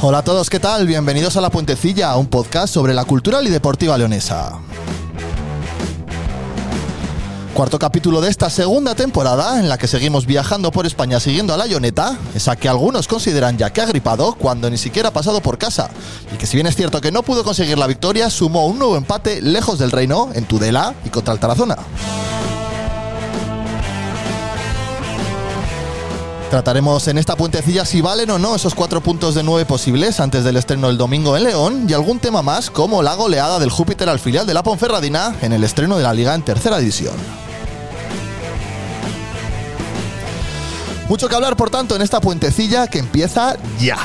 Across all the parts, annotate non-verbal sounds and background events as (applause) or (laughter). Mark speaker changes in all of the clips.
Speaker 1: Hola a todos, ¿qué tal? Bienvenidos a La Puentecilla, un podcast sobre la cultural y deportiva leonesa. Cuarto capítulo de esta segunda temporada en la que seguimos viajando por España siguiendo a la Ioneta, esa que algunos consideran ya que ha gripado cuando ni siquiera ha pasado por casa, y que si bien es cierto que no pudo conseguir la victoria, sumó un nuevo empate lejos del reino, en Tudela y contra el Tarazona. Trataremos en esta puentecilla si valen o no esos cuatro puntos de nueve posibles antes del estreno el domingo en León y algún tema más como la goleada del Júpiter al filial de la Ponferradina en el estreno de la Liga en Tercera División. Mucho que hablar, por tanto, en esta puentecilla que empieza ya.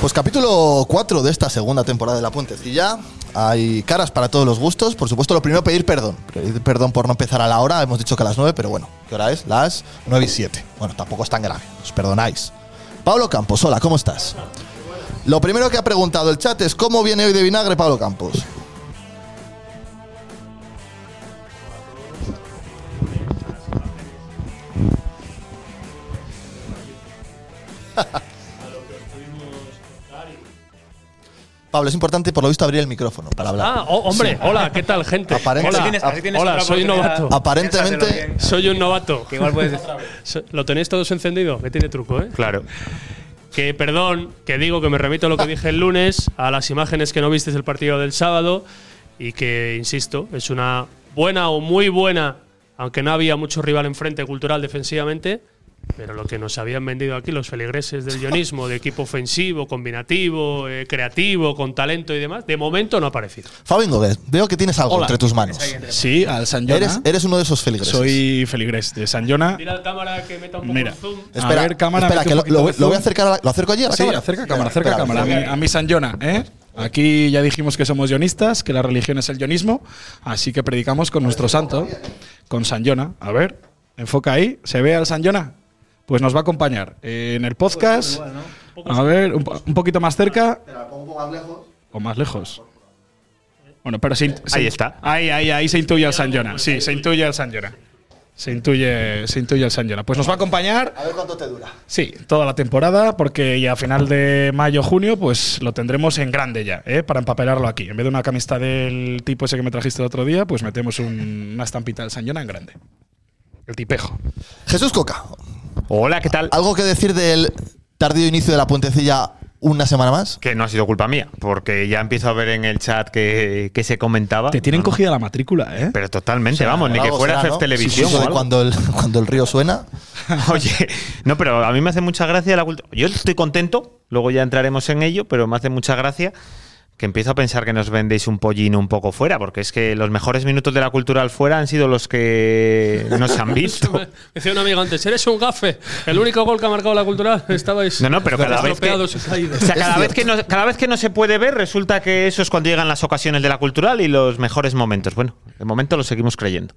Speaker 1: Pues capítulo 4 de esta segunda temporada de La Puentecilla. Hay caras para todos los gustos. Por supuesto, lo primero, pedir perdón. Pedir perdón por no empezar a la hora. Hemos dicho que a las 9, pero bueno, ¿qué hora es? Las 9 y 7. Bueno, tampoco es tan grave. Os perdonáis. Pablo Campos, hola, ¿cómo estás? Lo primero que ha preguntado el chat es ¿cómo viene hoy de vinagre Pablo Campos? (laughs) Pablo, es importante por lo visto abrir el micrófono para hablar.
Speaker 2: Ah, oh, hombre,
Speaker 1: Sí.
Speaker 2: hola, ¿qué tal, gente?
Speaker 1: Aparente-
Speaker 2: hola,
Speaker 1: Así tienes-
Speaker 3: así tienes
Speaker 2: hola,
Speaker 3: otra
Speaker 2: soy
Speaker 3: oportunidad.
Speaker 2: novato.
Speaker 3: Piénsatelo
Speaker 1: Aparentemente,
Speaker 3: bien.
Speaker 2: Soy un novato.
Speaker 3: Que igual
Speaker 2: (laughs)
Speaker 3: puedes.
Speaker 2: So- ¿Lo tenéis todos encendido? Que tiene truco, ¿eh?
Speaker 3: claro.
Speaker 2: Que perdón, que digo que me remito a lo que dije el lunes, a las imágenes que no visteis del partido del sábado y que, insisto, es una buena o muy buena, aunque no había mucho rival enfrente cultural defensivamente, pero lo que nos habían vendido aquí los feligreses del guionismo, de equipo ofensivo, combinativo, eh, creativo, con talento y demás, de momento no ha aparecido.
Speaker 1: Fabio Ingoguez, veo que tienes algo
Speaker 4: Hola.
Speaker 1: entre tus manos.
Speaker 4: Sí, al San Jona.
Speaker 1: Eres, eres uno de esos feligreses.
Speaker 4: Soy feligres de San Jona.
Speaker 2: Dile a la cámara que meta un poco
Speaker 4: Mira.
Speaker 2: de zoom. (laughs)
Speaker 1: Espera,
Speaker 4: A ver, cámara,
Speaker 1: espera,
Speaker 4: mete
Speaker 1: que
Speaker 4: un
Speaker 1: lo,
Speaker 4: poquito
Speaker 1: lo-
Speaker 4: de
Speaker 1: lo
Speaker 4: zoom.
Speaker 1: voy a acercar. a la- ¿Lo acerco allí a la
Speaker 4: Sí,
Speaker 1: cámara?
Speaker 4: acerca cámara, acerca
Speaker 1: Espera,
Speaker 4: cámara. A mi,
Speaker 1: espera.
Speaker 4: a mi San Jona, ¿eh? Aquí ya dijimos que somos yonistas, que la religión es el yonismo, así que predicamos con nuestro santo, con San Jona. A ver, enfoca ahí, ¿se ve al San Jona? Pues nos va a acompañar Eh, en el podcast. A ver, un, po- un poquito más cerca. O más lejos. Bueno, pero se, in- se-
Speaker 3: Ahí está.
Speaker 4: Ahí, ahí, ahí se intuye al San Jona. Sí, se intuye al San Jona. Se intuye, se intuye al San Jona. Pues nos va a acompañar
Speaker 1: A ver cuánto te dura.
Speaker 4: Sí, toda la temporada, porque ya a final de mayo, junio, pues lo tendremos en grande ya, ¿eh? para empapelarlo aquí. En vez de una camiseta del tipo ese que me trajiste el otro día, pues metemos un- una estampita del San Jona en grande. El tipejo.
Speaker 1: Jesús Coca,
Speaker 3: Hola, ¿qué tal?
Speaker 1: ¿algo que decir del tardío inicio de la puentecilla una semana más?
Speaker 3: Que no ha sido culpa mía, porque ya empiezo a ver en el chat que, que se comentaba.
Speaker 4: Te tienen cogida la matrícula, ¿eh?
Speaker 3: Pero totalmente, vamos, ni que
Speaker 1: Algo
Speaker 3: fuera
Speaker 1: será,
Speaker 3: hacer
Speaker 1: ¿no?
Speaker 3: televisión.
Speaker 1: Sí, sí,
Speaker 3: o
Speaker 1: de
Speaker 3: algo.
Speaker 1: cuando, el, cuando el río suena.
Speaker 3: (laughs) Oye, no, pero a mí me hace mucha gracia la cultura. Yo estoy contento, luego ya entraremos en ello, pero me hace mucha gracia que empiezo a pensar que nos vendéis un pollino un poco fuera, porque es que los mejores minutos de la cultural fuera han sido los
Speaker 4: (laughs)
Speaker 3: que nos han visto.
Speaker 2: Me decía un amigo antes, eres un gafe. El único gol que ha marcado la cultural estabais.
Speaker 3: No, no, pero cada vez que,
Speaker 2: estropeados y caídos.
Speaker 3: o sea, cada, vez que no, cada vez que no se puede ver, resulta que eso es cuando llegan las ocasiones de la cultural y los mejores momentos. Bueno, de momento lo seguimos creyendo.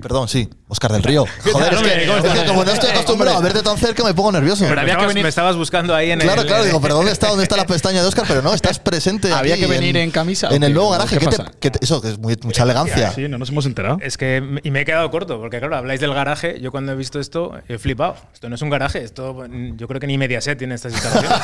Speaker 1: Perdón, sí, Oscar del Río. Joder, es
Speaker 5: hombre?
Speaker 1: que,
Speaker 5: ¿Cómo
Speaker 1: es que
Speaker 5: estás?
Speaker 1: como no estoy acostumbrado a verte tan cerca, me pongo nervioso.
Speaker 5: Pero había que venir. Me estabas buscando ahí en
Speaker 1: Claro,
Speaker 5: el.
Speaker 1: claro, digo, pero ¿dónde está, ¿dónde está la pestaña de Oscar? Pero no, estás presente.
Speaker 4: ¿Había
Speaker 1: aquí
Speaker 4: que venir en camisa o
Speaker 1: En el
Speaker 4: qué?
Speaker 1: nuevo
Speaker 4: ¿O
Speaker 1: garaje.
Speaker 4: qué
Speaker 1: ¿Qué te-
Speaker 4: pasa?
Speaker 1: qué te- eso, que es muy- mucha elegancia. (laughs)
Speaker 4: Sí, no nos hemos enterado.
Speaker 5: Es que me- Eh, y me he quedado corto, porque claro, habláis del garaje. Yo cuando he visto esto he flipado. Esto no es un garaje, esto mm, yo creo que ni Mediaset tiene estas instalaciones.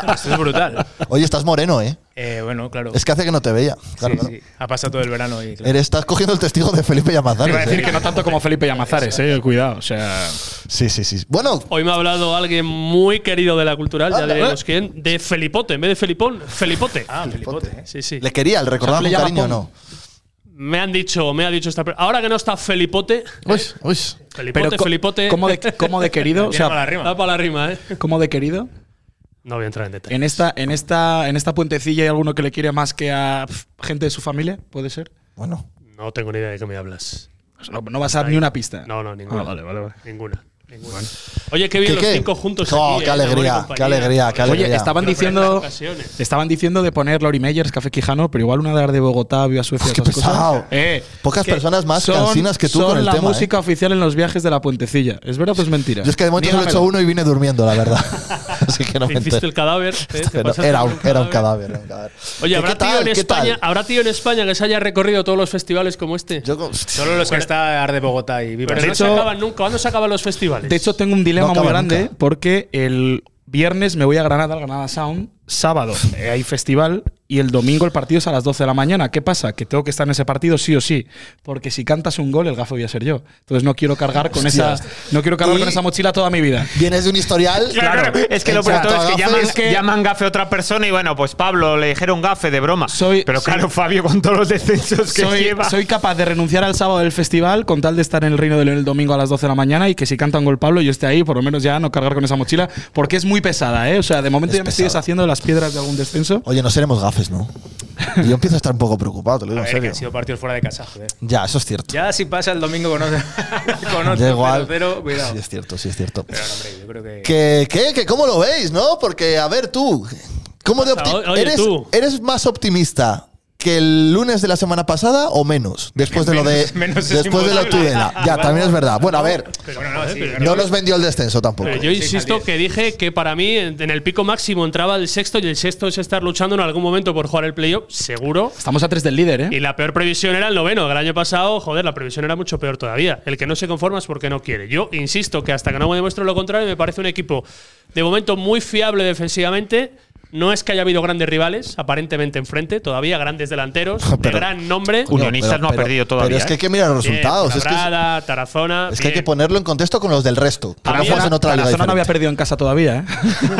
Speaker 4: (laughs)
Speaker 5: esto es brutal.
Speaker 1: Oye, estás moreno, ¿eh?
Speaker 5: Eh, bueno, claro.
Speaker 1: Es que hace que no te veía. Claro,
Speaker 5: Sí,
Speaker 1: claro.
Speaker 5: sí. Ha pasado todo el verano y claro.
Speaker 1: Eres- estás cogiendo el testigo de Felipe Llamazares.
Speaker 4: Iba a decir
Speaker 1: ¿eh?
Speaker 4: que no tanto como Felipe Llamazares, eh, cuidado. O sea,
Speaker 1: Sí, sí, sí. Bueno,
Speaker 2: Hoy me ha hablado alguien muy querido de la cultural, ya
Speaker 1: Anda,
Speaker 2: diremos
Speaker 1: eh.
Speaker 2: quién, de Felipote, en vez de Felipón, Felipote.
Speaker 5: Ah, Felipote. ¿eh?
Speaker 2: Sí, sí.
Speaker 1: le quería, le recordaba
Speaker 4: ¿Le
Speaker 1: con
Speaker 4: llama
Speaker 1: cariño,
Speaker 4: Pon?
Speaker 1: ¿no?
Speaker 2: Me han dicho, me ha dicho esta per- Ahora que no está Felipote, eh,
Speaker 1: Uy, uy.
Speaker 2: Felipote,
Speaker 4: co-
Speaker 2: Felipote.
Speaker 4: ¿cómo de,
Speaker 2: (laughs)
Speaker 4: cómo de querido? O
Speaker 5: Tiene mala
Speaker 4: sea,
Speaker 5: rima.
Speaker 2: Da para la rima, ¿eh?
Speaker 4: ¿cómo de querido?
Speaker 2: No voy a entrar en detalle.
Speaker 4: En esta, en esta, en esta puentecilla hay alguno que le quiere más que a pf, gente de su familia, puede ser.
Speaker 1: Bueno,
Speaker 2: No tengo ni idea de qué me hablas.
Speaker 4: O sea, No, no vas a dar ni una pista.
Speaker 2: No, no, ninguna.
Speaker 4: Ah, vale, vale, vale.
Speaker 2: Ninguna. ninguna. Oye, qué bien
Speaker 1: ¿Qué,
Speaker 2: los
Speaker 1: qué?
Speaker 2: cinco juntos.
Speaker 1: Oh,
Speaker 2: aquí,
Speaker 1: qué
Speaker 2: eh, de buena
Speaker 1: alegría,
Speaker 2: compañía.
Speaker 1: qué alegría, qué alegría.
Speaker 4: Oye, estaban
Speaker 2: Pero
Speaker 4: diciendo,
Speaker 2: prendas ocasiones.
Speaker 4: estaban diciendo de poner Lori Meyers, Café Quijano, pero igual una de las de Bogotá, Viva Suecia,
Speaker 1: Qué
Speaker 4: esas cosas.
Speaker 1: pesado.
Speaker 4: Eh,
Speaker 1: Pocas
Speaker 4: que
Speaker 1: personas más cansinas que tú
Speaker 4: son
Speaker 1: con el
Speaker 4: la
Speaker 1: tema, ¿eh?
Speaker 4: música oficial en los viajes de la puentecilla. ¿Es verdad o es mentira?
Speaker 1: yo es que de momento solo he hecho
Speaker 4: Niégamelo.
Speaker 1: uno y vine durmiendo, la
Speaker 2: (laughs)
Speaker 1: verdad. Así que no
Speaker 2: Te
Speaker 1: me
Speaker 2: hiciste
Speaker 1: entero.
Speaker 2: el cadáver. ¿eh? Te
Speaker 1: Pero
Speaker 2: pasaste
Speaker 1: era,
Speaker 2: por
Speaker 1: un, era un cadáver. era un cadáver.
Speaker 2: Oye,
Speaker 1: ¿Qué-
Speaker 2: ¿habrá
Speaker 1: qué tal?
Speaker 2: tío, en
Speaker 1: ¿Qué tal?
Speaker 2: España, ¿habrá tío en España que se haya recorrido todos los festivales como este?
Speaker 1: Yo con-
Speaker 5: Solo los que está Arde Bogotá y Viva
Speaker 2: Pero
Speaker 5: el
Speaker 2: no
Speaker 5: Sur.
Speaker 2: se
Speaker 4: hecho-
Speaker 2: acaban nunca. ¿Cuándo se acaban los festivales?
Speaker 4: De hecho, tengo un dilema
Speaker 1: No
Speaker 4: muy
Speaker 1: acaba
Speaker 4: grande ¿eh?
Speaker 1: nunca.
Speaker 4: porque el viernes me voy a Granada, al Granada Sound, sábado eh, hay festival y el domingo el partido es a las 12 de la mañana. ¿Qué pasa? Que tengo que estar en ese partido sí o sí, porque si cantas un gol el gafo voy a ser yo. Entonces no quiero cargar con
Speaker 1: Hostia.
Speaker 4: esa no quiero cargar
Speaker 1: Y-
Speaker 4: con esa mochila toda mi vida.
Speaker 1: Vienes de un
Speaker 4: (laughs)
Speaker 1: historial.
Speaker 3: Claro, es que lo peor
Speaker 1: Exacto,
Speaker 3: de todo es
Speaker 1: gafe
Speaker 3: que llaman,
Speaker 1: es que-
Speaker 3: llaman gafe a otra persona y bueno, pues Pablo le dijeron gafe de broma.
Speaker 4: Soy-
Speaker 3: Pero
Speaker 4: soy-
Speaker 3: claro, Fabio, con todos los descensos que
Speaker 4: Soy,
Speaker 3: lleva.
Speaker 4: soy capaz de renunciar al sábado del festival con tal de estar en el Reino de León el domingo a las 12 de la mañana y que si canta un gol Pablo yo esté ahí, por lo menos ya no cargar con esa mochila, porque es muy pesada, ¿eh? O sea, de momento
Speaker 1: Es
Speaker 4: ya me estoy
Speaker 1: pesada.
Speaker 4: deshaciendo de las piedras de algún descenso.
Speaker 1: Oye, no seremos gafes,
Speaker 2: (laughs)
Speaker 1: ¿no? Yo empiezo a estar un poco preocupado, te lo
Speaker 5: A
Speaker 1: digo
Speaker 5: ver,
Speaker 1: en
Speaker 5: que han
Speaker 1: serio.
Speaker 5: sido partidos fuera de casa, joder.
Speaker 1: Ya, eso es cierto.
Speaker 5: Ya si pasa el domingo con otro, (laughs) con otro
Speaker 1: Da igual.
Speaker 5: 0-0, cuidado.
Speaker 1: Sí, es cierto, sí, es cierto.
Speaker 5: Pero, hombre, yo creo que.
Speaker 1: Que, que, que cómo lo veis, ¿no? Porque, a ver, tú, ¿cómo de opti-
Speaker 2: Oye,
Speaker 1: eres,
Speaker 2: tú.
Speaker 1: ¿eres más optimista que el lunes de la semana pasada o menos? Después de lo de.
Speaker 5: Menos- menos es
Speaker 1: después de lo
Speaker 5: imposible.
Speaker 1: Tudela. Ya, también es verdad. Bueno, a ver,
Speaker 5: bueno, no, sí,
Speaker 1: no nos vendió el descenso tampoco.
Speaker 2: Pero yo insisto que dije que para mí en en el pico máximo entraba el sexto y el sexto es estar luchando en algún momento por jugar el playoff, seguro.
Speaker 4: Estamos a tres del líder, ¿eh?
Speaker 2: Y la peor previsión era el noveno. El año pasado, joder, la previsión era mucho peor todavía. El que no se conforma es porque no quiere. Yo insisto que hasta que no me demuestre lo contrario, me parece un equipo de momento muy fiable defensivamente. No es que haya habido grandes rivales, aparentemente enfrente, todavía grandes delanteros, de
Speaker 1: Pero-
Speaker 2: gran nombre.
Speaker 1: Coño,
Speaker 3: Unionistas no ha perdido todavía,
Speaker 1: Pero es que
Speaker 3: ¿eh?
Speaker 1: hay que mirar los
Speaker 2: Bien,
Speaker 1: resultados. Es que, es
Speaker 2: Labrada, Tarazona.
Speaker 1: que hay que
Speaker 2: bien.
Speaker 1: ponerlo en contexto con los del resto. Que no
Speaker 2: mí
Speaker 1: fuimos
Speaker 2: era-
Speaker 1: en otra liga
Speaker 4: Tarazona no había
Speaker 1: diferente.
Speaker 4: perdido en casa todavía, ¿eh?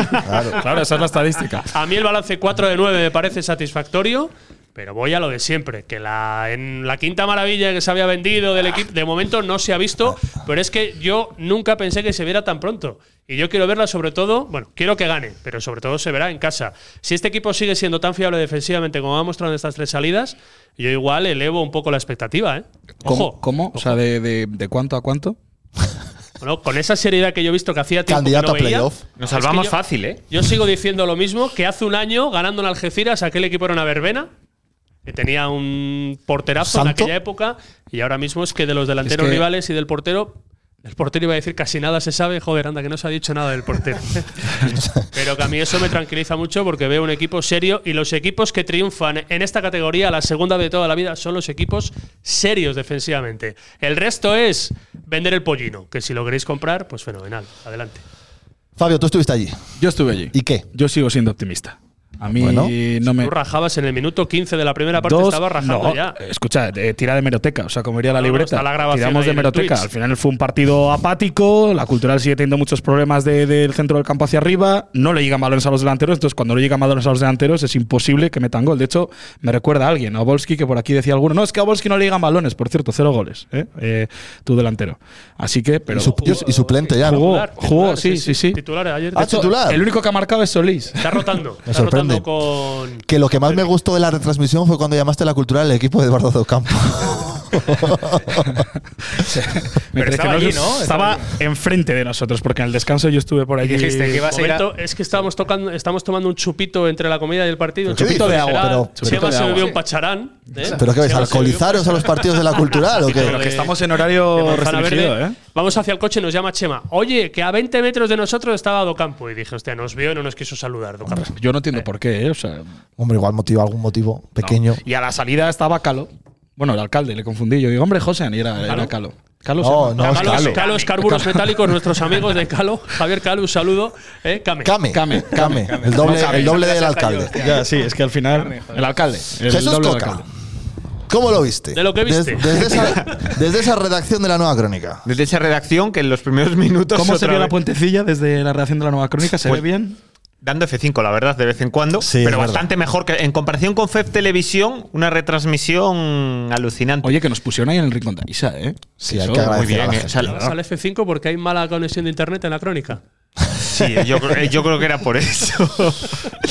Speaker 1: (laughs) Claro.
Speaker 4: claro, esa es la estadística.
Speaker 2: A mí el balance 4 de 9 me parece satisfactorio, pero voy a lo de siempre, que la, en la quinta maravilla que se había vendido del equipo, de momento no se ha visto, pero es que yo nunca pensé que se viera tan pronto. Y yo quiero verla sobre todo, bueno, quiero que gane, pero sobre todo se verá en casa. Si este equipo sigue siendo tan fiable defensivamente como ha mostrado en estas tres salidas, yo igual elevo un poco la expectativa, ¿eh? Ojo,
Speaker 4: ¿Cómo? ¿Cómo? O sea, ¿de, de, de cuánto a cuánto?
Speaker 2: Bueno, con esa seriedad que yo he visto que hacía tiempo que
Speaker 1: Candidato
Speaker 2: no
Speaker 1: a
Speaker 2: veía,
Speaker 1: playoff.
Speaker 3: Nos salvamos
Speaker 2: Es que yo-
Speaker 3: fácil, ¿eh?
Speaker 2: Yo sigo diciendo lo mismo que hace un año, ganando en Algeciras, aquel equipo era una verbena, que tenía un porterazo en
Speaker 1: Santo.
Speaker 2: aquella época, y ahora mismo es que de los delanteros
Speaker 4: Es que-
Speaker 2: rivales y del portero. El portero iba a decir casi nada se sabe, joder, anda, que no se ha dicho nada del portero. Pero que a mí eso me tranquiliza mucho porque veo un equipo serio y los equipos que triunfan en esta categoría, la segunda de toda la vida, son los equipos serios defensivamente. El resto es vender el pollino, que si lo queréis comprar, pues fenomenal, adelante.
Speaker 1: Fabio, tú estuviste allí.
Speaker 4: Yo estuve allí.
Speaker 1: ¿Y qué?
Speaker 4: Yo sigo siendo optimista. A mí
Speaker 1: Bueno.
Speaker 4: no me.
Speaker 2: Tú rajabas en el minuto 15 de la primera parte,
Speaker 4: Dos-
Speaker 2: estaba rajando
Speaker 4: no,
Speaker 2: ya.
Speaker 4: Escucha, eh, tira de meroteca, o sea, como iría la
Speaker 2: No, no,
Speaker 4: libreta.
Speaker 2: está la grabación
Speaker 4: Tiramos
Speaker 2: ahí
Speaker 4: de
Speaker 2: en el
Speaker 4: meroteca.
Speaker 2: Twitch.
Speaker 4: Al final fue un partido apático, la cultural sigue teniendo muchos problemas de- del centro del campo hacia arriba, no le llegan balones a los delanteros, entonces cuando no llegan balones a los delanteros es imposible que metan gol. De hecho, me recuerda a alguien, a Obolski, que por aquí decía alguno, no, es que a Obolski no le llegan balones, por cierto, cero goles, ¿eh? Eh, tu delantero. Así que, pero
Speaker 1: y, su- y suplente ya. ¿no?
Speaker 4: Jugó,
Speaker 2: Titular,
Speaker 4: jugó,
Speaker 2: titular,
Speaker 4: sí, sí, sí.
Speaker 2: Titular eh, ayer.
Speaker 1: Ah,
Speaker 2: Está-
Speaker 1: titular.
Speaker 4: El único que ha marcado es Solís.
Speaker 2: Está rotando.
Speaker 1: Me sorprende responde.
Speaker 2: con.
Speaker 1: Que lo que más me gustó de la retransmisión fue cuando llamaste a la cultura del equipo de Eduardo Docampo.
Speaker 4: (laughs) Me parece
Speaker 5: estaba
Speaker 4: que
Speaker 5: allí, ¿no? Estaba
Speaker 4: Estaba enfrente de nosotros, porque en el descanso yo estuve por allí.
Speaker 5: dijiste que ibas a ir a-
Speaker 2: Momento, es que estábamos tocando, estamos tomando un chupito entre la comida y el partido. Un
Speaker 1: ¿Qué
Speaker 2: chupito de
Speaker 1: dices?
Speaker 2: agua.
Speaker 1: Pero-
Speaker 2: Chema
Speaker 4: chupito de
Speaker 2: se
Speaker 4: agua.
Speaker 2: bebió un pacharán. ¿eh?
Speaker 1: ¿Pero qué ves?
Speaker 2: Chema se bebió un
Speaker 1: ¿Alcoholizaros a los partidos de la cultural o
Speaker 4: Pero
Speaker 1: qué?
Speaker 4: que
Speaker 2: de-
Speaker 4: estamos en
Speaker 2: de
Speaker 4: horario
Speaker 2: manzana
Speaker 4: restringido,
Speaker 2: verde.
Speaker 4: ¿eh?
Speaker 2: Vamos hacia el coche y nos llama Chema. Oye, que a 20 metros de nosotros estaba Docampo. Y dije, hostia, nos vio y no nos quiso saludar, Docampo.
Speaker 4: Yo no entiendo por qué, ¿eh? O sea,
Speaker 1: Hombre, igual motivo, algún motivo pequeño.
Speaker 4: y a la salida estaba Calo. Bueno, el alcalde, le confundí. Yo digo, hombre, José, y era, era Calo. Calo se
Speaker 1: No,
Speaker 4: llama.
Speaker 1: no, es
Speaker 2: Calo,
Speaker 1: Calo.
Speaker 2: Calo es Carburos Metálicos, nuestros amigos de Calo. Javier Calo, un saludo. ¿Eh? Came.
Speaker 1: Came, came,
Speaker 4: Came,
Speaker 1: came.
Speaker 4: came.
Speaker 1: El doble,
Speaker 4: No cabe,
Speaker 1: el doble
Speaker 5: no
Speaker 1: del
Speaker 5: me
Speaker 1: alcalde.
Speaker 5: saca yo,
Speaker 4: Ya, sí, es que al final. El alcalde. el
Speaker 1: Jesús
Speaker 4: doble de
Speaker 1: Coca.
Speaker 4: alcalde.
Speaker 1: ¿Cómo lo viste?
Speaker 2: De lo que viste.
Speaker 1: Des- desde, esa, desde esa redacción de la nueva crónica.
Speaker 3: Desde esa redacción que en los primeros (laughs) minutos.
Speaker 4: ¿Cómo se
Speaker 3: otra
Speaker 4: vio la
Speaker 3: vez-
Speaker 4: puentecilla desde la redacción de la nueva crónica? ¿Se
Speaker 3: Pues-
Speaker 4: ve bien?
Speaker 3: Dando F5, la verdad, de vez en cuando.
Speaker 1: Sí, es
Speaker 3: pero
Speaker 1: verdad.
Speaker 3: bastante mejor que. En comparación con FEB Televisión, una retransmisión alucinante.
Speaker 4: Oye, que nos pusieron ahí en el rincón de Isa, ¿eh?
Speaker 1: Sí, hay que agradecer
Speaker 3: muy bien,
Speaker 1: a la
Speaker 3: eh.
Speaker 1: gente.
Speaker 3: O sea,
Speaker 2: Vas al F5 porque hay mala conexión de internet en la crónica.
Speaker 3: sí, yo, creo- yo creo que era por eso.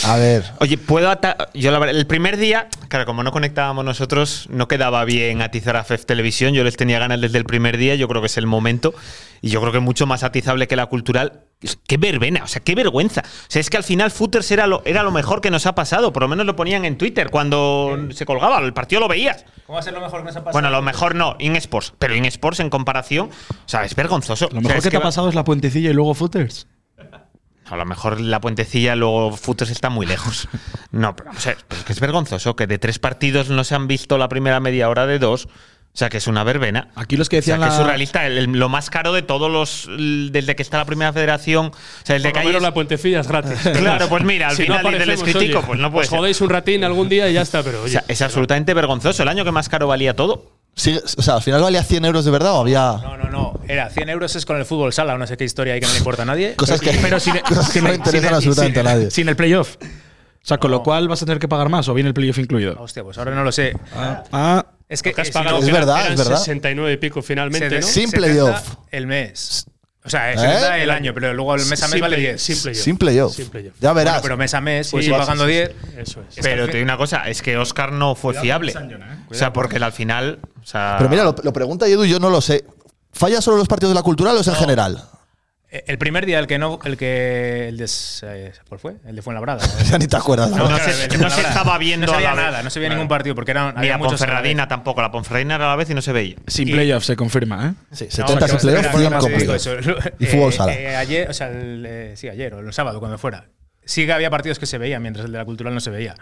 Speaker 1: A ver,
Speaker 3: Oye, puedo ata- yo la verdad, el primer día, claro, como no conectábamos nosotros, no quedaba bien atizar a FEF Televisión. Yo les tenía ganas desde el primer día, yo creo que es el momento. Y yo creo que mucho más atizable que la cultural. Qué verbena, o sea, qué vergüenza. O sea, es que al final Footers era lo, era lo mejor que nos ha pasado. Por lo menos lo ponían en Twitter cuando se colgaba, el partido lo veías.
Speaker 5: ¿Cómo va a ser lo mejor que nos ha pasado?
Speaker 3: Bueno, lo mejor no, In Sports. Pero In Sports en comparación, o sea, es vergonzoso. O
Speaker 4: Lo
Speaker 3: sea,
Speaker 4: mejor
Speaker 3: es
Speaker 4: que te ha
Speaker 3: va-
Speaker 4: pasado es la puentecilla y luego footers.
Speaker 3: a lo mejor la puentecilla, luego Futres está muy lejos. No, pero vamos a ver, pero es que es vergonzoso que de tres partidos no se han visto la primera media hora de dos. O sea, que es una verbena.
Speaker 4: Aquí los que
Speaker 3: O sea,
Speaker 4: decían
Speaker 3: que es
Speaker 4: la-
Speaker 3: surrealista. el- el- lo más caro de todos los. l- Desde que está la primera federación. O sea, desde
Speaker 2: Por
Speaker 3: que
Speaker 2: lo
Speaker 3: hay.
Speaker 2: menos la puentecilla es gratis.
Speaker 3: (laughs) Claro, pues mira, al final y les
Speaker 2: aparecemos,
Speaker 3: critico,
Speaker 2: oye,
Speaker 3: pues no puede
Speaker 2: os
Speaker 3: ser.
Speaker 2: jodéis un ratín algún día y ya está, pero
Speaker 3: O
Speaker 2: oye.
Speaker 3: sea, es absolutamente vergonzoso. El año que más caro valía todo.
Speaker 1: sigue- o sea, al final valía 100 euros de verdad o había
Speaker 5: No, no, no. Era 100 euros es con el fútbol sala, o no sé qué historia hay que no le importa a nadie.
Speaker 1: cosas que, (laughs) cosas que no interesan absolutamente a nadie.
Speaker 4: Sin el playoff. O sea, con lo cual vas a tener que pagar más o viene el playoff incluido.
Speaker 5: Hostia, pues ahora no lo sé.
Speaker 4: Ah,
Speaker 5: Es que
Speaker 2: que has
Speaker 5: eh, si
Speaker 2: pagado
Speaker 5: no,
Speaker 1: es
Speaker 2: que eran-
Speaker 1: verdad,
Speaker 2: eran
Speaker 1: es verdad.
Speaker 2: 69 y pico finalmente,
Speaker 5: se
Speaker 2: ¿no?
Speaker 1: Sí, Sin
Speaker 5: 70
Speaker 1: playoff.
Speaker 5: El mes. O sea,
Speaker 1: ¿Eh?
Speaker 5: es 70 el año, pero luego el mes a mes
Speaker 2: Sin
Speaker 5: vale
Speaker 2: play-
Speaker 5: 10.
Speaker 2: sin playoff.
Speaker 1: Sin playoff.
Speaker 2: Sin playoff.
Speaker 1: Ya
Speaker 5: Bueno,
Speaker 1: verás.
Speaker 5: pero mes a mes, pues
Speaker 2: Sí,
Speaker 5: ir
Speaker 2: sí,
Speaker 5: pagando
Speaker 2: sí, sí.
Speaker 5: 10.
Speaker 2: Eso es.
Speaker 3: Pero te digo una cosa, es que Oscar no fue fiable.
Speaker 5: ¿eh?
Speaker 3: O sea, porque al final. O sea,
Speaker 1: Pero mira, lo, lo pregunta Edu, yo no lo sé. ¿Falla solo los partidos de la cultural o es en general? (laughs)
Speaker 5: Eh, El primer día, el que no. El que. El de, eh, ¿Cuál fue? El de (laughs) Fuenlabrada.
Speaker 1: Ya ni te acuerdas.
Speaker 3: No,
Speaker 1: ¿no?
Speaker 3: se-
Speaker 5: el de
Speaker 3: no se
Speaker 5: Fuenlabrada.
Speaker 3: estaba viendo
Speaker 5: No se
Speaker 3: a
Speaker 5: veía
Speaker 3: la vez.
Speaker 5: nada, no se veía
Speaker 3: Claro.
Speaker 5: ningún partido porque eran.
Speaker 3: Ni
Speaker 5: había
Speaker 3: la
Speaker 5: muchos a la
Speaker 3: Ponferradina
Speaker 5: vez.
Speaker 3: tampoco. La Ponferradina era a la vez y no se veía.
Speaker 4: sin playoff se confirma, ¿eh?
Speaker 1: Sí,
Speaker 5: No,
Speaker 1: 70
Speaker 5: es
Speaker 1: sin
Speaker 5: que
Speaker 1: playoff,
Speaker 5: espera,
Speaker 1: 100
Speaker 5: espera,
Speaker 1: con
Speaker 5: te digo
Speaker 1: playoff.
Speaker 5: eso.
Speaker 1: Y
Speaker 5: Eh,
Speaker 1: fútbol sala.
Speaker 5: eh, ayer, o sea, el, eh, sí, ayer, o el sábado, cuando fuera. Sí que había partidos que se veían, mientras el de la cultural no se veía.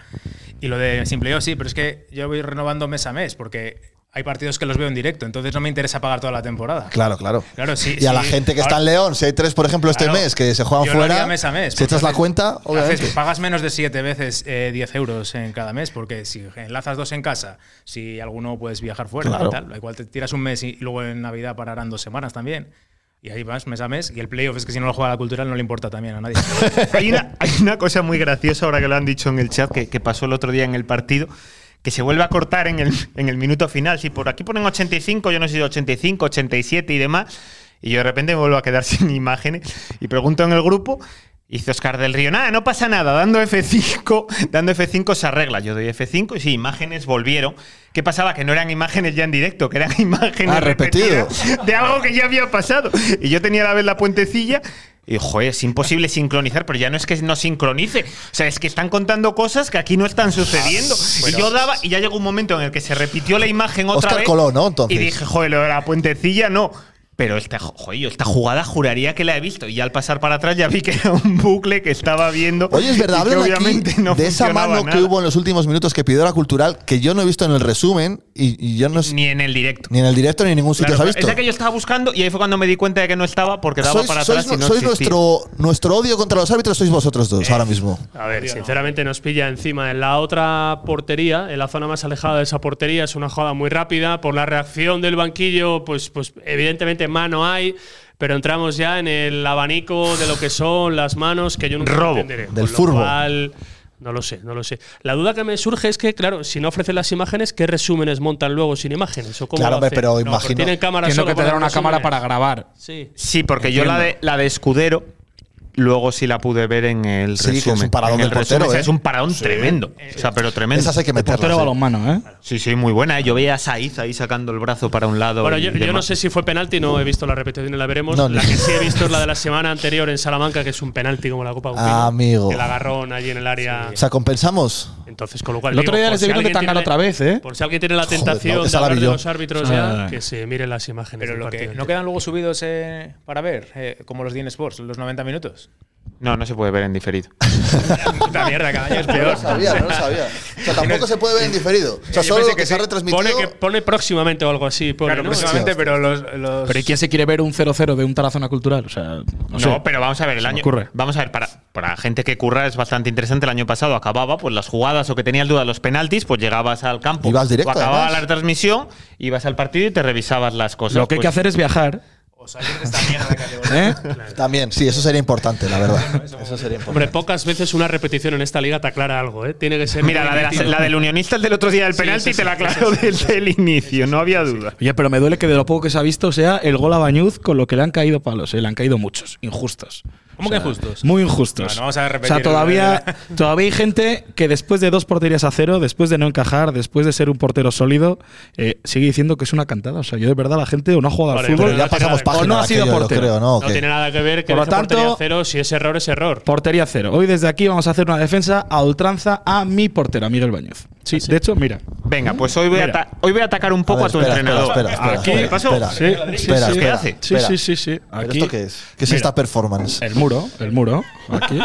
Speaker 5: Y lo de Simple Yo sí, pero es que yo voy renovando mes a mes, porque hay partidos que los veo en directo, entonces no me interesa pagar toda la temporada.
Speaker 1: Claro, claro.
Speaker 5: Claro, sí,
Speaker 1: y a la
Speaker 5: sí.
Speaker 1: gente que está
Speaker 5: Ahora-
Speaker 1: en León, si hay tres, por ejemplo, este
Speaker 5: Claro.
Speaker 1: mes que se juegan
Speaker 5: Yo lo
Speaker 1: fuera,
Speaker 5: haría mes a mes,
Speaker 1: si
Speaker 5: porque
Speaker 1: echas la
Speaker 5: haces-
Speaker 1: cuenta, obviamente.
Speaker 5: haces- pagas menos de siete veces eh, 10 euros en cada mes, porque si enlazas dos en casa, si alguno puedes viajar fuera,
Speaker 1: Claro.
Speaker 5: y tal, igual te tiras un mes y, y luego en Navidad pararán dos semanas también. Y ahí vas mes a mes. Y el playoff es que si no lo juega la cultural no le importa también a nadie.
Speaker 3: (laughs) hay, una, hay una cosa muy graciosa ahora que lo han dicho en el chat que, que pasó el otro día en el partido que se vuelve a cortar en el, en el minuto final. Si por aquí ponen 85, yo no sé si 85, 87 y demás, y yo de repente me vuelvo a quedar (laughs) sin imágenes y pregunto en el grupo. y Dice Oscar del Río, nada, no pasa nada, dando F5, (laughs) dando F5 se arregla. Yo doy F5 y sí, imágenes volvieron. ¿Qué pasaba? Que no eran imágenes ya en directo, que eran (laughs) imágenes
Speaker 1: Ah, repetido.
Speaker 3: repetidas de algo que ya había pasado. Y yo tenía a la vez la puentecilla y, joder, es imposible sincronizar, pero ya no es que no sincronice. O sea, es que están contando cosas que aquí no están sucediendo.
Speaker 1: Ah,
Speaker 3: y yo daba, y ya llegó un momento en el que se repitió la imagen otra
Speaker 1: Óscar
Speaker 3: vez.
Speaker 1: Colón, ¿no? Entonces.
Speaker 3: Y dije, joder, lo de la puentecilla no. Pero esta, jo- joder, yo esta jugada juraría que la he visto. Y al pasar para atrás ya vi que era un bucle que estaba viendo.
Speaker 1: Oye, es verdad,
Speaker 3: (laughs) y que
Speaker 1: hablan aquí
Speaker 3: obviamente no
Speaker 1: de esa
Speaker 3: funcionaba
Speaker 1: mano que
Speaker 3: nada.
Speaker 1: hubo en los últimos minutos que pidió la cultural, que yo no he visto en el resumen y, y yo no sé- ni,
Speaker 3: Ni en el directo.
Speaker 1: en el directo ni en ningún sitio se
Speaker 3: Claro,
Speaker 1: ha
Speaker 3: pero
Speaker 1: visto. Ah,
Speaker 3: Es la que yo estaba buscando y ahí fue cuando me di cuenta de que no estaba porque daba
Speaker 1: sois
Speaker 3: para
Speaker 1: sois-
Speaker 3: atrás y no
Speaker 1: sois
Speaker 3: existía.
Speaker 1: nuestro, nuestro odio contra los árbitros, sois vosotros dos ahora mismo.
Speaker 2: A ver, sinceramente nos pilla encima en la otra portería, en la zona más alejada de esa portería, es una jugada muy rápida, por la reacción del banquillo, pues, pues evidentemente mano hay, pero entramos ya en el abanico de lo que son las manos que yo nunca
Speaker 3: Robo
Speaker 2: entenderé. Con
Speaker 1: del
Speaker 2: lo
Speaker 1: furbo.
Speaker 2: cual, no lo sé, no lo sé. La duda que me surge es que, claro, si no ofrecen las imágenes, ¿qué resúmenes montan luego sin imágenes? ¿O cómo
Speaker 1: Claro,
Speaker 2: lo
Speaker 1: hombre,
Speaker 2: hacen?
Speaker 1: pero
Speaker 2: No, porque
Speaker 1: imagino-
Speaker 2: tienen cámara
Speaker 4: Entiendo
Speaker 2: solo
Speaker 4: que te
Speaker 2: para
Speaker 4: dará una
Speaker 2: resúmenes.
Speaker 4: cámara para grabar.
Speaker 2: Sí.
Speaker 3: Sí, porque yo la de, la de escudero Luego sí la pude ver en el
Speaker 1: Sí, que es
Speaker 3: resumen.
Speaker 1: un paradón
Speaker 3: En el
Speaker 1: del portero,
Speaker 3: resumen,
Speaker 1: ¿eh?
Speaker 3: Es un paradón tremendo. O sea, pero tremendo.
Speaker 1: Esas hay que
Speaker 4: El
Speaker 1: meterlas.
Speaker 5: Pues
Speaker 4: portero
Speaker 1: ¿eh?
Speaker 4: balonmano, ¿eh?
Speaker 3: Sí, sí, muy buena. ¿eh? Yo veía a Saiz ahí sacando el brazo para un lado.
Speaker 2: Bueno,
Speaker 3: y
Speaker 2: yo, yo no
Speaker 3: demás.
Speaker 2: sé si fue penalti, no he visto la repetición y la veremos.
Speaker 1: No, no.
Speaker 2: La que sí he visto es la de la semana anterior en Salamanca, que es un penalti como la Copa Gupino,
Speaker 1: Amigo.
Speaker 2: El agarrón allí en el área.
Speaker 1: O sea, compensamos.
Speaker 2: Entonces, con lo cual.
Speaker 4: El otro
Speaker 2: digo,
Speaker 4: día
Speaker 2: por
Speaker 4: les
Speaker 2: si
Speaker 4: debieron de
Speaker 2: alguien
Speaker 4: tangar
Speaker 2: tiene-
Speaker 4: otra vez, ¿eh?
Speaker 2: Por si alguien tiene la
Speaker 1: Joder,
Speaker 2: tentación
Speaker 1: no,
Speaker 2: de
Speaker 1: esa la
Speaker 2: hablar
Speaker 1: vi
Speaker 2: de
Speaker 1: yo.
Speaker 2: los árbitros
Speaker 4: Ah.
Speaker 2: ya, que se miren las imágenes.
Speaker 5: Pero
Speaker 2: del
Speaker 5: lo que,
Speaker 2: partido.
Speaker 5: ¿no quedan luego subidos eh, para ver? eh, como los DIN Sports, los 90 minutos.
Speaker 3: No, no se puede ver
Speaker 1: (laughs)
Speaker 3: en diferido.
Speaker 5: Puta
Speaker 2: (laughs)
Speaker 5: mierda, cada año es
Speaker 1: No lo
Speaker 5: peor.
Speaker 1: sabía, no lo sabía. O sea, tampoco se puede ver en diferido. O
Speaker 5: Yo
Speaker 1: sea, solo
Speaker 5: pensé
Speaker 1: lo que,
Speaker 5: que
Speaker 1: se ha
Speaker 5: sí.
Speaker 1: retransmitido.
Speaker 2: pone, que pone próximamente o algo así. pone,
Speaker 5: Claro,
Speaker 2: ¿no?
Speaker 5: próximamente, pero los. los-
Speaker 4: Pero ¿y quién se quiere ver un 0-0 de un tarazona cultural? O sea, no,
Speaker 3: No,
Speaker 4: sé.
Speaker 3: pero vamos a ver, el
Speaker 4: Se me
Speaker 3: año.
Speaker 4: ocurre.
Speaker 3: Vamos a ver, para, para gente que curra es bastante interesante. El año pasado acababa, pues las jugadas o que tenías duda de los penaltis, pues llegabas al campo.
Speaker 1: Ibas directo,
Speaker 3: o acababa
Speaker 1: además.
Speaker 3: la transmisión, ibas al partido y te revisabas las cosas.
Speaker 4: lo que hay que
Speaker 3: pues,
Speaker 4: hacer es viajar,
Speaker 5: O sea, de esta mierda de categoría.
Speaker 4: (laughs) ¿eh?
Speaker 1: También, sí, eso sería importante, la
Speaker 4: (laughs)
Speaker 1: verdad. Eso sería importante.
Speaker 2: Hombre, pocas veces una repetición en esta liga te aclara algo, ¿eh? Tiene que ser.
Speaker 3: Mira, la, de la- la del unionista, el del otro día del penalti,
Speaker 2: sí,
Speaker 3: te la
Speaker 2: sí,
Speaker 3: aclaro
Speaker 2: sí, sí,
Speaker 3: desde el inicio, no había duda.
Speaker 4: Oye, pero me duele que de lo poco que se ha visto sea el gol a Bañuz con lo que le han caído palos, ¿eh? Le han caído muchos, injustos.
Speaker 5: ¿Cómo que injustos?
Speaker 4: Muy injustos.
Speaker 5: No, no vamos a repetir
Speaker 4: O sea, todavía, todavía hay gente que después de dos porterías a cero, después de no encajar, después de ser un portero sólido, eh, sigue diciendo que es una cantada. O sea, yo de verdad la gente o no ha jugado
Speaker 2: Vale,
Speaker 4: al fútbol.
Speaker 2: pero
Speaker 1: ya
Speaker 2: no tiene
Speaker 1: pasamos
Speaker 2: nada-
Speaker 1: página.
Speaker 4: o no ha
Speaker 1: de aquello,
Speaker 4: sido
Speaker 1: yo
Speaker 4: portero.
Speaker 1: Creo, ¿no? ¿O
Speaker 2: No
Speaker 1: qué?
Speaker 2: tiene nada que ver que
Speaker 4: Por lo
Speaker 2: deje portería
Speaker 4: tanto-
Speaker 2: cero si es error es error.
Speaker 4: Portería cero. Hoy desde aquí vamos a hacer una defensa a ultranza a mi portero, a Miguel Bañez. Sí, de hecho, mira.
Speaker 3: Venga, pues hoy voy, a,
Speaker 4: Mira.
Speaker 3: ata- hoy voy a atacar un poco a,
Speaker 1: ver,
Speaker 3: tu
Speaker 1: espera,
Speaker 3: entrenador.
Speaker 1: espera, espera, espera,
Speaker 3: Aquí,
Speaker 1: espera,
Speaker 3: ¿qué pasó?
Speaker 1: espera.
Speaker 4: Sí, sí,
Speaker 1: Espera,
Speaker 4: sí.
Speaker 3: ¿Qué
Speaker 1: espera.
Speaker 3: hace?
Speaker 4: Sí,
Speaker 1: espera.
Speaker 4: sí, sí, sí.
Speaker 1: ¿Pero
Speaker 4: Aquí.
Speaker 1: esto qué es? ¿Qué es
Speaker 4: Mira.
Speaker 1: esta performance?
Speaker 4: El muro, el muro.
Speaker 1: (laughs)
Speaker 4: Aquí.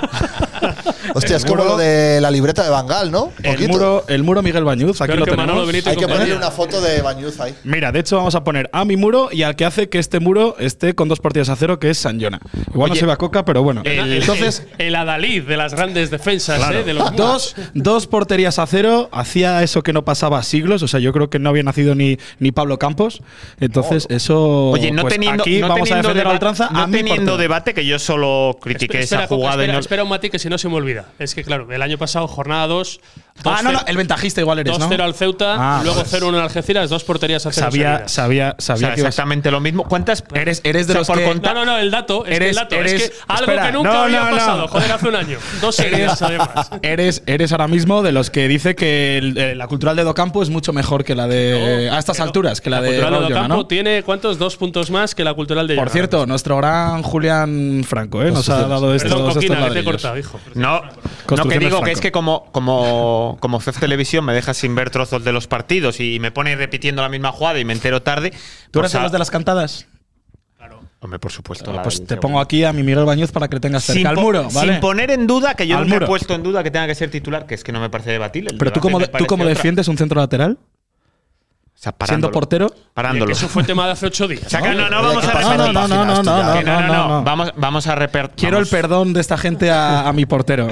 Speaker 1: Hostia, es
Speaker 4: el
Speaker 1: como
Speaker 4: muro-
Speaker 1: lo de la libreta de Bangal, ¿no?
Speaker 4: El
Speaker 1: Poquito.
Speaker 4: muro, el muro Miguel Bañuz. Aquí
Speaker 2: Peor
Speaker 4: lo
Speaker 2: que
Speaker 4: tenemos.
Speaker 2: Manolo Benito y
Speaker 1: Hay que ponerle
Speaker 2: compañía.
Speaker 1: una foto de Bañuz ahí.
Speaker 4: Mira, de hecho vamos a poner a mi muro y al que hace que este muro esté con dos partidas a cero, que es San Jona. Igual no
Speaker 3: Oye,
Speaker 4: se ve a coca, pero bueno.
Speaker 2: El-
Speaker 3: (laughs)
Speaker 4: Entonces,
Speaker 2: (laughs) el, el Adalid de las grandes defensas, ¿eh? De los
Speaker 4: dos, dos porterías a cero, hacía eso que no pasaba siglos, o sea, yo creo que no había nacido ni, ni Pablo Campos. Entonces, eso.
Speaker 3: Oh. Oye, no
Speaker 4: pues,
Speaker 3: teniendo,
Speaker 4: Aquí
Speaker 3: no
Speaker 4: vamos a
Speaker 3: teniendo
Speaker 4: defender la
Speaker 3: deba-
Speaker 4: ultranza
Speaker 3: no
Speaker 4: a mi
Speaker 3: teniendo
Speaker 4: portero.
Speaker 3: debate, que yo solo critiqué
Speaker 2: espera,
Speaker 3: esa jugada.
Speaker 2: espera,
Speaker 3: y no-
Speaker 2: espera un matiz que si no se me olvida. Es que, claro, el año pasado, jornada 2.
Speaker 4: Ah, no, no, el ventajista igual eres, ¿no?
Speaker 2: 2-0 al Ceuta,
Speaker 4: Ah,
Speaker 2: luego
Speaker 4: pues.
Speaker 2: 0-1 en Algeciras, dos porterías a cero
Speaker 4: Sabía,
Speaker 2: seguidas.
Speaker 4: sabía,
Speaker 3: o
Speaker 4: sabía
Speaker 3: sea,
Speaker 4: que ibas-
Speaker 3: exactamente lo mismo. ¿Cuántas
Speaker 4: Eres- eres de
Speaker 3: o sea,
Speaker 4: los
Speaker 3: por
Speaker 4: que-
Speaker 3: contar-
Speaker 2: No, no, no, el dato. Es que
Speaker 4: Eres-
Speaker 2: el dato.
Speaker 4: eres-
Speaker 2: es que algo
Speaker 4: espera,
Speaker 2: que nunca
Speaker 4: no,
Speaker 2: había
Speaker 4: no, no.
Speaker 2: pasado, joder, hace un año.
Speaker 4: (laughs)
Speaker 2: Dos seguidas, además.
Speaker 4: Eres, eres ahora mismo de los que dice que el- eh, la cultural de Docampo es mucho mejor que la de. a estas alturas, que la,
Speaker 2: La
Speaker 4: de.
Speaker 2: cultural
Speaker 4: Raúl
Speaker 2: de
Speaker 4: Llona,
Speaker 2: Ocampo
Speaker 4: ¿no?
Speaker 2: tiene, ¿cuántos? Dos puntos más que la cultural de
Speaker 4: Por
Speaker 2: Llona.
Speaker 4: cierto, nuestro gran Julián Franco ¿eh? nos ha dado estos,
Speaker 2: Perdón,
Speaker 4: estos
Speaker 2: Coquina, que te he
Speaker 4: ladrillos.
Speaker 2: cortado, hijo.
Speaker 3: No, no que
Speaker 4: Construcciones
Speaker 3: digo que
Speaker 4: Franco.
Speaker 3: es que como, como, como FEF Televisión me deja sin ver trozos de los partidos y me pone repitiendo la misma jugada y me entero tarde.
Speaker 4: ¿Tú eres
Speaker 3: pues
Speaker 4: de
Speaker 3: a-
Speaker 4: los de las cantadas?
Speaker 3: Hombre, por supuesto. la
Speaker 4: Pues
Speaker 3: del
Speaker 4: te
Speaker 3: segundo.
Speaker 4: pongo aquí a mi Miguel Bañuz para que le tengas cerca
Speaker 3: Sin,
Speaker 4: al
Speaker 3: po-
Speaker 4: muro, ¿vale?
Speaker 3: sin poner en duda, que yo
Speaker 4: Al
Speaker 3: no me he
Speaker 4: muro.
Speaker 3: puesto en duda que tenga que ser titular, que es que no me parece debatible. El
Speaker 4: Pero tú
Speaker 3: debate
Speaker 4: cómo,
Speaker 3: me
Speaker 4: de- tú
Speaker 3: parece
Speaker 4: cómo
Speaker 3: otra.
Speaker 4: defiendes un centro lateral,
Speaker 3: O sea, parándolo.
Speaker 4: siendo portero.
Speaker 3: Parándolo.
Speaker 2: Eso fue tema de hace ocho días.
Speaker 3: O sea, que no, no, vamos a
Speaker 1: pasa?
Speaker 3: repetir.
Speaker 1: No, no, no, no, no,
Speaker 3: Que no, no, no.
Speaker 4: no.
Speaker 3: Vamos, vamos a reper.
Speaker 4: Quiero
Speaker 3: vamos.
Speaker 4: el perdón de esta gente a, a mi portero.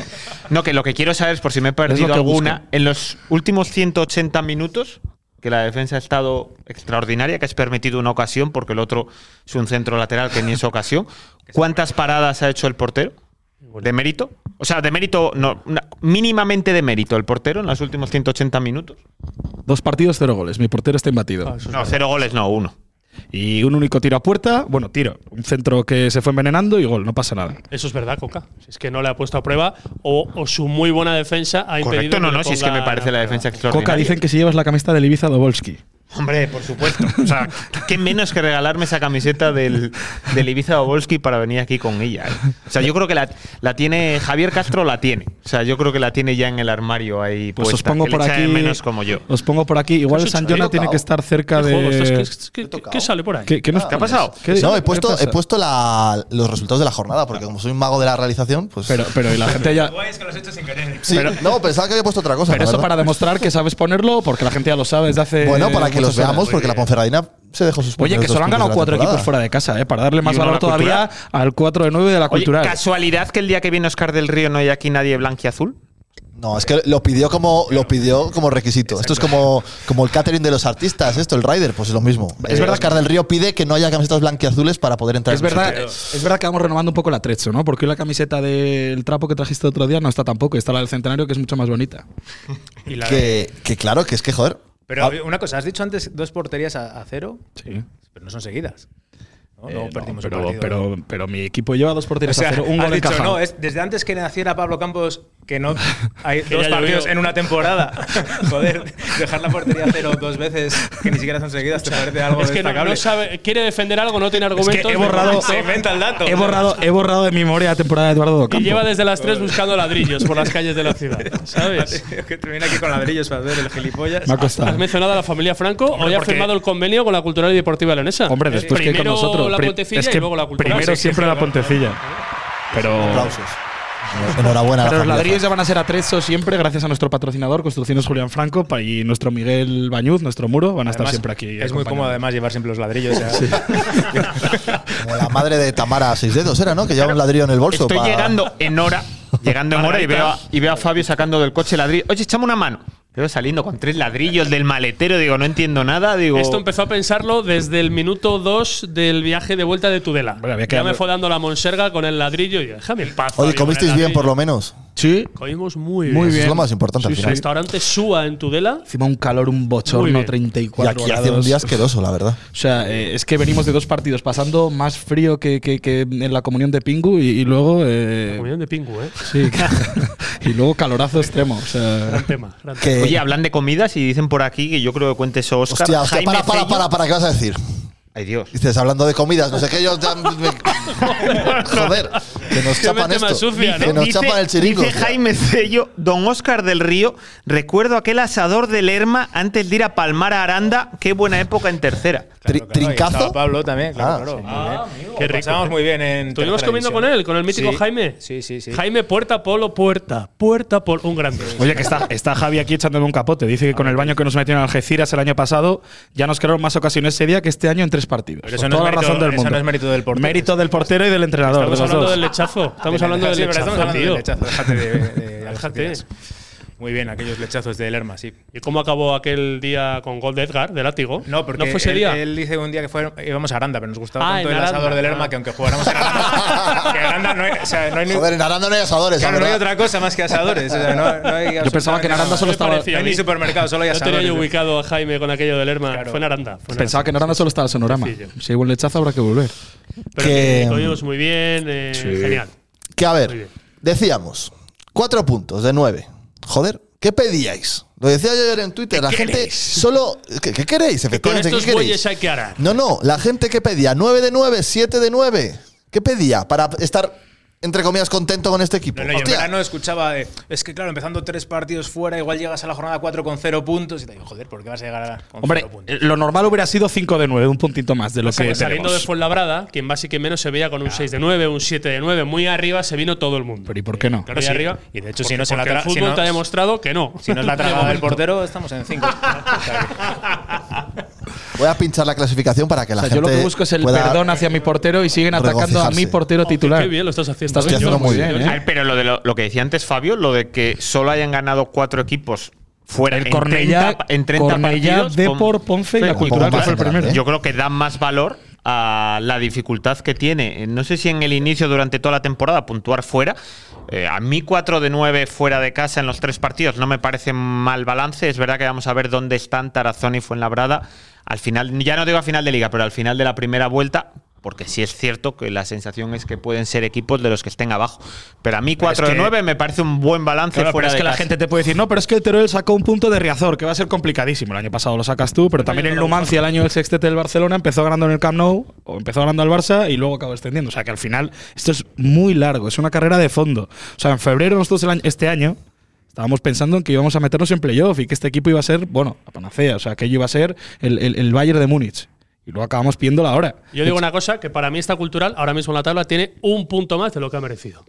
Speaker 3: No, que lo que quiero saber es por si me he
Speaker 4: Es lo
Speaker 3: perdido
Speaker 4: que
Speaker 3: alguna.
Speaker 4: busco.
Speaker 3: En los últimos 180 minutos, que la defensa ha estado extraordinaria, que has permitido una ocasión, porque el otro es un centro lateral que ni es ocasión. ¿Cuántas paradas ha hecho el portero? ¿De mérito? O sea, de mérito, no, una- mínimamente de mérito el portero en los últimos 180 minutos.
Speaker 4: Dos partidos, cero goles. Mi portero está imbatido.
Speaker 3: No, cero goles, no, uno.
Speaker 4: Y un único tiro a puerta. Bueno, tiro. Un centro que se fue envenenando y gol. No pasa nada.
Speaker 2: Eso es verdad, Coca. Si es que no le ha puesto a prueba o, o su muy buena defensa ha impedido.
Speaker 3: Correcto, no,
Speaker 2: que
Speaker 3: no,
Speaker 2: le
Speaker 3: si es que me
Speaker 2: pongan
Speaker 3: parece la
Speaker 2: a
Speaker 3: defensa
Speaker 2: prueba.
Speaker 3: extraordinaria.
Speaker 4: Coca, dicen que si llevas la camiseta del Ibiza Dobolski. pues
Speaker 3: Hombre, por supuesto. O sea, qué menos que regalarme esa camiseta del, del Ibiza Obolski para venir aquí con ella. ¿eh? O sea, yo creo que la, la tiene. Javier Castro la tiene. O sea, yo creo que la tiene ya en el armario ahí.
Speaker 4: Pues os
Speaker 3: puesta,
Speaker 4: pongo
Speaker 3: que le
Speaker 4: por
Speaker 3: echa de
Speaker 4: aquí.
Speaker 3: menos como yo.
Speaker 4: Os pongo por aquí. Igual
Speaker 2: ¿Qué
Speaker 4: el
Speaker 2: has
Speaker 4: San
Speaker 2: hecho?
Speaker 4: Jona
Speaker 2: He
Speaker 4: tiene
Speaker 1: tocado.
Speaker 4: que estar cerca
Speaker 2: ¿Qué juego?
Speaker 4: de.
Speaker 2: Ostras, ¿qué- qué- qué- qué sale por ahí?
Speaker 4: Este, ¿Qué, qué nos
Speaker 3: Ah, ¿Qué ha pasado?
Speaker 4: ¿Qué-
Speaker 1: No,
Speaker 4: qué
Speaker 1: he puesto,
Speaker 4: pasa?
Speaker 1: he puesto la- los resultados de la jornada, porque como soy un mago de la realización, pues.
Speaker 4: Pero, pero y la
Speaker 1: (laughs)
Speaker 4: gente ya.
Speaker 5: Guay, es que los he hecho sin querer.
Speaker 1: Sí, no, pensaba que había puesto otra cosa.
Speaker 4: Pero
Speaker 1: la
Speaker 4: eso para
Speaker 1: verdad.
Speaker 4: demostrar que sabes ponerlo, porque la gente ya lo sabe desde hace.
Speaker 1: Bueno, para que
Speaker 4: muchos
Speaker 1: los veamos,
Speaker 4: años.
Speaker 1: porque la Ponferradina se dejó sus
Speaker 4: Eh, Oye, que
Speaker 1: primeros
Speaker 4: solo han
Speaker 1: dos
Speaker 4: ganado cuatro
Speaker 1: puntos de la
Speaker 4: equipos fuera de casa, ¿eh? para darle más
Speaker 3: Y uno a la
Speaker 4: valor todavía al 4 de 9 de la
Speaker 3: Oye,
Speaker 4: cultural.
Speaker 3: casualidad que el día que viene Oscar del Río no hay aquí nadie blanquiazul.
Speaker 1: temporada. No, es que lo pidió como, lo pidió como requisito. Esto es como, como el catering de los artistas, esto, el rider, pues es lo mismo.
Speaker 4: Es
Speaker 1: Eh,
Speaker 4: verdad
Speaker 1: Oscar del Río pide que no haya camisetas blanquiazules para poder entrar
Speaker 4: es
Speaker 1: en el
Speaker 4: verdad,
Speaker 1: sitio.
Speaker 4: es verdad que vamos renovando un poco el atrecho, ¿no? Porque hoy la camiseta del trapo que trajiste otro día no está tampoco, está la del centenario que es mucho más bonita.
Speaker 5: Y la-
Speaker 1: Que, que claro, que es que joder. ah,
Speaker 5: Pero una cosa, has dicho antes dos porterías a, a cero,
Speaker 4: Sí.
Speaker 5: pero no son seguidas. ¿no? Luego
Speaker 4: Eh, no,
Speaker 5: perdimos
Speaker 4: pero,
Speaker 5: un partido.
Speaker 4: pero, pero mi equipo lleva dos
Speaker 5: O
Speaker 4: porteros
Speaker 5: sea,
Speaker 4: a cero, un
Speaker 5: has
Speaker 4: gol
Speaker 5: dicho,
Speaker 4: encajado.
Speaker 5: no, es desde antes que naciera Pablo Campos, que no hay
Speaker 2: Que
Speaker 5: dos
Speaker 2: ya
Speaker 5: partidos
Speaker 2: llovió.
Speaker 5: en una
Speaker 3: (laughs)
Speaker 5: temporada. Joder, dejar la portería a cero dos veces que ni siquiera son seguidas te parece algo
Speaker 2: Es que no,
Speaker 5: destacable.
Speaker 2: no sabe, quiere defender algo, no tiene argumentos.
Speaker 4: he
Speaker 2: me
Speaker 4: borrado-
Speaker 2: parece.
Speaker 5: se inventa el dato.
Speaker 4: He borrado, he borrado de mi memoria la temporada de Eduardo
Speaker 2: Y
Speaker 4: Docampo.
Speaker 2: lleva desde las 3 buscando ladrillos por las calles de la ciudad, ¿sabes?
Speaker 5: Tío, (laughs) que te viene aquí con ladrillos para hacer el gilipollas. Ah,
Speaker 4: Me ha costado.
Speaker 2: ¿Has mencionado a la familia Franco o
Speaker 3: Hombre,
Speaker 2: ya ha
Speaker 3: porque-
Speaker 2: firmado el convenio con la Cultural y Deportiva Leonesa? Eh,
Speaker 4: Hombre, después que
Speaker 2: primero
Speaker 4: con nosotros.
Speaker 2: la
Speaker 4: pri-
Speaker 2: Pontecilla
Speaker 4: es
Speaker 2: y
Speaker 4: que
Speaker 2: luego la Cultural.
Speaker 4: primero
Speaker 2: Sí,
Speaker 4: siempre
Speaker 2: sí,
Speaker 4: la
Speaker 2: claro.
Speaker 4: Pontecilla. Pero,
Speaker 1: Aplausos. Enhorabuena. a la
Speaker 4: pero los
Speaker 1: familia
Speaker 4: ladrillos ya van a ser atrezo siempre, gracias a nuestro patrocinador, Construcciones Julián Franco, pa- y nuestro Miguel Bañuz, nuestro muro, van a estar
Speaker 5: Además,
Speaker 4: siempre aquí.
Speaker 5: Es muy cómodo
Speaker 4: acompañándonos.
Speaker 5: además llevar siempre los ladrillos. o sea,
Speaker 1: Franco. Como la madre de Tamara a seis dedos era, ¿no? Que lleva un ladrillo en el bolso.
Speaker 3: Estoy
Speaker 1: pa-
Speaker 3: llegando en hora, llegando en hora y veo, a, y veo a Fabio sacando del coche ladrillo. Oye, échame una mano. Te veo saliendo con tres ladrillos del maletero, digo, no entiendo nada, digo.
Speaker 2: Esto empezó a pensarlo desde el minuto 2 del viaje de vuelta de Tudela.
Speaker 4: Hombre, había que
Speaker 2: ya me
Speaker 4: dar-
Speaker 2: fue dando la monserga con el ladrillo y yo, déjame en paz.
Speaker 1: Oye, comisteis bien, por lo menos.
Speaker 4: Sí,
Speaker 2: Comimos muy bien.
Speaker 4: muy
Speaker 1: Eso
Speaker 4: bien.
Speaker 1: es lo más importante al
Speaker 4: Sí,
Speaker 1: final.
Speaker 4: sí.
Speaker 2: Restaurante Súa en Tudela.
Speaker 4: Encima un calor, un
Speaker 2: Muy
Speaker 4: bochorno,
Speaker 2: bien.
Speaker 4: 34
Speaker 1: Y aquí hace un
Speaker 4: grados.
Speaker 1: día asqueroso, la verdad.
Speaker 4: O sea, eh, es que venimos de dos partidos, pasando más frío que, que- que en la comunión de Pingu y, y luego. eh,
Speaker 2: Comunión de pingu, ¿eh?
Speaker 4: sí, (laughs) y luego calorazo extremo. O sea,
Speaker 2: Gran tema. gran tema.
Speaker 1: Que,
Speaker 3: Oye, hablan de comidas y dicen por aquí que yo creo que cuente eso Oscar.
Speaker 1: Eh, hostia, hostia,
Speaker 3: Jaime
Speaker 1: para, para,
Speaker 3: Cello-
Speaker 1: para, para, ¿qué vas a decir?
Speaker 3: Ay, Dios.
Speaker 1: Dices, hablando de comidas, no sé qué, yo ya me- Joder, que nos
Speaker 2: Qué
Speaker 1: chapan
Speaker 2: mente
Speaker 1: esto.
Speaker 2: más sucia,
Speaker 1: que
Speaker 2: ¿no?
Speaker 1: nos chapan el chiringo.
Speaker 3: dice
Speaker 1: tío.
Speaker 3: Jaime Cello, don Oscar del Río, recuerdo aquel asador de Lerma antes de ir a Palmar a Aranda, qué buena época en tercera.
Speaker 1: Tri-
Speaker 5: claro, y
Speaker 1: trincazo.
Speaker 5: estaba Pablo también, claro,
Speaker 1: Ah,
Speaker 5: claro,
Speaker 1: sí.
Speaker 5: muy bien.
Speaker 2: qué
Speaker 5: Lo pasamos
Speaker 2: rico.
Speaker 5: muy bien en
Speaker 2: Estuvimos
Speaker 5: tercera
Speaker 2: comiendo
Speaker 5: división.
Speaker 2: con él, con el mítico
Speaker 5: Sí,
Speaker 2: Jaime.
Speaker 5: Sí, sí, sí.
Speaker 2: Jaime Puerta Polo Puerta. Puerta Polo. Un grande.
Speaker 4: Oye, que está, está Javi aquí echándome un capote. Dice que con el baño que nos metieron en Algeciras el año pasado, ya nos crearon más ocasiones ese día que este año en tres partidos.
Speaker 5: Pero eso
Speaker 4: Con
Speaker 5: no es
Speaker 4: toda la
Speaker 5: mérito-
Speaker 4: razón del
Speaker 5: eso
Speaker 4: mundo.
Speaker 5: no es mérito del portero.
Speaker 4: Mérito del portero y del entrenador.
Speaker 2: Estamos
Speaker 4: de los
Speaker 2: hablando
Speaker 4: dos.
Speaker 2: del lechazo. Estamos hablando del
Speaker 5: Sí, pero estamos
Speaker 2: lechazo,
Speaker 5: hablando del
Speaker 2: tío.
Speaker 5: lechazo. Déjate de- de- de
Speaker 2: Déjate.
Speaker 5: Algeciras. Muy bien, aquellos lechazos de Lerma, sí.
Speaker 2: ¿Y cómo acabó aquel día con gol de Edgar, de látigo?
Speaker 5: No, porque
Speaker 2: fue ese
Speaker 5: él,
Speaker 2: (laughs) día.
Speaker 5: él dice un día que fue, íbamos a Aranda, pero nos gustaba
Speaker 2: Ah,
Speaker 5: tanto
Speaker 2: en
Speaker 5: el
Speaker 2: Aranda,
Speaker 5: asador de Lerma
Speaker 2: ah.
Speaker 5: que aunque jugáramos en Aranda, que Aranda no, hay- o sea, no hay ni-
Speaker 1: Joder, en Aranda no hay asadores,
Speaker 5: claro,
Speaker 1: la
Speaker 5: no hay
Speaker 1: verdad.
Speaker 5: otra cosa más que asadores. o sea, no- no hay
Speaker 4: Yo pensaba que
Speaker 5: absolutamente
Speaker 4: en Aranda
Speaker 5: nada
Speaker 4: solo
Speaker 2: Me
Speaker 4: estaba.
Speaker 2: parecía
Speaker 5: No
Speaker 2: a
Speaker 5: hay
Speaker 2: mí.
Speaker 5: ni supermercado, solo hay
Speaker 2: No tenía
Speaker 5: asadores.
Speaker 2: yo ubicado a Jaime con aquello de Lerma.
Speaker 5: Claro.
Speaker 2: Fue en Aranda. fue en
Speaker 4: Pensaba que en Aranda solo estaba Sonorama. Si hay buen lechazo, habrá que volver.
Speaker 2: Aranda. Pero
Speaker 1: que-
Speaker 2: que comimos muy bien. eh, Genial.
Speaker 1: Que a
Speaker 2: Muy bien.
Speaker 1: ver, decíamos, cuatro puntos de nueve. Joder, ¿qué pedíais? Lo decía yo ayer en Twitter, la gente solo. ¿Qué, qué queréis?
Speaker 2: Con
Speaker 1: Efectivamente,
Speaker 2: estos
Speaker 1: ¿qué queréis?
Speaker 2: bueyes hay que arar.
Speaker 1: No, no, la gente que pedía 9 de 9, 7 de 9. ¿Qué pedía para estar, entre comillas, contento con este equipo?
Speaker 5: No, no, yo en
Speaker 1: Hostia,
Speaker 5: verano escuchaba de, es que claro, empezando tres partidos fuera, igual llegas a la jornada 4 con cero puntos y te digo, joder, ¿por qué vas a llegar a con
Speaker 4: Hombre,
Speaker 5: cero
Speaker 4: eh,
Speaker 5: puntos?
Speaker 4: lo normal hubiera sido 5 de 9, un puntito más de lo que
Speaker 2: Pues saliendo de
Speaker 4: tenemos.
Speaker 2: Fuenlabrada, quien más y quien menos se veía con un 6 de 9, un 7 de 9, muy arriba se vino todo el mundo.
Speaker 4: Pero ¿y por qué no?
Speaker 2: Claro,
Speaker 5: Sí.
Speaker 2: y arriba.
Speaker 5: Y de hecho,
Speaker 2: Porque-
Speaker 5: si no se la
Speaker 2: porque el
Speaker 5: tra- si
Speaker 2: fútbol
Speaker 5: no-
Speaker 2: te ha demostrado que no.
Speaker 5: Si no es
Speaker 2: (laughs)
Speaker 5: la tragada del portero, estamos en 5.
Speaker 1: voy a pinchar la clasificación para que la
Speaker 4: O sea, yo
Speaker 1: gente.
Speaker 4: lo que busco es el
Speaker 1: pueda-
Speaker 4: perdón hacia mi portero y siguen atacando a
Speaker 1: regocijarse.
Speaker 4: mi portero titular.
Speaker 2: Qué bien lo estás haciendo.
Speaker 4: Estás
Speaker 2: ¿eh?
Speaker 1: haciendo
Speaker 2: Yo-
Speaker 1: muy bien,
Speaker 2: yo-
Speaker 4: ¿eh?
Speaker 3: Ay, pero lo de lo, lo que decía antes Fabio, lo de que solo hayan ganado cuatro equipos fuera
Speaker 4: El
Speaker 3: en
Speaker 4: Cornellá,
Speaker 3: 30 en 30
Speaker 4: Cornellá,
Speaker 3: partidos,
Speaker 4: Depor, Ponce y la
Speaker 3: Tampoco
Speaker 1: Cultural, que
Speaker 3: más
Speaker 1: fue el
Speaker 3: grande,
Speaker 1: primero.
Speaker 3: ¿eh? Yo creo que da más valor a la dificultad que tiene. Eh, No sé si en el inicio durante toda la temporada puntuar fuera. Eh, a mí 4 de 9 fuera de casa en los tres partidos no me parece mal balance. Es verdad que vamos a ver dónde están Tarazón y Fuenlabrada. Al final, ya no digo a final de liga, pero al final de la primera vuelta, porque sí es cierto que la sensación es que pueden ser equipos de los que estén abajo. Pero a mí 4 de
Speaker 5: que-
Speaker 3: 9 me parece un buen balance
Speaker 4: Claro, pero
Speaker 3: fuera
Speaker 4: es
Speaker 3: de
Speaker 4: que la
Speaker 3: casa.
Speaker 4: gente te puede decir, no, pero es que Teruel sacó un punto de Riazor, que va a ser complicadísimo. El año pasado lo sacas tú, pero también en Numancia, el año del sextete del Barcelona, empezó ganando en el Camp Nou, o empezó ganando al Barça y luego acabó extendiendo. O sea que al final esto es muy largo, es una carrera de fondo. O sea, en febrero nosotros el año- este año estábamos pensando en que íbamos a meternos en playoff y que este equipo iba a ser, bueno, la panacea, o sea, que ello iba a ser el, el, el Bayern de Múnich. Y luego acabamos pidiendo la hora.
Speaker 2: Yo digo una cosa, que para mí esta cultural, ahora mismo en la tabla, tiene un punto más de lo que ha merecido.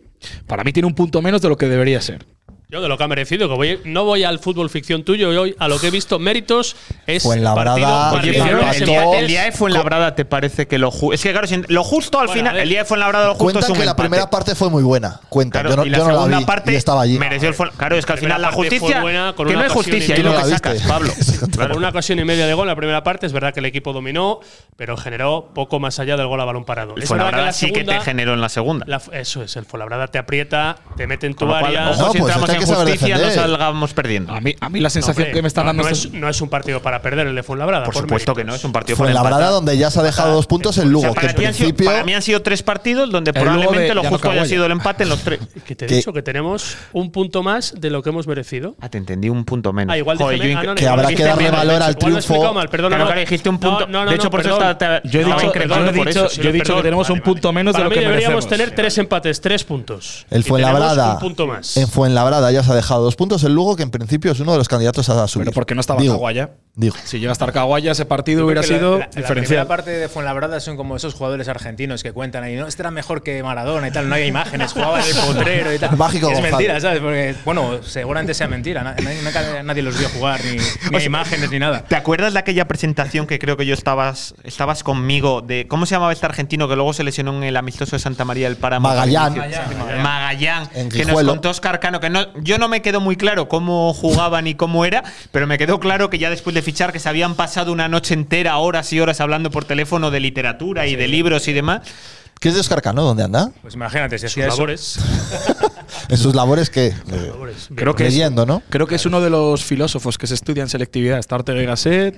Speaker 4: Para mí tiene un punto menos de lo que debería ser.
Speaker 2: Yo de lo que ha merecido, que voy, no voy al fútbol ficción tuyo, yo voy a lo que he visto, méritos es
Speaker 1: Fuenlabrada,
Speaker 3: Oye,
Speaker 1: Oye,
Speaker 3: pero
Speaker 1: pero
Speaker 3: el,
Speaker 1: empató-
Speaker 3: día, el día de Fuenlabrada te parece que lo justo. Es que claro, si lo justo al
Speaker 2: Bueno, a
Speaker 3: final.
Speaker 2: ver.
Speaker 3: El día de Fuenlabrada lo justo
Speaker 1: Cuentan
Speaker 3: es un
Speaker 1: que la
Speaker 3: empate.
Speaker 1: primera parte fue muy buena. Cuentan.
Speaker 3: Claro,
Speaker 1: yo no,
Speaker 3: y la
Speaker 1: yo no la
Speaker 3: segunda
Speaker 1: vi,
Speaker 3: parte
Speaker 1: y estaba allí.
Speaker 3: mereció el Fuenla- Claro, es que al
Speaker 2: primera
Speaker 3: final la
Speaker 2: parte fue
Speaker 3: justicia.
Speaker 2: buena, con
Speaker 3: que
Speaker 2: una
Speaker 3: no es
Speaker 2: pasión
Speaker 3: justicia,
Speaker 2: y
Speaker 3: es lo
Speaker 1: no
Speaker 3: que
Speaker 1: la
Speaker 3: sacas,
Speaker 1: viste. (laughs)
Speaker 3: Pablo.
Speaker 2: Por una ocasión y media de gol en la primera parte, es verdad que el equipo dominó, pero generó poco más allá del gol a balón parado.
Speaker 3: El
Speaker 2: Es verdad
Speaker 3: Fuenlabrada
Speaker 2: la
Speaker 3: sí que
Speaker 2: segunda-
Speaker 3: te generó en la segunda.
Speaker 2: la- eso es, el Fuenlabrada te aprieta, te mete en tu
Speaker 3: Con lo cual,
Speaker 2: área.
Speaker 3: ojo,
Speaker 1: No,
Speaker 3: si
Speaker 1: pues
Speaker 3: entramos
Speaker 1: está
Speaker 3: en
Speaker 1: que saber
Speaker 3: justicia no
Speaker 1: defender.
Speaker 3: salgamos perdiendo.
Speaker 2: Ah,
Speaker 4: A mí, a mí la sensación
Speaker 2: Hombre,
Speaker 4: que me está
Speaker 2: no-
Speaker 4: dando. este
Speaker 2: no
Speaker 4: estos-
Speaker 2: es, no es un partido para perder el de Fuenlabrada.
Speaker 3: Por supuesto que no, es un partido para
Speaker 1: Fue la brada
Speaker 3: empatar.
Speaker 1: donde ya se ha dejado dos puntos el
Speaker 3: O sea,
Speaker 1: Lugo, que
Speaker 3: para,
Speaker 1: en
Speaker 3: mí han sido,
Speaker 1: principio.
Speaker 3: para mí han sido tres partidos donde
Speaker 4: Lugo
Speaker 3: probablemente
Speaker 4: de
Speaker 3: lo
Speaker 4: Llano
Speaker 3: justo haya
Speaker 4: Caguaya.
Speaker 3: sido el empate en los tres.
Speaker 2: Que te he
Speaker 1: Que-
Speaker 2: dicho que tenemos un punto más de lo que hemos merecido.
Speaker 3: Ah, te entendí un punto menos.
Speaker 2: Ah, igual dije
Speaker 3: Joder, yo
Speaker 2: men- ah,
Speaker 3: inc-
Speaker 2: no, no,
Speaker 1: que
Speaker 2: igual
Speaker 1: habrá
Speaker 2: lo
Speaker 1: que
Speaker 2: dije
Speaker 1: darle
Speaker 2: men-
Speaker 1: valor al
Speaker 2: igual lo he explicado
Speaker 1: triunfo.
Speaker 2: mal, perdona,
Speaker 3: Pero
Speaker 2: no.
Speaker 3: claro, dijiste un punto. De hecho, por eso
Speaker 2: perdón.
Speaker 3: estaba-
Speaker 4: Yo he
Speaker 3: No,
Speaker 4: dicho, yo he
Speaker 3: incrédulo por
Speaker 4: dicho-
Speaker 3: eso, sí,
Speaker 4: yo he dicho
Speaker 2: perdón.
Speaker 4: que tenemos un punto menos
Speaker 2: Para
Speaker 4: de lo
Speaker 2: mí
Speaker 4: que
Speaker 2: deberíamos
Speaker 4: merecemos.
Speaker 2: tener tres empates, tres puntos. Y
Speaker 1: El Fuenlabrada.
Speaker 2: tenemos Un punto más.
Speaker 1: En Fuenlabrada ya se ha dejado dos puntos. El Lugo, que en principio es uno de los candidatos a subir.
Speaker 4: Pero porque no estaba
Speaker 1: Digo,
Speaker 4: Caguaya.
Speaker 1: Digo.
Speaker 4: Si llega a estar Caguaya, ese partido hubiera
Speaker 5: Creo que
Speaker 4: sido
Speaker 5: la, la- la
Speaker 4: diferencial.
Speaker 5: primera parte de Fuenlabrada son como esos jugadores argentinos que cuentan ahí, no, este era mejor que Maradona y tal, no hay imágenes, (laughs) jugaba en el potrero y tal.
Speaker 1: Mágico
Speaker 5: es
Speaker 1: González.
Speaker 5: mentira, ¿sabes? Porque, bueno, seguramente sea mentira, na- na- nunca nadie los vio jugar, ni, ni hay imágenes ni nada.
Speaker 3: ¿Te acuerdas de aquella presentación que creo que yo estabas estabas conmigo de cómo se llamaba este argentino que luego se lesionó en el amistoso de Santa María del Páramo?
Speaker 1: Magallán.
Speaker 3: Magallán. Magallán,
Speaker 1: En
Speaker 3: que nos
Speaker 1: Guijuelo.
Speaker 3: contó Oscar Cano, que no, yo no me quedó muy claro cómo jugaba ni cómo era, pero me quedó claro que ya después de fichar que se habían pasado una noche entera, horas y horas hablando por teléfono de literatura y de libros y demás.
Speaker 1: ¿Qué es de Oscar Cano? ¿Dónde anda?
Speaker 5: Pues imagínate, si
Speaker 2: sus
Speaker 5: hacía eso,
Speaker 2: labores.
Speaker 1: En sus labores que. eh,
Speaker 2: labores.
Speaker 4: Creo que
Speaker 1: Leyendo,
Speaker 4: es,
Speaker 1: ¿no?
Speaker 4: Creo que es uno de los filósofos que se estudia en selectividad. Está Ortega y Gasset,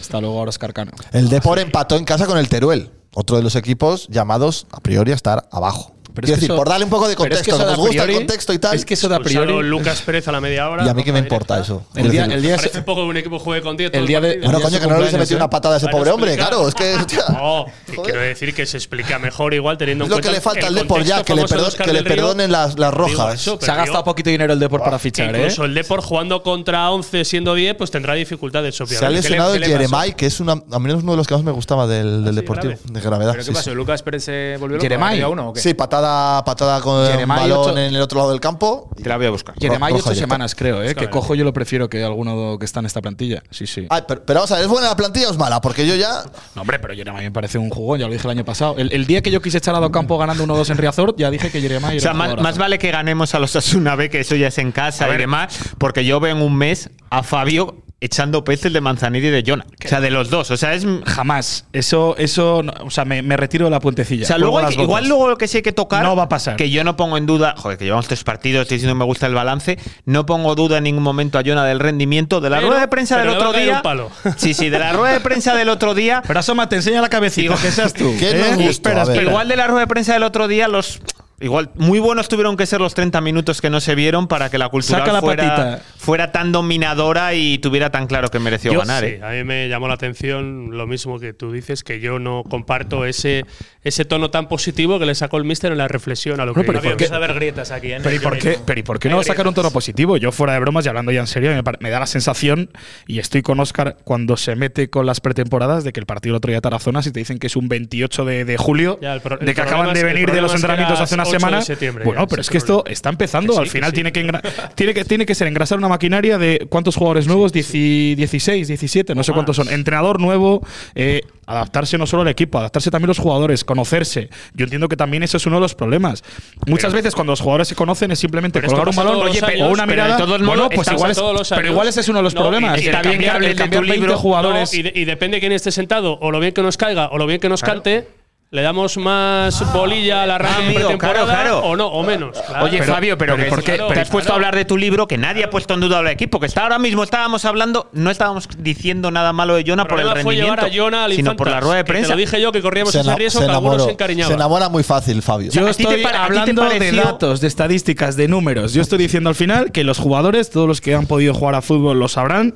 Speaker 4: está luego ahora Oscar Cano.
Speaker 1: El Depor empató en casa con el Teruel, otro de los equipos llamados a priori a estar abajo.
Speaker 4: Pero
Speaker 1: Quiero
Speaker 4: es que
Speaker 1: decir,
Speaker 4: eso-
Speaker 1: por darle un poco de
Speaker 4: pero es que
Speaker 1: contexto,
Speaker 4: eso
Speaker 1: que
Speaker 4: de
Speaker 1: nos
Speaker 4: a
Speaker 1: gusta el
Speaker 4: priori-
Speaker 1: contexto y tal.
Speaker 4: Es que eso de a priori.
Speaker 2: Expulsaron Lucas Pérez a la media hora.
Speaker 1: y a mí que me
Speaker 2: roja
Speaker 1: importa
Speaker 2: directa.
Speaker 1: eso.
Speaker 4: El día, el día
Speaker 2: Parece
Speaker 4: es-
Speaker 2: poco que un equipo juegue con 10.
Speaker 4: El
Speaker 2: todo
Speaker 4: día de-
Speaker 2: partido.
Speaker 1: bueno, coño, que no le hubiese
Speaker 4: cumpleaños,
Speaker 1: metido
Speaker 4: ¿eh?
Speaker 1: una patada a ese
Speaker 2: Bueno,
Speaker 1: pobre hombre,
Speaker 2: explica.
Speaker 1: claro. Es que. hostia.
Speaker 2: No, que quiero decir que se explica mejor igual teniendo
Speaker 1: Es
Speaker 2: en
Speaker 1: lo
Speaker 2: cuenta
Speaker 1: que le falta
Speaker 2: el
Speaker 1: al Depor ya,
Speaker 2: contexto
Speaker 1: que le,
Speaker 2: famoso de
Speaker 1: perdon-
Speaker 2: Óscar
Speaker 1: que le
Speaker 2: del Río.
Speaker 1: perdonen las, las
Speaker 2: Digo
Speaker 1: rojas.
Speaker 2: eso,
Speaker 4: se ha
Speaker 2: pero
Speaker 4: gastado
Speaker 2: digo
Speaker 4: poquito dinero el Depor para
Speaker 2: que
Speaker 4: fichar, ¿eh?
Speaker 2: Incluso el Depor jugando contra 11 siendo 10, pues tendrá dificultades,
Speaker 1: se ha
Speaker 2: obviamente. ¿Qué le-
Speaker 1: lesionado
Speaker 2: qué
Speaker 1: el
Speaker 2: le pasó?
Speaker 1: Jeremai, que es una, a mí es uno de los que más me gustaba del, del
Speaker 2: sí,
Speaker 1: Deportivo,
Speaker 2: grave.
Speaker 1: de gravedad.
Speaker 5: ¿pero
Speaker 1: sí,
Speaker 5: qué pasó?
Speaker 1: sí.
Speaker 5: ¿Lucas Pérez se volvió loco?
Speaker 4: Yeremay.
Speaker 5: ¿Arriba uno o qué?
Speaker 1: Sí, patada, patada con un
Speaker 4: Jeremai
Speaker 1: balón
Speaker 4: ocho-
Speaker 1: en el otro lado del campo.
Speaker 3: Te la voy a buscar.
Speaker 4: Jeremiah
Speaker 1: Ro- roja
Speaker 4: ocho
Speaker 1: directa.
Speaker 4: semanas, creo, ¿eh? Que cojo yo lo prefiero que alguno que está en esta plantilla. Sí, sí.
Speaker 1: Ay, pero, pero vamos a ver, ¿es buena la plantilla o es mala? Porque yo ya.
Speaker 4: No, hombre, pero Jeremiah me parece un jugón, ya lo dije el año pasado. El, el día que yo quise echar a Docampo ganando 1-2 en Riazor, ya dije que Jeremiah era
Speaker 3: O sea,
Speaker 4: un
Speaker 3: más,
Speaker 4: jugadorazo.
Speaker 3: más vale que ganemos a los Asuna B, que eso ya es en casa y demás, porque yo veo en un mes a Fabio echando peces de Manzanillo y de Jonah. O sea, de los dos. O sea, es. O
Speaker 4: Jamás. Eso, eso, no- o sea, me, me retiro de la puentecilla.
Speaker 3: sea,
Speaker 4: Cuelgo
Speaker 3: luego hay
Speaker 4: las
Speaker 3: que-
Speaker 4: botas.
Speaker 3: igual luego lo que sí hay que tocar.
Speaker 4: No va a pasar.
Speaker 3: Que yo no pongo en duda. Joder, que llevamos tres partidos, estoy diciendo que me gusta el balance. No pongo duda en ningún momento a Jonah del rendimiento. De la
Speaker 2: Pero-
Speaker 3: rueda de prensa
Speaker 2: pero
Speaker 3: del
Speaker 2: le va a
Speaker 3: otro
Speaker 2: caer
Speaker 3: día.
Speaker 2: un palo.
Speaker 3: Sí, sí, de la rueda de prensa del otro día.
Speaker 4: Pero asómate, enseña la cabecita,
Speaker 3: Digo-
Speaker 4: que seas tú.
Speaker 1: (laughs) ¿Qué nos gustó?
Speaker 4: Espera,
Speaker 1: A ver.
Speaker 4: espera.
Speaker 3: ¿eh? Igual de la rueda de prensa del otro día, los. Igual, muy buenos tuvieron que ser los 30 minutos que no se vieron para que la cultura
Speaker 4: Saca la
Speaker 3: fuera,
Speaker 4: patita.
Speaker 3: fuera tan dominadora y tuviera tan claro que mereció
Speaker 2: Yo-
Speaker 3: ganar.
Speaker 2: sí,
Speaker 3: ¿eh?
Speaker 2: a mí me llamó la atención lo mismo que tú dices, que yo no comparto ese, ese tono tan positivo que le sacó el míster en la reflexión a lo
Speaker 4: No,
Speaker 2: que
Speaker 4: pero
Speaker 2: yo-
Speaker 4: ¿por qué?
Speaker 5: Empieza a haber grietas aquí, ¿eh?
Speaker 4: Pero ¿y,
Speaker 5: Yo
Speaker 4: por qué,
Speaker 5: mismo.
Speaker 4: pero ¿y por qué no
Speaker 5: Hay
Speaker 4: va a sacar un tono
Speaker 5: grietas.
Speaker 4: positivo? Yo fuera de bromas y hablando ya en serio, me, par- me da la sensación, y estoy con Oscar cuando se mete con las pretemporadas, de que el partido el otro día de Tarazona, si te dicen que es un 28 de, de julio,
Speaker 2: Ya, el pro- el
Speaker 4: de que
Speaker 2: problema
Speaker 4: acaban de
Speaker 2: es que- el
Speaker 4: venir de
Speaker 2: problema
Speaker 4: los
Speaker 2: es que
Speaker 4: entrenamientos
Speaker 2: era
Speaker 4: hace una
Speaker 2: 8 de
Speaker 4: semana,
Speaker 2: septiembre, ya,
Speaker 4: bueno,
Speaker 2: ese
Speaker 4: pero es que
Speaker 2: problema.
Speaker 4: esto está
Speaker 2: Que
Speaker 4: empezando,
Speaker 2: sí,
Speaker 4: al
Speaker 2: que
Speaker 4: final
Speaker 2: sí.
Speaker 4: tiene, que engra- tiene que tiene que ser engrasar una maquinaria de cuántos jugadores nuevos, Dieci- 16, 17, no sé cuántos son, entrenador nuevo, eh, adaptarse no solo al equipo, adaptarse también los jugadores, conocerse. Yo entiendo que también eso es uno de los problemas. Muchas veces cuando los jugadores se conocen es simplemente
Speaker 2: Pero esto
Speaker 4: colgar un
Speaker 2: pasa
Speaker 4: balón
Speaker 2: todos
Speaker 4: oye,
Speaker 2: los
Speaker 4: pe-
Speaker 2: años,
Speaker 4: o una
Speaker 2: pero
Speaker 4: mirada.
Speaker 3: de todos modos,
Speaker 4: bueno, pues
Speaker 3: estás
Speaker 4: igual
Speaker 2: a
Speaker 4: es,
Speaker 2: todos los
Speaker 4: pero
Speaker 2: años.
Speaker 4: igual ese es uno de los
Speaker 2: No,
Speaker 4: problemas.
Speaker 2: y- y
Speaker 4: el
Speaker 2: está bien
Speaker 4: cambiar-
Speaker 2: que hables de
Speaker 4: el
Speaker 2: tu
Speaker 4: cambiar 20
Speaker 2: libro,
Speaker 4: jugadores.
Speaker 2: no, y, de- y depende de quién esté sentado, o lo bien que nos caiga, o lo bien que nos cante, le damos más bolilla a la
Speaker 3: Ah,
Speaker 2: radio
Speaker 3: amigo,
Speaker 2: temporada
Speaker 3: claro, claro.
Speaker 2: o no, o menos. claro.
Speaker 3: Oye, Fabio, pero,
Speaker 4: pero
Speaker 3: que-
Speaker 4: ¿por qué?
Speaker 3: te
Speaker 4: Pero
Speaker 3: has puesto
Speaker 2: claro.
Speaker 3: a hablar de tu libro que nadie ha puesto en duda al equipo, que está ahora mismo estábamos hablando, no estábamos diciendo nada malo de Jonah por el
Speaker 2: problema fue llevar
Speaker 3: rendimiento,
Speaker 2: a Jonah al
Speaker 3: sino por la
Speaker 2: Infantas,
Speaker 3: rueda de
Speaker 2: que te
Speaker 3: prensa.
Speaker 2: Lo dije yo que corríamos
Speaker 1: Se,
Speaker 2: ese
Speaker 1: ena-
Speaker 2: riesgo
Speaker 1: se
Speaker 2: que algunos se
Speaker 1: enamoró, se
Speaker 2: encariñaba.
Speaker 1: enamora muy fácil, Fabio.
Speaker 4: Yo
Speaker 3: ¿a ti te
Speaker 4: estoy
Speaker 3: pare- a ti te
Speaker 4: hablando de
Speaker 3: pareció-
Speaker 4: datos, de estadísticas, de números. Yo estoy diciendo al final que los jugadores, todos los que han podido jugar a fútbol lo sabrán,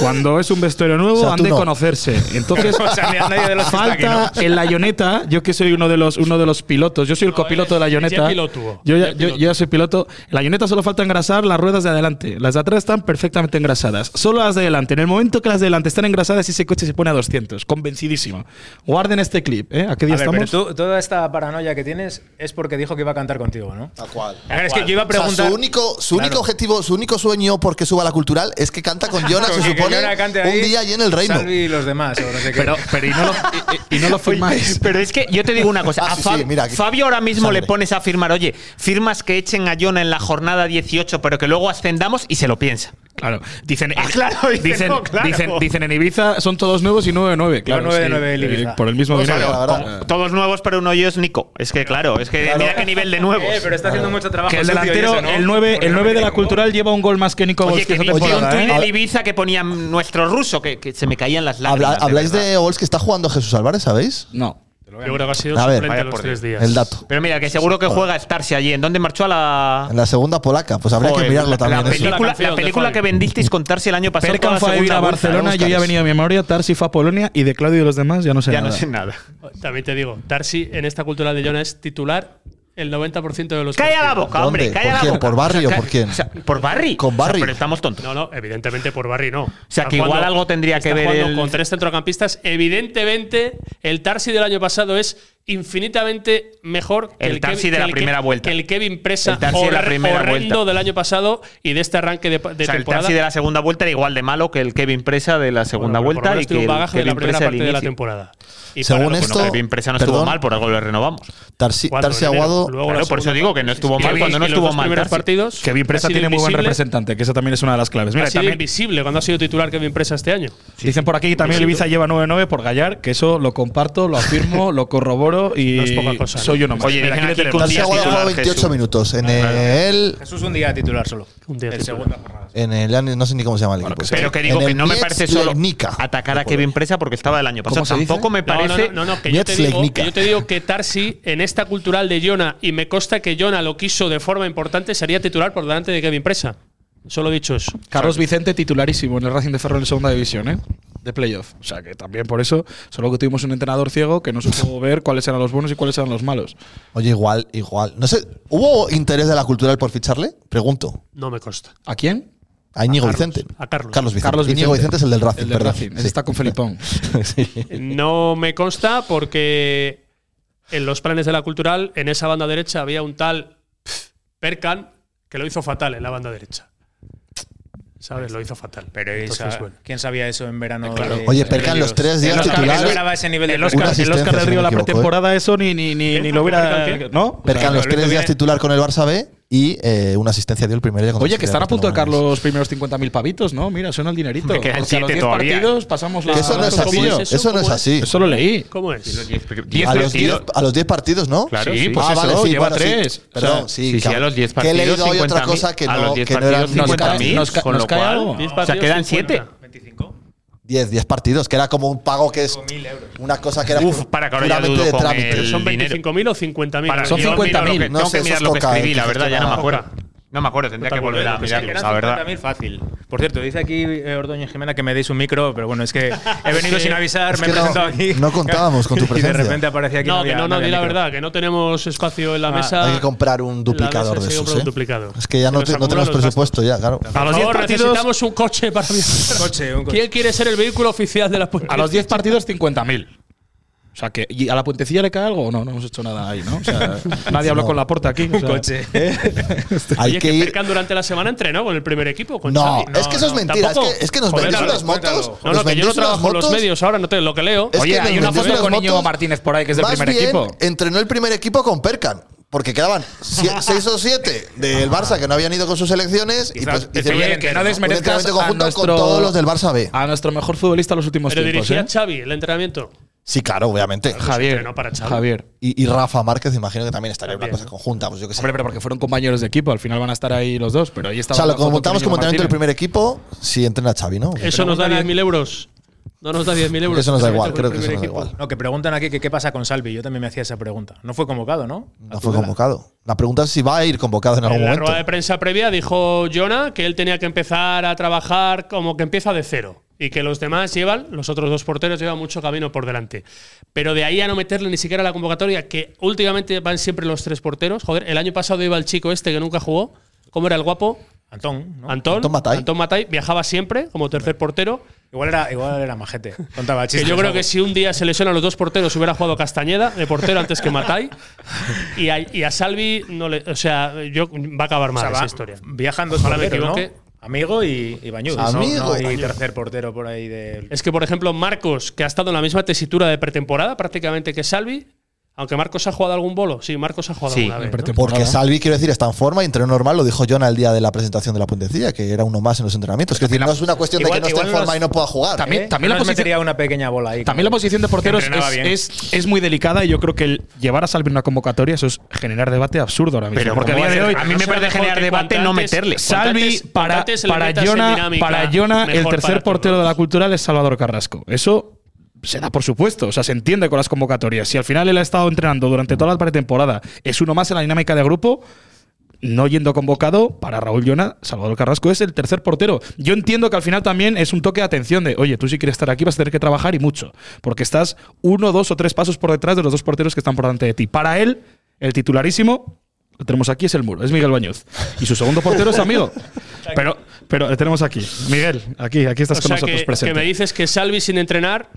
Speaker 4: cuando es un vestuario nuevo
Speaker 1: O sea,
Speaker 4: han
Speaker 1: tú
Speaker 4: de
Speaker 1: no.
Speaker 4: conocerse. Entonces,
Speaker 5: (laughs) O sea, ni a nadie de los que está aquí,
Speaker 4: falta en la Ioneta, yo que soy uno de los uno de los pilotos, yo soy el copiloto de la
Speaker 2: eres-
Speaker 4: Ioneta.
Speaker 2: ya piloto.
Speaker 4: Yo ya,
Speaker 2: Ya
Speaker 4: yo-
Speaker 2: piloto.
Speaker 4: yo ya soy piloto. En la Ioneta solo falta engrasar las ruedas de adelante. Las de atrás están perfectamente engrasadas. Solo las de adelante. En el momento que las de adelante están engrasadas, ese coche se pone a 200. Convencidísimo. Guarden este clip. ¿eh? ¿A qué día
Speaker 5: A ver, pero
Speaker 4: estamos?
Speaker 5: tú, toda esta paranoia que tienes es porque dijo que iba a cantar contigo, ¿no?
Speaker 1: Tal cual.
Speaker 5: A ver, es que yo iba a
Speaker 1: O sea,
Speaker 5: preguntar.
Speaker 1: su único, su único
Speaker 5: Claro.
Speaker 1: objetivo, su único sueño porque suba a la cultural es que canta con Jonas, se
Speaker 5: Que- que
Speaker 1: supone,
Speaker 5: Leonora cante ahí,
Speaker 1: un día y en el reino.
Speaker 5: Salvi y los demás, o no sé qué.
Speaker 4: Pero, pero y no lo, y- y- y no lo firmáis.
Speaker 3: Pero es que yo te digo una cosa.
Speaker 1: Ah,
Speaker 3: a
Speaker 1: sí,
Speaker 3: Fab-
Speaker 1: sí, mira aquí.
Speaker 3: Fabio ahora mismo
Speaker 1: Sangre.
Speaker 3: le pones a firmar, oye, firmas que echen a Jonah en la jornada 18, pero que luego ascendamos y se lo piensa.
Speaker 4: Claro. Dicen,
Speaker 3: Ah, (laughs) claro,
Speaker 4: (laughs)
Speaker 3: dicen,
Speaker 4: dicen,
Speaker 3: no, claro.
Speaker 4: dicen, dicen en Ibiza son todos nuevos y 9 de 9. Claro,
Speaker 5: nueve de
Speaker 4: sí.
Speaker 5: nueve en
Speaker 4: Eh,
Speaker 5: Ibiza.
Speaker 4: por el mismo
Speaker 1: Pues
Speaker 4: dinero.
Speaker 1: claro, la verdad.
Speaker 4: Con-
Speaker 3: Todos nuevos, pero uno de ellos Nico. Es que, claro, es que mira qué nivel de nuevos.
Speaker 5: Eh, pero está haciendo mucho trabajo.
Speaker 4: Que el
Speaker 5: sucio y
Speaker 4: delantero,
Speaker 5: eso, ¿no?
Speaker 4: el 9,
Speaker 5: Porque
Speaker 4: el
Speaker 5: no
Speaker 4: 9 de
Speaker 5: mete
Speaker 4: la
Speaker 5: ningún
Speaker 4: cultural lleva un gol más que Nico
Speaker 3: Oye,
Speaker 4: Bols
Speaker 3: que
Speaker 4: que esa
Speaker 3: vi vi un
Speaker 4: temporada.
Speaker 3: tuit
Speaker 4: ¿eh?
Speaker 3: del Ibiza que ponía nuestro ruso, que, que se me caían las
Speaker 1: Habla-
Speaker 3: lágrimas.
Speaker 1: habláis
Speaker 3: verdad.
Speaker 1: de gols que está jugando Jesús Álvarez, ¿sabéis?
Speaker 4: No.
Speaker 2: Yo creo que ha sido
Speaker 1: A ver,
Speaker 2: suplente
Speaker 3: vaya
Speaker 2: los
Speaker 3: por
Speaker 2: tres días.
Speaker 1: El dato.
Speaker 3: Pero mira, que seguro que juega Starse allí. ¿En dónde marchó a la.?
Speaker 1: En la segunda polaca, pues habría
Speaker 3: Joder,
Speaker 1: que mirarlo
Speaker 3: la-
Speaker 1: también.
Speaker 3: La
Speaker 1: eso.
Speaker 3: película,
Speaker 2: La canción
Speaker 3: la
Speaker 2: de
Speaker 3: película
Speaker 2: Fabi.
Speaker 3: que vendisteis con Tarsi el año pasado.
Speaker 4: Perkan
Speaker 3: toda la
Speaker 4: fue a ir
Speaker 3: segunda
Speaker 4: a
Speaker 3: vuelta,
Speaker 4: Barcelona,
Speaker 3: ¿no?
Speaker 4: yo ya venía de memoria, Tarsi fue a Polonia y de Claudio y los demás ya no sé
Speaker 3: Ya no
Speaker 4: nada.
Speaker 3: sé nada.
Speaker 2: También te digo, Tarsi en esta cultura de Jona es titular el 90% de los
Speaker 3: Calla la
Speaker 2: partidos.
Speaker 3: boca, hombre.
Speaker 1: ¿Dónde?
Speaker 3: Calla
Speaker 1: ¿Por
Speaker 3: la
Speaker 1: quién?
Speaker 3: boca.
Speaker 1: ¿Por Barry o
Speaker 3: ca-
Speaker 1: por quién?
Speaker 3: o sea, por Barry.
Speaker 1: Con
Speaker 3: O sea,
Speaker 1: Barry.
Speaker 3: pero estamos tontos.
Speaker 2: No, no, evidentemente por Barry no. O
Speaker 3: sea, que igual algo tendría que ver el-
Speaker 2: Con tres centrocampistas, evidentemente el Tarsi del año pasado es infinitamente mejor
Speaker 3: El Tarsi de la
Speaker 2: que
Speaker 3: primera
Speaker 2: Ke-
Speaker 3: vuelta.
Speaker 2: que el Kevin Presa
Speaker 3: El Tarsi de la
Speaker 2: horre-
Speaker 3: primera
Speaker 2: horrendo
Speaker 3: vuelta.
Speaker 2: del año pasado y de este arranque de, de
Speaker 3: o sea, el
Speaker 2: temporada.
Speaker 3: Tarsi de la segunda vuelta era igual de malo que el Kevin Presa de la segunda
Speaker 2: Bueno, pero por lo
Speaker 3: vuelta
Speaker 2: menos
Speaker 3: y que
Speaker 2: tiene
Speaker 3: el
Speaker 2: un bagaje de la
Speaker 3: Kevin
Speaker 2: primera
Speaker 3: Presa del
Speaker 2: parte de la
Speaker 3: inicio.
Speaker 2: temporada. Y
Speaker 1: Según
Speaker 2: para lo que
Speaker 1: esto-
Speaker 2: no-
Speaker 3: Kevin Presa no estuvo
Speaker 1: Perdón.
Speaker 3: mal, por algo lo renovamos.
Speaker 1: Tarsi,
Speaker 2: Cuatro
Speaker 1: Tarsi
Speaker 2: de enero,
Speaker 1: Aguado.
Speaker 2: luego
Speaker 3: Claro,
Speaker 2: la
Speaker 3: por eso
Speaker 2: segunda
Speaker 3: digo que no
Speaker 2: parte.
Speaker 3: estuvo
Speaker 2: Y
Speaker 3: mal cuando no
Speaker 2: y los
Speaker 3: estuvo
Speaker 2: dos
Speaker 3: mal
Speaker 2: primeros
Speaker 3: Tarsi.
Speaker 2: partidos.
Speaker 4: Kevin Presa
Speaker 2: ha sido
Speaker 4: tiene muy buen
Speaker 2: invisible.
Speaker 4: representante, que esa también es una de las claves.
Speaker 2: Ha
Speaker 4: Mira,
Speaker 2: sido
Speaker 4: también
Speaker 2: invisible cuando ha sido titular Kevin Presa este año.
Speaker 4: dicen por aquí que también el Ibiza lleva 9-9 por Gallar, que eso lo comparto, lo afirmo, lo corroboro y
Speaker 2: No es poca cosa, ¿eh? ¿no?
Speaker 4: soy un hombre.
Speaker 3: Oye,
Speaker 4: Mira,
Speaker 3: dicen
Speaker 4: aquí le
Speaker 3: aquí
Speaker 4: tenemos.
Speaker 3: con
Speaker 1: Tarsi
Speaker 3: día
Speaker 1: Aguado
Speaker 3: titular,
Speaker 1: jugó 28
Speaker 3: Jesús.
Speaker 1: minutos. En el.
Speaker 5: Jesús un día titular solo.
Speaker 2: Un día
Speaker 5: el
Speaker 2: titular.
Speaker 5: segunda jornada.
Speaker 1: En el. No sé ni cómo se llama el equipo.
Speaker 3: Pero que digo
Speaker 1: En
Speaker 3: que
Speaker 1: el
Speaker 3: no me
Speaker 1: Mietz
Speaker 3: parece solo
Speaker 1: Legnica.
Speaker 3: atacar a Kevin Presa porque estaba el año pasado.
Speaker 4: ¿Cómo se dice?
Speaker 3: Tampoco me
Speaker 2: No, no,
Speaker 3: parece.
Speaker 2: No, no, no, que yo te,
Speaker 1: Nietzsche,
Speaker 2: digo,
Speaker 1: Nica.
Speaker 2: yo te digo que Tarsi, en esta cultural de Jona, y me consta que Jona lo quiso de forma importante, sería titular por delante de Kevin Presa. Solo dicho eso.
Speaker 4: Carlos Vicente titularísimo en el Racing de Ferrol en segunda división, ¿eh? De playoff. O sea que también por eso, solo que tuvimos un entrenador ciego que no supo ver cuáles eran los buenos y cuáles eran los malos.
Speaker 1: Oye, igual, igual. No sé, ¿hubo interés de la cultural por ficharle? Pregunto.
Speaker 2: No me consta.
Speaker 4: ¿A quién?
Speaker 1: A Íñigo
Speaker 2: Carlos,
Speaker 1: Vicente.
Speaker 2: a Carlos.
Speaker 1: Vicente.
Speaker 4: Carlos
Speaker 1: Íñigo Vicente
Speaker 4: Vicente
Speaker 1: es el del Racing,
Speaker 4: El de
Speaker 1: perdón.
Speaker 4: Racing. Ese
Speaker 1: Sí.
Speaker 4: Está con Felipón.
Speaker 1: (laughs) Sí.
Speaker 2: No me consta porque en los planes de la cultural, en esa banda derecha, había un tal pf, Perkan que lo hizo fatal en la banda derecha. ¿Sabes? Lo hizo fatal.
Speaker 5: Pero
Speaker 2: Entonces,
Speaker 5: esa-
Speaker 2: bueno.
Speaker 5: ¿quién sabía eso en verano?
Speaker 2: Claro.
Speaker 5: de-
Speaker 1: Oye,
Speaker 5: de
Speaker 1: Perkan los
Speaker 5: Ríos?
Speaker 1: tres días
Speaker 5: El Oscar-
Speaker 1: titular.
Speaker 5: no esperaba ese nivel de
Speaker 4: El Oscar,
Speaker 1: asistencia,
Speaker 4: el Oscar del
Speaker 1: si
Speaker 4: Río
Speaker 1: no me
Speaker 4: la
Speaker 1: equivoco, ¿eh?
Speaker 4: pretemporada, eso ni, ni, ni, ni lo hubiera. ¿No?
Speaker 1: Percan los
Speaker 5: Roberto
Speaker 1: tres días
Speaker 5: viene-
Speaker 1: titular con el Barça B y eh, una asistencia dio el primer día. contra
Speaker 4: Oye, que están a punto de
Speaker 1: Sevilla,
Speaker 4: cargar los primeros 50.000 pavitos, ¿no? Mira, suena el dinerito.
Speaker 3: Me quedan
Speaker 4: Porque a los
Speaker 3: siete
Speaker 4: 10
Speaker 3: todavía.
Speaker 4: partidos pasamos la.
Speaker 1: Que eso no es así.
Speaker 4: ¿Cómo
Speaker 1: Eso, no es
Speaker 2: ¿Cómo
Speaker 1: así.
Speaker 4: Eso lo leí.
Speaker 2: ¿Cómo es?
Speaker 1: A los, diez, a los 10 partidos, ¿no?
Speaker 3: Claro, sí.
Speaker 4: pues
Speaker 1: ah,
Speaker 4: eso,
Speaker 1: vale, sí,
Speaker 4: lleva
Speaker 1: bueno, sí.
Speaker 4: tres. O sea,
Speaker 1: Perdón, sí.
Speaker 3: Sí, sí,
Speaker 1: claro.
Speaker 3: a los
Speaker 1: Que
Speaker 3: 10
Speaker 1: he
Speaker 3: partidos.
Speaker 1: leído hoy otra
Speaker 3: 50.000,
Speaker 1: cosa que
Speaker 3: a los
Speaker 1: no,
Speaker 3: 10
Speaker 1: que no
Speaker 3: partidos,
Speaker 1: eran
Speaker 4: nos
Speaker 1: 50.000.
Speaker 4: cae-
Speaker 3: 50.000,
Speaker 4: nos ca-
Speaker 3: con
Speaker 4: nos
Speaker 3: lo
Speaker 4: cae
Speaker 3: cual-
Speaker 4: algo.
Speaker 2: Diez
Speaker 3: O sea,
Speaker 2: partidos,
Speaker 3: quedan
Speaker 2: 50.
Speaker 3: 7.
Speaker 5: 25.
Speaker 1: 10, 10 partidos, que era como un pago que es una cosa que era
Speaker 3: Uf, para que ahora ya
Speaker 1: puramente
Speaker 3: dudo
Speaker 1: de
Speaker 3: con
Speaker 1: trámite.
Speaker 3: el-
Speaker 2: ¿Son
Speaker 3: dinero.
Speaker 2: 25.000 o 50.000?
Speaker 3: Para-
Speaker 4: Son
Speaker 3: yo miro lo que-
Speaker 4: 50.000.
Speaker 1: No
Speaker 3: Tengo
Speaker 1: sé,
Speaker 3: que
Speaker 1: eso
Speaker 3: mirar
Speaker 1: es
Speaker 3: lo que
Speaker 1: coca,
Speaker 3: escribí, la
Speaker 1: que
Speaker 3: verdad, ya no me
Speaker 1: coca.
Speaker 3: acuerdo. No me acuerdo, tendría
Speaker 2: Coca,
Speaker 3: que volver a
Speaker 2: coca,
Speaker 3: mirarlo,
Speaker 2: coca.
Speaker 3: la verdad.
Speaker 5: También fácil. Por cierto, dice aquí eh, Ordoño y Jimena que me deis un micro, pero bueno, es que he venido
Speaker 2: Sí.
Speaker 5: sin avisar,
Speaker 1: Es
Speaker 5: me he
Speaker 1: que no-
Speaker 5: presentado aquí.
Speaker 1: no contábamos con tu
Speaker 5: (laughs) Y
Speaker 1: presencia.
Speaker 5: de repente aparece aquí.
Speaker 2: No, que
Speaker 5: había-
Speaker 2: no, no,
Speaker 5: había
Speaker 2: di la
Speaker 5: micro.
Speaker 2: verdad, que no tenemos espacio en la
Speaker 5: Ah,
Speaker 2: mesa.
Speaker 1: Hay que comprar un
Speaker 2: La
Speaker 1: duplicador de
Speaker 2: mesa se
Speaker 1: esos.
Speaker 2: compra un
Speaker 1: ¿eh?
Speaker 2: duplicador.
Speaker 1: Es que ya
Speaker 2: Se
Speaker 1: no,
Speaker 2: nos
Speaker 1: te- no
Speaker 2: acumulan
Speaker 1: tenemos
Speaker 2: los gastos.
Speaker 1: presupuesto, ya, claro.
Speaker 3: A los
Speaker 2: Por
Speaker 3: 10
Speaker 2: favor,
Speaker 3: partidos.
Speaker 2: necesitamos un coche para viajar.
Speaker 5: Coche, un coche.
Speaker 2: ¿Quién quiere ser el vehículo oficial de la
Speaker 4: A los 10 partidos, 50.000. O sea, que ¿y a la puentecilla le cae algo o no? No hemos hecho nada ahí, ¿no? O sea, nadie habló con la puerta aquí. o sea.
Speaker 5: coche.
Speaker 1: Hay
Speaker 2: que
Speaker 1: que ir.
Speaker 2: Perkan durante la semana entrenó con el primer equipo. Con
Speaker 1: No,
Speaker 2: Xavi.
Speaker 1: es que eso es mentira. Es
Speaker 2: tampoco.
Speaker 1: que, es que nos
Speaker 2: Joder,
Speaker 1: vendís
Speaker 2: claro.
Speaker 1: unas motos. nos
Speaker 2: No, no, que yo no
Speaker 1: vendís unas
Speaker 2: trabajo en los
Speaker 1: motos.
Speaker 2: medios ahora, no te lo que leo.
Speaker 1: Es
Speaker 4: Oye,
Speaker 1: que
Speaker 4: hay
Speaker 1: nos
Speaker 4: una
Speaker 1: vendís
Speaker 4: foto
Speaker 1: unas
Speaker 4: con
Speaker 1: motos.
Speaker 4: Íñigo Martínez por ahí, que es del
Speaker 1: Más
Speaker 4: primer
Speaker 1: bien, eh,
Speaker 4: equipo.
Speaker 1: Entrenó el primer equipo con Perkan. Porque quedaban
Speaker 4: (laughs)
Speaker 1: 6 o 7 del Barça que no habían ido con sus selecciones. Y pues
Speaker 5: Quizás
Speaker 1: hicieron
Speaker 5: Oye,
Speaker 4: Oye,
Speaker 1: un
Speaker 4: que no desmerezcas
Speaker 1: entrenamiento
Speaker 4: a
Speaker 1: conjunto
Speaker 4: nuestro, Ah.
Speaker 1: con todos los del Barça B.
Speaker 4: a nuestro mejor futbolista los últimos
Speaker 2: Pero
Speaker 4: tiempos.
Speaker 2: dirigía
Speaker 4: ¿eh?
Speaker 2: Xavi el entrenamiento.
Speaker 1: Sí, claro, obviamente.
Speaker 4: Javier,
Speaker 2: entrenó para Xavi.
Speaker 4: Javier.
Speaker 1: Y, y Rafa Márquez, imagino que también estaría en una
Speaker 2: También.
Speaker 1: cosa conjunta. Pues yo qué sé.
Speaker 4: Hombre, pero porque fueron compañeros de equipo, al final van a estar ahí los dos, pero ahí
Speaker 1: O
Speaker 4: estaba.
Speaker 1: sea, lo
Speaker 4: la foto con
Speaker 1: comentamos
Speaker 4: Íñigo
Speaker 1: como entrenamiento del
Speaker 4: Martínez.
Speaker 1: primer equipo si entrena Xavi, ¿no?
Speaker 2: Eso nos da 10.000 euros. No nos da 10.000 euros.
Speaker 1: Eso nos da igual,
Speaker 2: Con
Speaker 1: creo
Speaker 2: el
Speaker 1: que eso
Speaker 2: primer
Speaker 1: nos da
Speaker 2: equipo.
Speaker 1: igual.
Speaker 5: No, que preguntan aquí que qué pasa con Salvi. Yo también me hacía esa pregunta. No fue convocado, ¿no?
Speaker 1: No fue convocado. La pregunta es si va a ir convocado en algún
Speaker 2: En la
Speaker 1: momento.
Speaker 2: rueda de prensa previa dijo Jonah que él tenía que empezar a trabajar como que empieza de cero y que los demás llevan, los otros dos porteros llevan mucho camino por delante. Pero de ahí a no meterle ni siquiera a la convocatoria, que últimamente van siempre los tres porteros. Joder, el año pasado iba el chico este que nunca jugó. ¿Cómo era el guapo?
Speaker 5: Antón, ¿no?
Speaker 2: Antón.
Speaker 1: Antón Matai.
Speaker 2: viajaba siempre como tercer portero.
Speaker 5: Igual era, igual era majete. Contaba
Speaker 2: Que
Speaker 5: chistes.
Speaker 2: yo creo
Speaker 5: ¿no?
Speaker 2: que si un día se lesionan los dos porteros hubiera jugado Castañeda de portero antes que Matai. Y a, y a Salvi no le, o sea, yo va a acabar
Speaker 5: O
Speaker 2: mal
Speaker 5: sea,
Speaker 2: esa
Speaker 5: va-
Speaker 2: historia.
Speaker 5: Viajan dos
Speaker 2: Ojalá me
Speaker 5: porteros, ¿no?
Speaker 2: equivoque.
Speaker 5: Amigo y, y Bañuls, ¿no?
Speaker 1: Amigo.
Speaker 5: No hay
Speaker 1: Bañuls.
Speaker 5: tercer portero por ahí del
Speaker 2: Es que, por ejemplo, Marcos, que ha estado en la misma tesitura de pretemporada prácticamente que Salvi, Aunque Marcos ha jugado algún bolo. Sí, Marcos ha jugado
Speaker 3: Sí,
Speaker 2: alguna
Speaker 3: en
Speaker 2: vez. ¿no?
Speaker 4: pretemporada.
Speaker 1: Porque Salvi, quiero decir, está en forma y entrenó normal, lo dijo John el día de la presentación de la puentecilla, que era uno más en los entrenamientos. Es decir, no es una cuestión
Speaker 5: Igual-
Speaker 1: de que no esté en
Speaker 5: igual
Speaker 1: forma
Speaker 5: nos-
Speaker 1: y no pueda jugar.
Speaker 4: También-
Speaker 5: ¿Eh?
Speaker 4: también
Speaker 5: No
Speaker 4: la
Speaker 5: nos
Speaker 4: posición-
Speaker 5: metería una pequeña bola ahí.
Speaker 4: También la posición de porteros
Speaker 5: Que entrenaba
Speaker 4: es,
Speaker 5: bien.
Speaker 4: es- es muy delicada y yo creo que el llevar a Salvi una convocatoria eso es generar debate absurdo ahora mismo.
Speaker 3: Pero porque a
Speaker 4: ¿Cómo
Speaker 3: día
Speaker 4: va
Speaker 3: de
Speaker 4: ser?
Speaker 3: hoy- a mí me parece generar debate no meterle.
Speaker 4: Salvi para, para Jona, para Jona el tercer portero de la cultural es Salvador Carrasco. Eso se da por supuesto, o sea, se entiende con las convocatorias. Si al final él ha estado entrenando durante toda la pretemporada, es uno más en la dinámica de grupo, no yendo convocado, para Raúl Llona, Salvador Carrasco es el tercer portero. Yo entiendo que al final también es un toque de atención de, oye, tú si quieres estar aquí vas a tener que trabajar y mucho, porque estás uno, dos o tres pasos por detrás de los dos porteros que están por delante de ti. Para él, el titularísimo, lo tenemos aquí, es el muro, es Miguel Bañuz. Y su segundo portero
Speaker 2: (laughs)
Speaker 4: es amigo. Pero, pero le tenemos aquí. Miguel, aquí, aquí estás
Speaker 2: O
Speaker 4: con
Speaker 2: sea,
Speaker 4: nosotros
Speaker 2: que,
Speaker 4: presente.
Speaker 2: que me dices que Salvi sin entrenar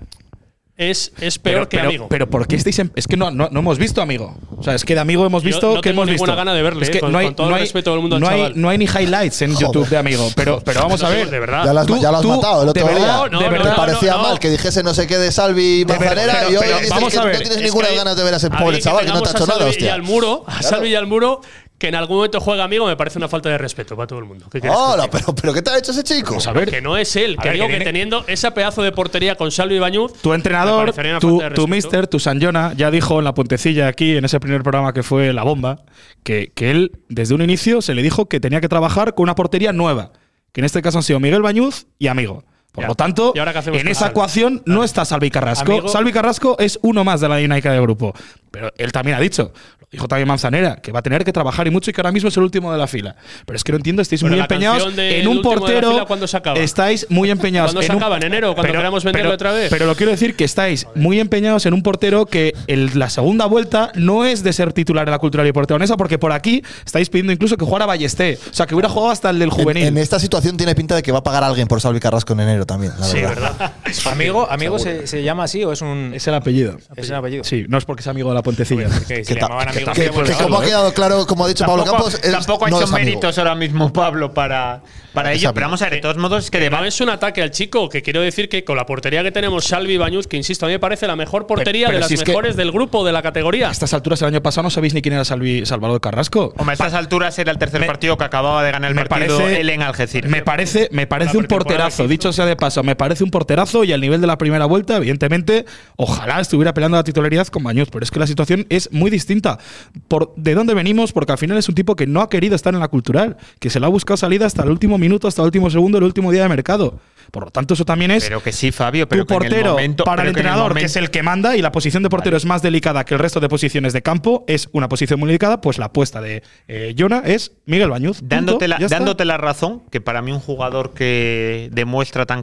Speaker 2: es, es peor
Speaker 4: pero,
Speaker 2: que
Speaker 4: pero-
Speaker 2: amigo.
Speaker 4: Pero ¿por qué estáis en- Es que no, no, no hemos visto amigo. O sea, es que de amigo hemos
Speaker 2: Yo
Speaker 4: visto
Speaker 2: no
Speaker 4: que
Speaker 2: tengo
Speaker 4: hemos visto.
Speaker 2: ninguna gana de verle,
Speaker 4: Es
Speaker 2: eh,
Speaker 4: que
Speaker 2: con-
Speaker 4: no hay,
Speaker 2: con todo
Speaker 4: no
Speaker 2: el
Speaker 4: hay-
Speaker 2: respeto del mundo al
Speaker 4: no hay-
Speaker 2: chaval.
Speaker 4: no hay ni highlights en
Speaker 1: Joder.
Speaker 4: YouTube de amigo. Pero, pero vamos a ver.
Speaker 2: De verdad.
Speaker 1: Ya lo has,
Speaker 4: Tú-
Speaker 1: ya lo has
Speaker 4: tú,
Speaker 1: matado el
Speaker 4: de
Speaker 1: otro
Speaker 4: verdad,
Speaker 1: día.
Speaker 2: no,
Speaker 1: Te
Speaker 2: de verdad,
Speaker 1: parecía
Speaker 2: no, no.
Speaker 1: mal que dijese no sé qué de Salvi y
Speaker 4: verdad,
Speaker 1: Manzanera
Speaker 4: pero-
Speaker 1: y hoy
Speaker 4: pero
Speaker 1: dices
Speaker 4: vamos
Speaker 1: que
Speaker 4: a ver,
Speaker 1: no tienes
Speaker 2: Es
Speaker 1: ninguna
Speaker 2: que
Speaker 1: ganas de ver a ese
Speaker 2: mí
Speaker 1: pobre
Speaker 2: que
Speaker 1: chaval que no te ha hecho
Speaker 2: tengamos a Salvi
Speaker 1: nada,
Speaker 2: Y
Speaker 1: hostia.
Speaker 2: al muro, a Salvi y al muro, que en algún momento juega amigo, me parece una falta de respeto para todo el mundo. ¿Qué quieres que
Speaker 1: Hola,
Speaker 2: te diga?
Speaker 1: pero, pero ¿qué te ha hecho ese chico?
Speaker 4: Vamos a ver.
Speaker 2: Que no es él. Que
Speaker 5: ver,
Speaker 2: digo
Speaker 5: que
Speaker 2: que,
Speaker 5: tiene-
Speaker 2: teniendo ese pedazo de portería con Salvi y Bañuz.
Speaker 4: Tu
Speaker 2: me
Speaker 4: entrenador,
Speaker 2: parecería una
Speaker 4: tu,
Speaker 2: falta de
Speaker 4: tu
Speaker 2: respeto.
Speaker 4: mister, tu San Jona, ya dijo en la puentecilla aquí, en ese primer programa que fue La Bomba, que, que él desde un inicio se le dijo que tenía que trabajar con una portería nueva, que en este caso han sido Miguel Bañuz y Amigo. Por
Speaker 2: Ya.
Speaker 4: lo tanto,
Speaker 2: ¿Y ahora qué hacemos
Speaker 4: en
Speaker 2: con
Speaker 4: esa
Speaker 2: Salvi?
Speaker 4: ecuación no está Salvi Carrasco.
Speaker 2: Amigo-
Speaker 4: Salvi Carrasco es uno más de la dinámica del grupo. Pero él también ha dicho, lo dijo también Manzanera, que va a tener que trabajar y mucho y que ahora mismo es el último de la fila. Pero es que no entiendo, estáis
Speaker 2: Pero
Speaker 4: muy
Speaker 2: la
Speaker 4: empeñados
Speaker 2: canción de
Speaker 4: en un
Speaker 2: El último de la
Speaker 4: portero.
Speaker 2: fila, ¿cuándo se acaba?
Speaker 4: Estáis muy
Speaker 2: (laughs)
Speaker 4: empeñados.
Speaker 2: ¿Cuándo se
Speaker 4: en un-
Speaker 2: acaba? ¿En enero? ¿Cuando queramos venderlo
Speaker 4: pero-
Speaker 2: otra vez?
Speaker 4: Pero lo quiero decir que estáis muy empeñados en un portero que en la segunda vuelta no es de ser titular en la cultura liporteonesa, porque por aquí estáis pidiendo incluso que jugara Ballesté. O sea, que hubiera jugado hasta el del
Speaker 1: En,
Speaker 4: juvenil.
Speaker 1: en esta situación tiene pinta de que va a pagar alguien por Salvi Carrasco en enero también, la verdad.
Speaker 5: Amigo, amigo se, se llama así o es un
Speaker 4: es el apellido.
Speaker 5: es un apellido.
Speaker 4: Sí, no es porque es amigo de la puentecilla.
Speaker 5: Porque se
Speaker 1: ta-
Speaker 5: llamaban
Speaker 1: que-
Speaker 5: amigo.
Speaker 1: que-
Speaker 5: hacíamos
Speaker 1: que
Speaker 5: algo,
Speaker 1: como ha
Speaker 5: ¿eh?
Speaker 1: quedado claro, como ha dicho Pablo Campos, él
Speaker 3: tampoco ha
Speaker 1: no
Speaker 3: hecho
Speaker 1: es amigo.
Speaker 3: méritos ahora mismo Pablo para, para
Speaker 1: Es
Speaker 3: ello.
Speaker 1: amigo.
Speaker 3: Pero vamos a
Speaker 4: Eh,
Speaker 3: ver, de todos modos, es que de
Speaker 2: No es un ataque al chico, que quiero decir que con la portería que tenemos, Salvi y Bañuz, que insisto, a mí me parece la mejor portería
Speaker 4: pero
Speaker 2: de las
Speaker 4: si es que-
Speaker 2: mejores del grupo, de la categoría.
Speaker 4: A estas alturas el año pasado no sabéis ni quién era Salvi, Salvador Carrasco.
Speaker 3: Hombre, a estas alturas era el tercer partido que acababa de ganar el
Speaker 4: me
Speaker 3: partido
Speaker 4: parece-
Speaker 3: él en Algeciras.
Speaker 4: Me parece, me parece
Speaker 2: La
Speaker 4: un
Speaker 2: pretemporada
Speaker 4: porterazo,
Speaker 2: que
Speaker 4: dicho sea de paso, me parece un porterazo y al nivel de la primera vuelta, evidentemente, ojalá estuviera peleando la titularidad con Bañuz, pero es que la situación es muy distinta. Por de dónde venimos, porque al final es un tipo que no ha querido estar en la cultural, que se le ha buscado salida hasta el último minuto, hasta el último segundo, el último día de mercado. Por lo tanto, eso también es
Speaker 3: pero que sí, Fabio, pero
Speaker 4: tu
Speaker 3: que en el
Speaker 4: portero
Speaker 3: momento-
Speaker 4: para el
Speaker 3: pero que en
Speaker 4: entrenador, que,
Speaker 3: momento-
Speaker 4: es el que manda, y la posición de portero es más delicada que el resto de posiciones de campo, es una posición muy delicada, pues la apuesta de eh, Jonah es Miguel Bañuz. punto,
Speaker 3: Dándote la,
Speaker 4: ya está.
Speaker 3: dándote la razón, que para mí un jugador que demuestra tan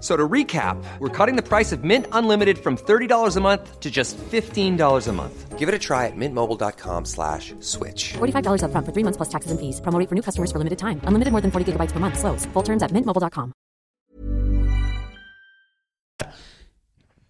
Speaker 6: So to recap, we're cutting the price of Mint Unlimited from $30 a month to just $15 a month. Give it a try at mintmobile.com slash switch.
Speaker 7: $45 up front for three months plus taxes and fees. Promo rate for new customers for limited time. Unlimited more than 40 gigabytes per month. Slows. Full terms at mintmobile.com.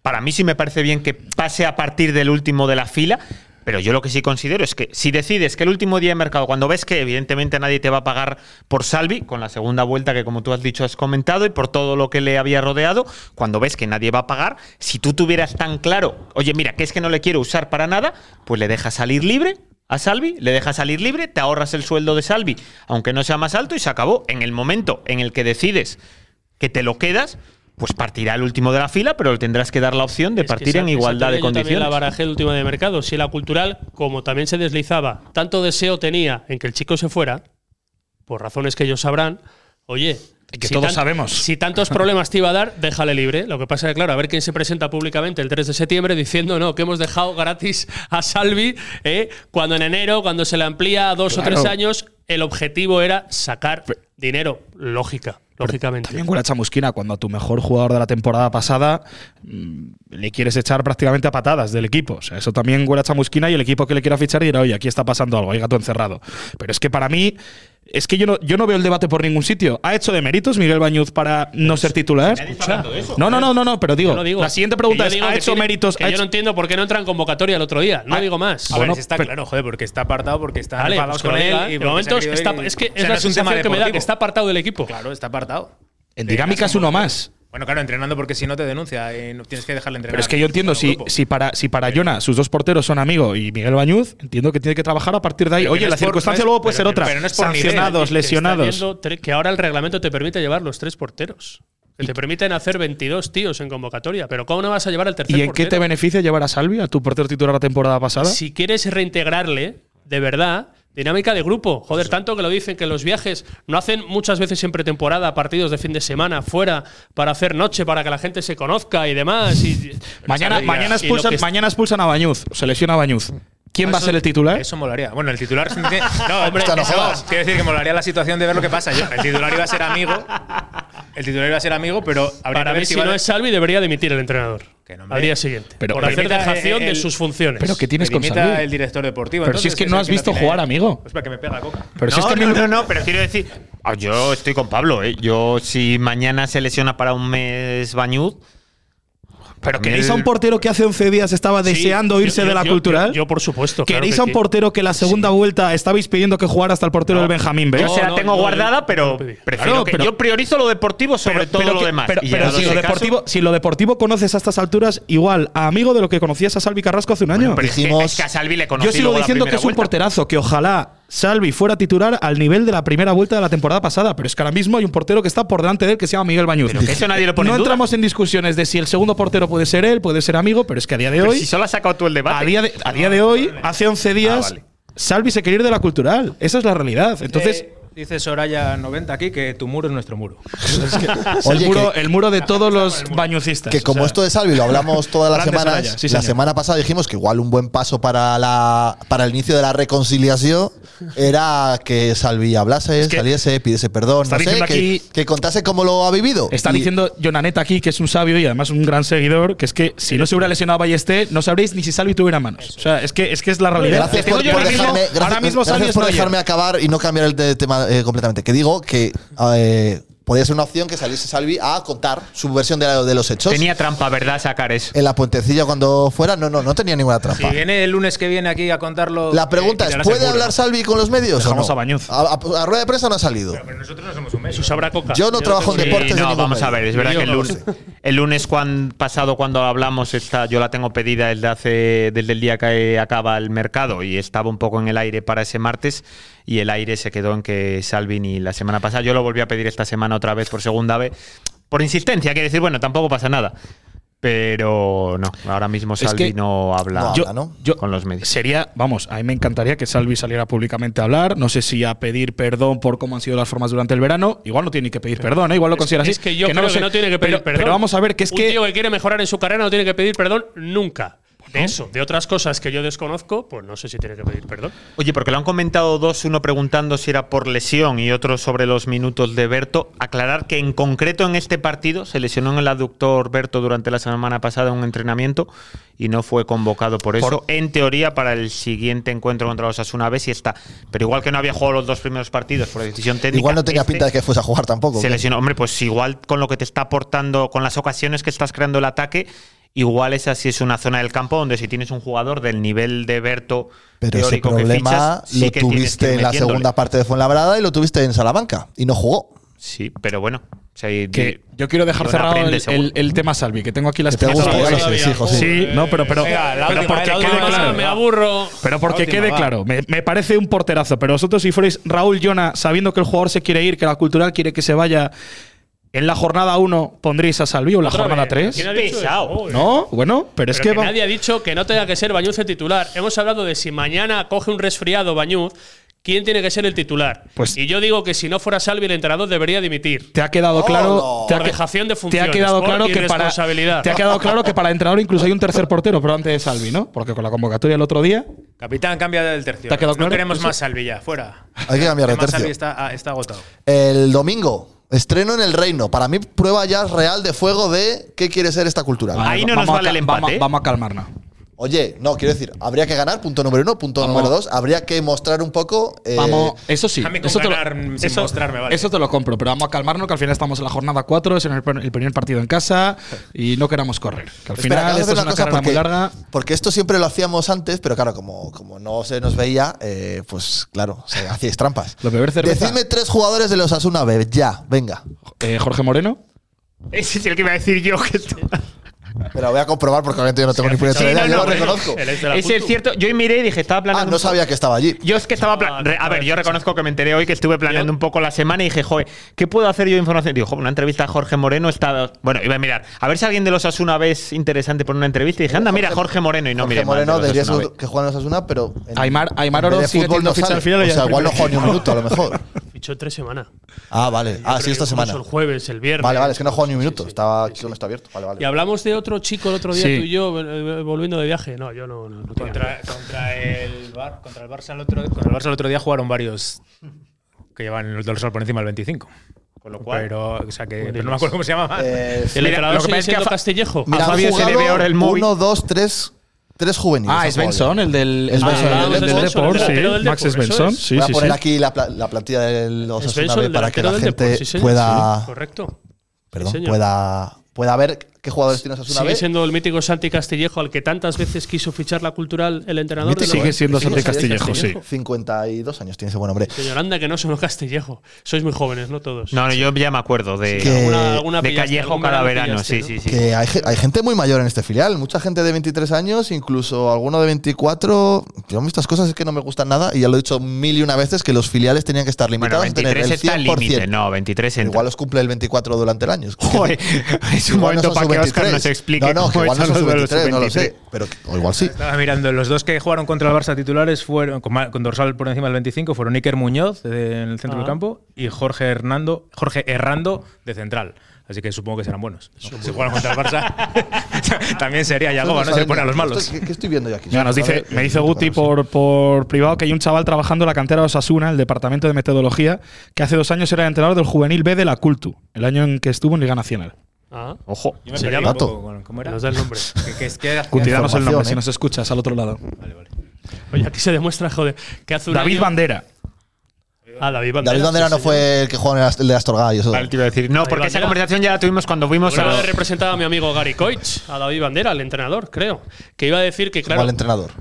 Speaker 3: Para mí sí me parece bien que pase a partir del último de la fila, pero yo lo que sí considero es que si decides que el último día de mercado, cuando ves que evidentemente nadie te va a pagar por Salvi, con la segunda vuelta que como tú has dicho has comentado y por todo lo que le había rodeado, cuando ves que nadie va a pagar, si tú tuvieras tan claro, oye mira, que es que no le quiero usar para nada, pues le dejas salir libre. A Salvi, le dejas salir libre, te ahorras el sueldo de Salvi, aunque no sea más alto, y se acabó. En el momento en el que decides que te lo quedas, pues partirá el último de la fila, pero le tendrás que dar la opción de
Speaker 2: Es que
Speaker 3: partir
Speaker 2: esa-
Speaker 3: en
Speaker 2: esa
Speaker 3: igualdad
Speaker 2: teoría
Speaker 3: de
Speaker 2: yo también
Speaker 3: condiciones.
Speaker 2: La barajé el último de mercado. Si la cultural, como también se deslizaba, tanto deseo tenía en que el chico se fuera, por razones que ellos sabrán, oye,
Speaker 4: que todos
Speaker 2: tan-
Speaker 4: sabemos.
Speaker 2: Si tantos problemas te iba a dar, déjale libre. Lo que pasa es que, claro, a ver quién se presenta públicamente el 3 de septiembre diciendo no, que hemos dejado gratis a Salvi, ¿eh? cuando en enero, cuando se le amplía a dos o
Speaker 4: Claro.
Speaker 2: tres años, el objetivo era sacar dinero. Lógica, lógicamente.
Speaker 4: También huele a chamusquina cuando a tu mejor jugador de la temporada pasada mm, le quieres echar prácticamente a patadas del equipo. O sea, eso también huele a chamusquina y el equipo que le quiera fichar dirá, oye, aquí está pasando algo, hay gato encerrado. Pero es que para mí, es que yo no, yo no veo el debate por ningún sitio. ¿Ha hecho de méritos Miguel Bañuz para no ser titular? No, no, no, no, no, pero digo,
Speaker 2: Yo no digo-
Speaker 4: la siguiente pregunta
Speaker 2: que yo
Speaker 4: es,
Speaker 2: digo
Speaker 4: ¿ha
Speaker 2: que
Speaker 4: hecho
Speaker 2: tiene-
Speaker 4: méritos?
Speaker 2: que
Speaker 4: ha
Speaker 2: yo no
Speaker 4: hecho-
Speaker 2: entiendo por qué no entra en convocatoria el otro día.
Speaker 3: Ah,
Speaker 2: No digo más.
Speaker 5: A ver,
Speaker 4: Bueno,
Speaker 5: si está
Speaker 4: pero-
Speaker 5: claro, joder, porque está apartado, porque está
Speaker 2: Vale,
Speaker 5: enfadados
Speaker 2: pues que lo diga.
Speaker 5: con él.
Speaker 2: De
Speaker 5: porque
Speaker 2: momento
Speaker 5: se ha
Speaker 2: está-
Speaker 5: querido ir-
Speaker 2: es que
Speaker 5: O sea,
Speaker 2: es
Speaker 5: no
Speaker 2: la
Speaker 5: un tema
Speaker 2: sensación que me da,
Speaker 5: deportivo.
Speaker 2: que está apartado del equipo.
Speaker 5: Claro, está apartado.
Speaker 4: En
Speaker 5: Le
Speaker 4: dinámica
Speaker 5: ganas
Speaker 4: es uno
Speaker 5: un golpe.
Speaker 4: más.
Speaker 5: Bueno, claro, entrenando porque si no te denuncia y no- tienes que dejarle entrenar.
Speaker 4: Pero es que yo entiendo,
Speaker 5: Bueno,
Speaker 4: si,
Speaker 5: grupo.
Speaker 4: si para, si para Jonah sus dos porteros son amigos y Miguel Bañuz, entiendo que tiene que trabajar a partir de ahí.
Speaker 5: Pero que
Speaker 4: Oye,
Speaker 5: no
Speaker 4: la
Speaker 5: es por-
Speaker 4: circunstancia
Speaker 5: no es-
Speaker 4: luego puede
Speaker 5: pero-
Speaker 4: ser otra.
Speaker 5: pero no es por nivel,
Speaker 4: Sancionados,
Speaker 2: que está
Speaker 4: lesionados.
Speaker 2: viendo tre- que ahora el reglamento te permite llevar los tres porteros. Que te permiten hacer 22 tíos en convocatoria. Pero ¿cómo no vas a llevar al tercer
Speaker 4: ¿Y en qué te
Speaker 2: portero?
Speaker 4: beneficia llevar a Salvi, a tu portero titular la temporada pasada?
Speaker 2: Si quieres reintegrarle, de verdad, dinámica de grupo. Joder, tanto que lo dicen que los viajes no hacen muchas veces en pretemporada partidos de fin de semana fuera para hacer noche, para que la gente se conozca y demás. y-
Speaker 4: (laughs) mañana,
Speaker 2: Sabía.
Speaker 4: mañana,
Speaker 2: Y lo
Speaker 4: expulsan,
Speaker 2: que es-
Speaker 4: mañana expulsan a Bañuz, se lesiona a Bañuz. ¿Quién va a
Speaker 5: Eso-
Speaker 4: ser el titular?
Speaker 5: Eso molaría. Bueno, el titular.
Speaker 4: (laughs)
Speaker 5: no, hombre,
Speaker 1: Hostia, no
Speaker 5: eso-
Speaker 1: jodas.
Speaker 5: quiero decir que molaría la situación de ver lo que pasa. Yo- el titular iba a ser amigo. El titular iba a ser amigo, pero habría que
Speaker 2: Para
Speaker 5: ver
Speaker 2: mí, si
Speaker 5: va
Speaker 2: no
Speaker 5: de-
Speaker 2: es Salvi, debería dimitir el entrenador.
Speaker 5: Que no, hombre.
Speaker 2: al día siguiente.
Speaker 4: Pero-
Speaker 2: por
Speaker 4: pero
Speaker 2: hacer
Speaker 5: imita
Speaker 2: dejación
Speaker 5: el-
Speaker 2: de sus funciones.
Speaker 4: Pero que tienes
Speaker 5: que
Speaker 4: con
Speaker 5: dimita
Speaker 4: Salvi.
Speaker 5: el director deportivo.
Speaker 4: Pero si es que no
Speaker 5: el
Speaker 4: has visto
Speaker 5: la
Speaker 4: jugar,
Speaker 5: tiene-
Speaker 4: amigo.
Speaker 5: Pues para que me pega la coca.
Speaker 4: Pero si
Speaker 3: no,
Speaker 4: es que
Speaker 3: no,
Speaker 4: mira-
Speaker 3: no, no, pero quiero decir. ah, Yo estoy con Pablo, ¿eh? Yo, si mañana se lesiona para un mes Bañuz.
Speaker 4: ¿Pero
Speaker 3: a mí
Speaker 4: queréis
Speaker 3: el-
Speaker 4: a un portero que hace 11 días estaba
Speaker 2: Sí,
Speaker 4: deseando
Speaker 2: yo-
Speaker 4: irse
Speaker 2: yo-
Speaker 4: de la
Speaker 2: yo-
Speaker 4: cultural?
Speaker 2: Yo, yo, por supuesto. claro
Speaker 4: ¿Queréis
Speaker 2: que
Speaker 4: a un
Speaker 2: sí.
Speaker 4: portero que la segunda vuelta estabais pidiendo que jugara hasta el portero del Benjamín, ¿ves?
Speaker 3: Yo se la
Speaker 2: no,
Speaker 3: tengo
Speaker 2: no,
Speaker 3: guardada,
Speaker 2: no,
Speaker 3: pero
Speaker 2: no pedí.
Speaker 3: prefiero
Speaker 4: Claro,
Speaker 3: que-
Speaker 4: pero-
Speaker 3: yo priorizo lo deportivo sobre todo lo
Speaker 4: que-
Speaker 3: demás.
Speaker 4: pero-
Speaker 3: Y
Speaker 4: pero
Speaker 3: llegado
Speaker 4: si, lo
Speaker 3: ese caso-
Speaker 4: deportivo, si lo deportivo conoces a estas alturas, igual a amigo de lo que conocías a Salvi Carrasco hace un año.
Speaker 3: Pero es que-
Speaker 1: Dijimos-
Speaker 3: es que a Salvi le conocí
Speaker 4: Yo sigo
Speaker 3: luego la
Speaker 4: diciendo que
Speaker 3: primera
Speaker 4: es un
Speaker 3: vuelta.
Speaker 4: porterazo, que ojalá Salvi fuera titular al nivel de la primera vuelta de la temporada pasada, pero es que ahora mismo hay un portero que está por delante de él que se llama Miguel Bañuz.
Speaker 3: Pero que eso nadie lo pone
Speaker 4: no
Speaker 3: en duda.
Speaker 4: entramos en discusiones de si el segundo portero puede ser él, puede ser amigo, pero es que a día de
Speaker 3: Pero
Speaker 4: hoy,
Speaker 3: si solo has sacado tú el debate.
Speaker 4: a día de, a día de hoy, hace 11 días,
Speaker 3: Ah, vale.
Speaker 4: Salvi se quiere ir de la cultural. Esa es la realidad. Entonces,
Speaker 1: Eh,
Speaker 5: Dice- Eh, dice Soraya 90 aquí que tu muro es nuestro muro.
Speaker 4: es
Speaker 1: Oye,
Speaker 4: el, muro,
Speaker 1: que-
Speaker 4: el muro
Speaker 3: (laughs)
Speaker 4: de todos los bañucistas.
Speaker 1: Que
Speaker 4: o
Speaker 1: como
Speaker 4: sea.
Speaker 1: esto de Salvi lo hablamos todas las
Speaker 4: Grande
Speaker 1: semanas,
Speaker 4: Saraya, sí,
Speaker 1: la
Speaker 4: señor.
Speaker 1: semana pasada dijimos que igual un buen paso para la para el inicio de la
Speaker 4: (laughs)
Speaker 1: reconciliación era que Salvi hablase,
Speaker 4: que
Speaker 1: saliese, pidiese perdón,
Speaker 4: está
Speaker 1: no sé,
Speaker 4: diciendo
Speaker 1: que,
Speaker 4: aquí-
Speaker 1: que contase cómo lo ha vivido.
Speaker 4: Está
Speaker 1: Y-
Speaker 4: diciendo Jonaneta aquí, que es un sabio y además un gran seguidor, que es que si no se hubiera lesionado Ballesté, no sabréis ni si Salvi tuviera manos. O sea, es que es, que es la realidad.
Speaker 1: Gracias
Speaker 4: Te digo
Speaker 1: por,
Speaker 4: yo
Speaker 1: por
Speaker 4: ahora mismo-
Speaker 1: dejarme, gracias-
Speaker 4: ahora mismo
Speaker 1: gracias
Speaker 4: Salvi es
Speaker 1: por
Speaker 4: un
Speaker 1: dejarme
Speaker 4: ayer.
Speaker 1: acabar y no cambiar el de- tema eh, completamente. Que digo que eh, podría ser una opción que saliese Salvi a contar su versión de, la- de los hechos.
Speaker 3: Tenía trampa, ¿verdad? Sacar eso.
Speaker 1: en la puentecilla cuando fuera, no, no, no tenía ninguna trampa.
Speaker 5: Si viene el lunes que viene aquí a contarlo.
Speaker 1: La pregunta
Speaker 5: eh,
Speaker 1: es,
Speaker 5: quitarás el
Speaker 1: ¿puede
Speaker 5: muro.
Speaker 1: hablar Salvi con los medios
Speaker 4: Dejamos
Speaker 1: o no?
Speaker 4: a Bañuz.
Speaker 1: A, a- a rueda de prensa no ha salido.
Speaker 5: Pero nosotros no somos un medio.
Speaker 2: Eso sabrá Coca.
Speaker 1: Yo no trabajo en
Speaker 2: tengo ni-
Speaker 1: deportes
Speaker 3: Sí,
Speaker 1: de
Speaker 3: no,
Speaker 1: ningún
Speaker 3: vamos a
Speaker 1: medio.
Speaker 3: ver, es verdad
Speaker 2: Yo
Speaker 3: que el
Speaker 2: no lo
Speaker 3: lunes, el lunes cuan- pasado cuando hablamos esta, yo la tengo pedida desde hace desde el día que acaba el mercado y estaba un poco en el aire para ese martes y el aire se quedó en que Salvini la semana pasada yo lo volví a pedir esta semana otra vez por segunda vez por insistencia, quiere decir, bueno, tampoco pasa nada. Pero no, ahora mismo Salvi
Speaker 4: que-
Speaker 3: no habla
Speaker 1: No
Speaker 4: Yo-
Speaker 1: habla, ¿no?
Speaker 4: yo-
Speaker 3: con los medios.
Speaker 4: Sería, vamos, a mí me encantaría que Salvi saliera públicamente a hablar. No sé si a pedir perdón por cómo han sido las formas durante el verano. Igual no tiene ni que pedir perdón, ¿eh? igual lo considera así.
Speaker 2: Es que yo
Speaker 4: lo
Speaker 2: creo que
Speaker 4: sé.
Speaker 2: no tiene que pedir
Speaker 4: Pero-
Speaker 2: perdón.
Speaker 4: Pero vamos a ver, que es
Speaker 2: Un
Speaker 4: que.
Speaker 2: tío que quiere mejorar en su carrera no tiene que pedir perdón nunca. De eso, de otras cosas que yo desconozco, pues no sé si tiene que pedir perdón.
Speaker 3: Oye, porque lo han comentado dos, uno preguntando si era por lesión y otro sobre los minutos de Berto. Aclarar que en concreto en este partido se lesionó en el aductor Berto durante la semana pasada en un entrenamiento y no fue convocado por eso. En teoría, para el siguiente encuentro contra los Asuna B sí está. Pero igual que no había jugado los dos primeros partidos por decisión técnica.
Speaker 1: Igual no tenía
Speaker 3: este
Speaker 1: pinta de que fuese a jugar tampoco.
Speaker 3: Se lesionó. Hombre, pues igual con lo que te está aportando, con las ocasiones que estás creando el ataque. Igual esa sí es una zona del campo donde si tienes un jugador del nivel de Berto
Speaker 1: Pero ese
Speaker 3: teórico que
Speaker 1: problema
Speaker 3: fichas, sí
Speaker 1: lo
Speaker 3: que tienes que ir
Speaker 1: tuviste en la
Speaker 3: metiéndole.
Speaker 1: segunda parte de Fuenlabrada y lo tuviste en Salamanca y no jugó.
Speaker 3: Sí, pero bueno. o sea, y-
Speaker 4: que yo quiero dejar
Speaker 3: Yo no
Speaker 4: cerrado
Speaker 3: aprende,
Speaker 4: el,
Speaker 3: seguro.
Speaker 4: el- el tema Salvi, que tengo aquí las
Speaker 1: Que te
Speaker 4: piezas
Speaker 1: gusta,
Speaker 4: de-
Speaker 1: ya lo sé, sí, José.
Speaker 2: Eh,
Speaker 4: Sí, no, pero, pero,
Speaker 5: Venga, la
Speaker 4: pero
Speaker 5: última,
Speaker 4: porque
Speaker 5: la
Speaker 4: quede
Speaker 5: última,
Speaker 2: Ah,
Speaker 4: claro.
Speaker 2: me aburro.
Speaker 4: Pero porque
Speaker 5: La última,
Speaker 4: quede
Speaker 5: va.
Speaker 4: claro, me, me parece un porterazo. Pero vosotros, si fuerais Raúl Llona, sabiendo que el jugador se quiere ir, que la cultural quiere que se vaya, en la jornada 1 pondríais a Salvi o en la jornada 3.
Speaker 2: Pesado.
Speaker 4: No, bueno, pero es
Speaker 2: Pero
Speaker 4: que.
Speaker 2: que
Speaker 4: va-
Speaker 2: nadie ha dicho que no tenga que ser Bañuz el titular. Hemos hablado de si mañana coge un resfriado Bañuz, quién tiene que ser el titular.
Speaker 4: Pues-
Speaker 2: y yo digo que si no fuera Salvi, el entrenador debería dimitir.
Speaker 4: Te ha quedado claro. Te ha,
Speaker 2: Por
Speaker 4: que-
Speaker 2: dejación de
Speaker 4: te
Speaker 2: funciones.
Speaker 4: ha quedado
Speaker 2: por
Speaker 4: claro que para.
Speaker 2: irresponsabilidad.
Speaker 4: Te ha quedado claro que para entrenador incluso hay un tercer portero, pero antes de Salvi, ¿no? Porque con la convocatoria el otro día.
Speaker 5: Capitán, cambia del tercio.
Speaker 4: ¿Te ha quedado
Speaker 5: no
Speaker 4: claro
Speaker 5: queremos
Speaker 4: eso?
Speaker 5: más Salvi ya, fuera.
Speaker 1: Hay que cambiar de
Speaker 5: Además, Salvi
Speaker 1: tercio.
Speaker 5: está, ah, está agotado.
Speaker 1: El domingo, estreno en el reino. Para mí, prueba ya real de fuego de qué quiere ser esta cultural.
Speaker 3: Ahí no nos
Speaker 4: a
Speaker 3: vale
Speaker 4: ca-
Speaker 3: el empate,
Speaker 4: Vamos,
Speaker 3: ¿eh?
Speaker 4: vamos a calmarnos.
Speaker 1: Oye, no, quiero decir, habría que ganar, punto número uno. Punto número dos, habría que mostrar un poco. eh,
Speaker 4: Vamos, eso sí.
Speaker 5: Déjame con
Speaker 4: Eso te, lo,
Speaker 5: ganar, mm, sin
Speaker 4: eso-
Speaker 5: mostrarme, vale.
Speaker 4: eso te lo compro, pero vamos a calmarnos que al final estamos en la jornada 4, es en el, pr- el primer partido en casa y no queramos correr. Que
Speaker 1: Espera,
Speaker 4: al final
Speaker 1: acabo de
Speaker 4: esto es
Speaker 1: hacer
Speaker 4: una carrera
Speaker 1: porque,
Speaker 4: muy larga.
Speaker 1: porque esto siempre lo hacíamos antes, pero claro, como, como no se nos veía, eh, pues claro,
Speaker 4: (laughs)
Speaker 1: se hacíais trampas.
Speaker 4: Lo beber cerveza.
Speaker 1: Decidme tres jugadores de los Asuna B, ya, venga.
Speaker 4: Eh, Jorge Moreno.
Speaker 3: (laughs) Ese es el que iba a decir yo. Que tú-
Speaker 1: Pero voy a comprobar porque obviamente yo no tengo ni puñetera
Speaker 3: sí,
Speaker 1: idea,
Speaker 3: no,
Speaker 1: yo
Speaker 3: no,
Speaker 1: lo
Speaker 3: pero-
Speaker 1: reconozco.
Speaker 2: El ex de la
Speaker 3: Ese es
Speaker 2: Cultu.
Speaker 3: cierto. Yo miré y dije, estaba
Speaker 1: Ah,
Speaker 3: planeando.
Speaker 1: no
Speaker 3: un poco-
Speaker 1: sabía que estaba allí.
Speaker 3: Yo es que estaba. pla-
Speaker 2: Ah,
Speaker 3: re- a ver, yo reconozco que me enteré hoy que estuve planeando
Speaker 2: Yo-
Speaker 3: un poco la semana y dije, joder, ¿qué puedo hacer yo de información? Digo, joder, una entrevista a Jorge Moreno está. Bueno, iba a mirar. A ver si alguien de los Asuna vez interesante por una entrevista y dije, anda, mira, Jorge Moreno y no
Speaker 1: Jorge
Speaker 3: mire
Speaker 1: Moreno debería ser que juega en los Asuna, pero. en-
Speaker 4: Aymar- Aymar
Speaker 1: en vez de
Speaker 4: Oro sigue
Speaker 1: fútbol
Speaker 4: teniendo
Speaker 1: no
Speaker 4: ficha
Speaker 1: sale.
Speaker 4: al final y
Speaker 1: O
Speaker 4: ya
Speaker 1: sea,
Speaker 4: es
Speaker 1: igual no juega
Speaker 4: primero.
Speaker 1: ni
Speaker 4: (laughs)
Speaker 1: un minuto, a lo mejor.
Speaker 2: Fichó tres semanas.
Speaker 1: Ah, vale. Ah, sí, esta
Speaker 2: Incluso
Speaker 1: semana.
Speaker 2: El jueves, el viernes.
Speaker 1: Vale, vale, es que no juega ni un minuto. Estaba, solo está abierto. Vale,
Speaker 2: Y
Speaker 1: vale.
Speaker 2: hablamos de otro chico el otro día,
Speaker 4: Sí.
Speaker 2: tú y yo, eh, eh, volviendo de viaje. No, yo no. no, no tenía
Speaker 5: Contra, contra el, Bar- contra el Barça el otro, contra el Barça el otro día jugaron varios que llevan el dorsal por encima del 25. Con lo cual. Pero, o sea, que, pero no me acuerdo cómo se llamaba.
Speaker 1: Eh,
Speaker 2: El
Speaker 3: Mira, lo
Speaker 2: entrenador
Speaker 3: que pasa
Speaker 2: sigue
Speaker 3: es que
Speaker 2: siendo
Speaker 3: a Fa-
Speaker 2: Castillejo. Ah,
Speaker 1: Mira, han
Speaker 3: Fabio se le
Speaker 1: jugado
Speaker 3: ve ahora el móvil.
Speaker 1: Uno, dos, tres. Tres juveniles.
Speaker 4: Ah,
Speaker 1: han
Speaker 4: es
Speaker 1: jugado
Speaker 4: Benson,
Speaker 1: ya.
Speaker 4: el del, Ah,
Speaker 1: Es
Speaker 4: el
Speaker 1: Benson,
Speaker 4: del-
Speaker 1: el
Speaker 4: del
Speaker 1: Benson,
Speaker 4: Depor,
Speaker 2: el
Speaker 4: sí.
Speaker 2: delantero del
Speaker 4: Max
Speaker 2: Depor,
Speaker 4: Svensson,
Speaker 2: eso es.
Speaker 4: sí,
Speaker 1: Voy a
Speaker 4: sí,
Speaker 1: poner
Speaker 4: sí.
Speaker 1: aquí la, pla- la plantilla de los
Speaker 2: Es
Speaker 1: Asuna
Speaker 2: Benson,
Speaker 1: B
Speaker 2: el
Speaker 1: para que la
Speaker 2: delantero del
Speaker 1: gente
Speaker 2: Depor, sí, señor.
Speaker 1: pueda,
Speaker 2: Correcto.
Speaker 1: perdón,
Speaker 2: señor.
Speaker 1: pueda, pueda ver qué jugadores tiene Asuna
Speaker 2: Sigue
Speaker 1: B.
Speaker 2: siendo el mítico Santi Castillejo al que tantas veces quiso fichar la cultural el entrenador. de
Speaker 4: Mítico.
Speaker 2: los-
Speaker 4: Sigue siendo
Speaker 2: Sigue
Speaker 4: Santi Castillejo, sí.
Speaker 1: 52 años tiene ese buen hombre.
Speaker 2: Señor, anda que no son los Castillejo. Sois muy jóvenes, ¿no todos?
Speaker 3: No, no, yo ya me acuerdo de,
Speaker 1: Que-
Speaker 2: Alguna- alguna
Speaker 3: de
Speaker 2: pillaste,
Speaker 3: Callejo
Speaker 2: alguna
Speaker 3: cada
Speaker 2: no
Speaker 3: verano.
Speaker 2: pillaste,
Speaker 3: Sí,
Speaker 2: ¿no?
Speaker 3: sí, sí.
Speaker 1: Que hay, ge- hay gente muy mayor en este filial, mucha gente de 23 años, incluso alguno de 24. Yo estas cosas es que no me gustan nada y ya lo he dicho mil y una veces que los filiales tenían que estar
Speaker 3: Bueno,
Speaker 1: limitados a tener
Speaker 3: 23
Speaker 1: el 100%.
Speaker 3: está el límite. No, 23 entra.
Speaker 1: Igual los cumple el 24 durante el año.
Speaker 3: Joder, es un
Speaker 1: Igual
Speaker 3: momento
Speaker 1: no son
Speaker 3: para que Oscar
Speaker 1: 23.
Speaker 3: nos explique.
Speaker 1: No, no, que
Speaker 3: cómo
Speaker 1: igual no
Speaker 3: están
Speaker 1: son
Speaker 3: los de los
Speaker 1: 23, no lo sé.
Speaker 3: 23.
Speaker 1: Pero, que- o igual sí.
Speaker 5: Estaba mirando, los dos que jugaron contra el Barça titulares fueron con, ma- con dorsal por encima del 25 fueron Iker Muñoz de- en el centro del campo y Jorge Hernando, Jorge Herrando de central. Así que supongo que serán buenos. ¿no? Si jugaran contra el Barça, (laughs) también sería Yagoba, ¿no? Se le pone a los malos.
Speaker 1: ¿Qué, qué estoy viendo yo aquí?
Speaker 4: Mira, nos
Speaker 1: A
Speaker 4: dice,
Speaker 1: ver,
Speaker 4: me dice
Speaker 1: eh,
Speaker 4: Guti pues, por, por privado que hay un chaval trabajando en la cantera de Osasuna, el departamento de metodología, que hace dos años era entrenador del juvenil B de la Cultu, el año en que estuvo en Liga Nacional.
Speaker 2: Ah,
Speaker 3: Ojo.
Speaker 5: Yo me
Speaker 2: Se
Speaker 5: perdí
Speaker 2: llama-
Speaker 5: un poco con- ¿Cómo era?
Speaker 2: nos da el nombre.
Speaker 5: Que- que es que era-
Speaker 4: Guti, danos el nombre
Speaker 1: Información,
Speaker 4: si
Speaker 1: ¿eh?
Speaker 4: nos escuchas al otro lado.
Speaker 5: ¿eh?
Speaker 2: Oye, aquí se demuestra, joder, que hace un
Speaker 4: David
Speaker 2: año-
Speaker 4: Bandera.
Speaker 2: Ah, David Bandera.
Speaker 1: David Bandera
Speaker 2: sí,
Speaker 1: no
Speaker 2: señor.
Speaker 1: fue el que jugó en el Ast- el de Astorga y eso.
Speaker 3: Vale, te iba a decir. No,
Speaker 2: Ahí va,
Speaker 3: porque esa
Speaker 2: mira.
Speaker 3: conversación ya la tuvimos cuando fuimos
Speaker 2: Una
Speaker 3: a.
Speaker 2: vez representaba a mi amigo Gary Coich, a David Bandera, el entrenador, creo. Que iba a decir que,
Speaker 1: Como
Speaker 2: claro.
Speaker 1: al entrenador.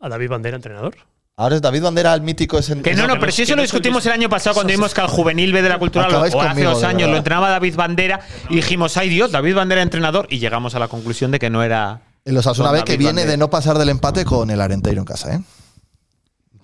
Speaker 2: A David Bandera, entrenador.
Speaker 1: Ahora es David Bandera el mítico ese
Speaker 3: Que no, no, pero si eso
Speaker 2: que
Speaker 3: lo
Speaker 2: no
Speaker 3: discutimos
Speaker 2: soy-
Speaker 3: el año pasado cuando vimos que al juvenil B de la cultura lo,
Speaker 1: Acabáis
Speaker 3: o hace
Speaker 1: conmigo,
Speaker 3: dos
Speaker 1: de
Speaker 3: años
Speaker 1: verdad.
Speaker 3: lo entrenaba David Bandera y dijimos, ay Dios, David Bandera entrenador y llegamos a la conclusión de que no era.
Speaker 1: El Osasuna
Speaker 3: Don
Speaker 1: B que
Speaker 3: David
Speaker 1: viene
Speaker 3: Bandera.
Speaker 1: de no pasar del empate con el Arenteiro en casa, ¿eh?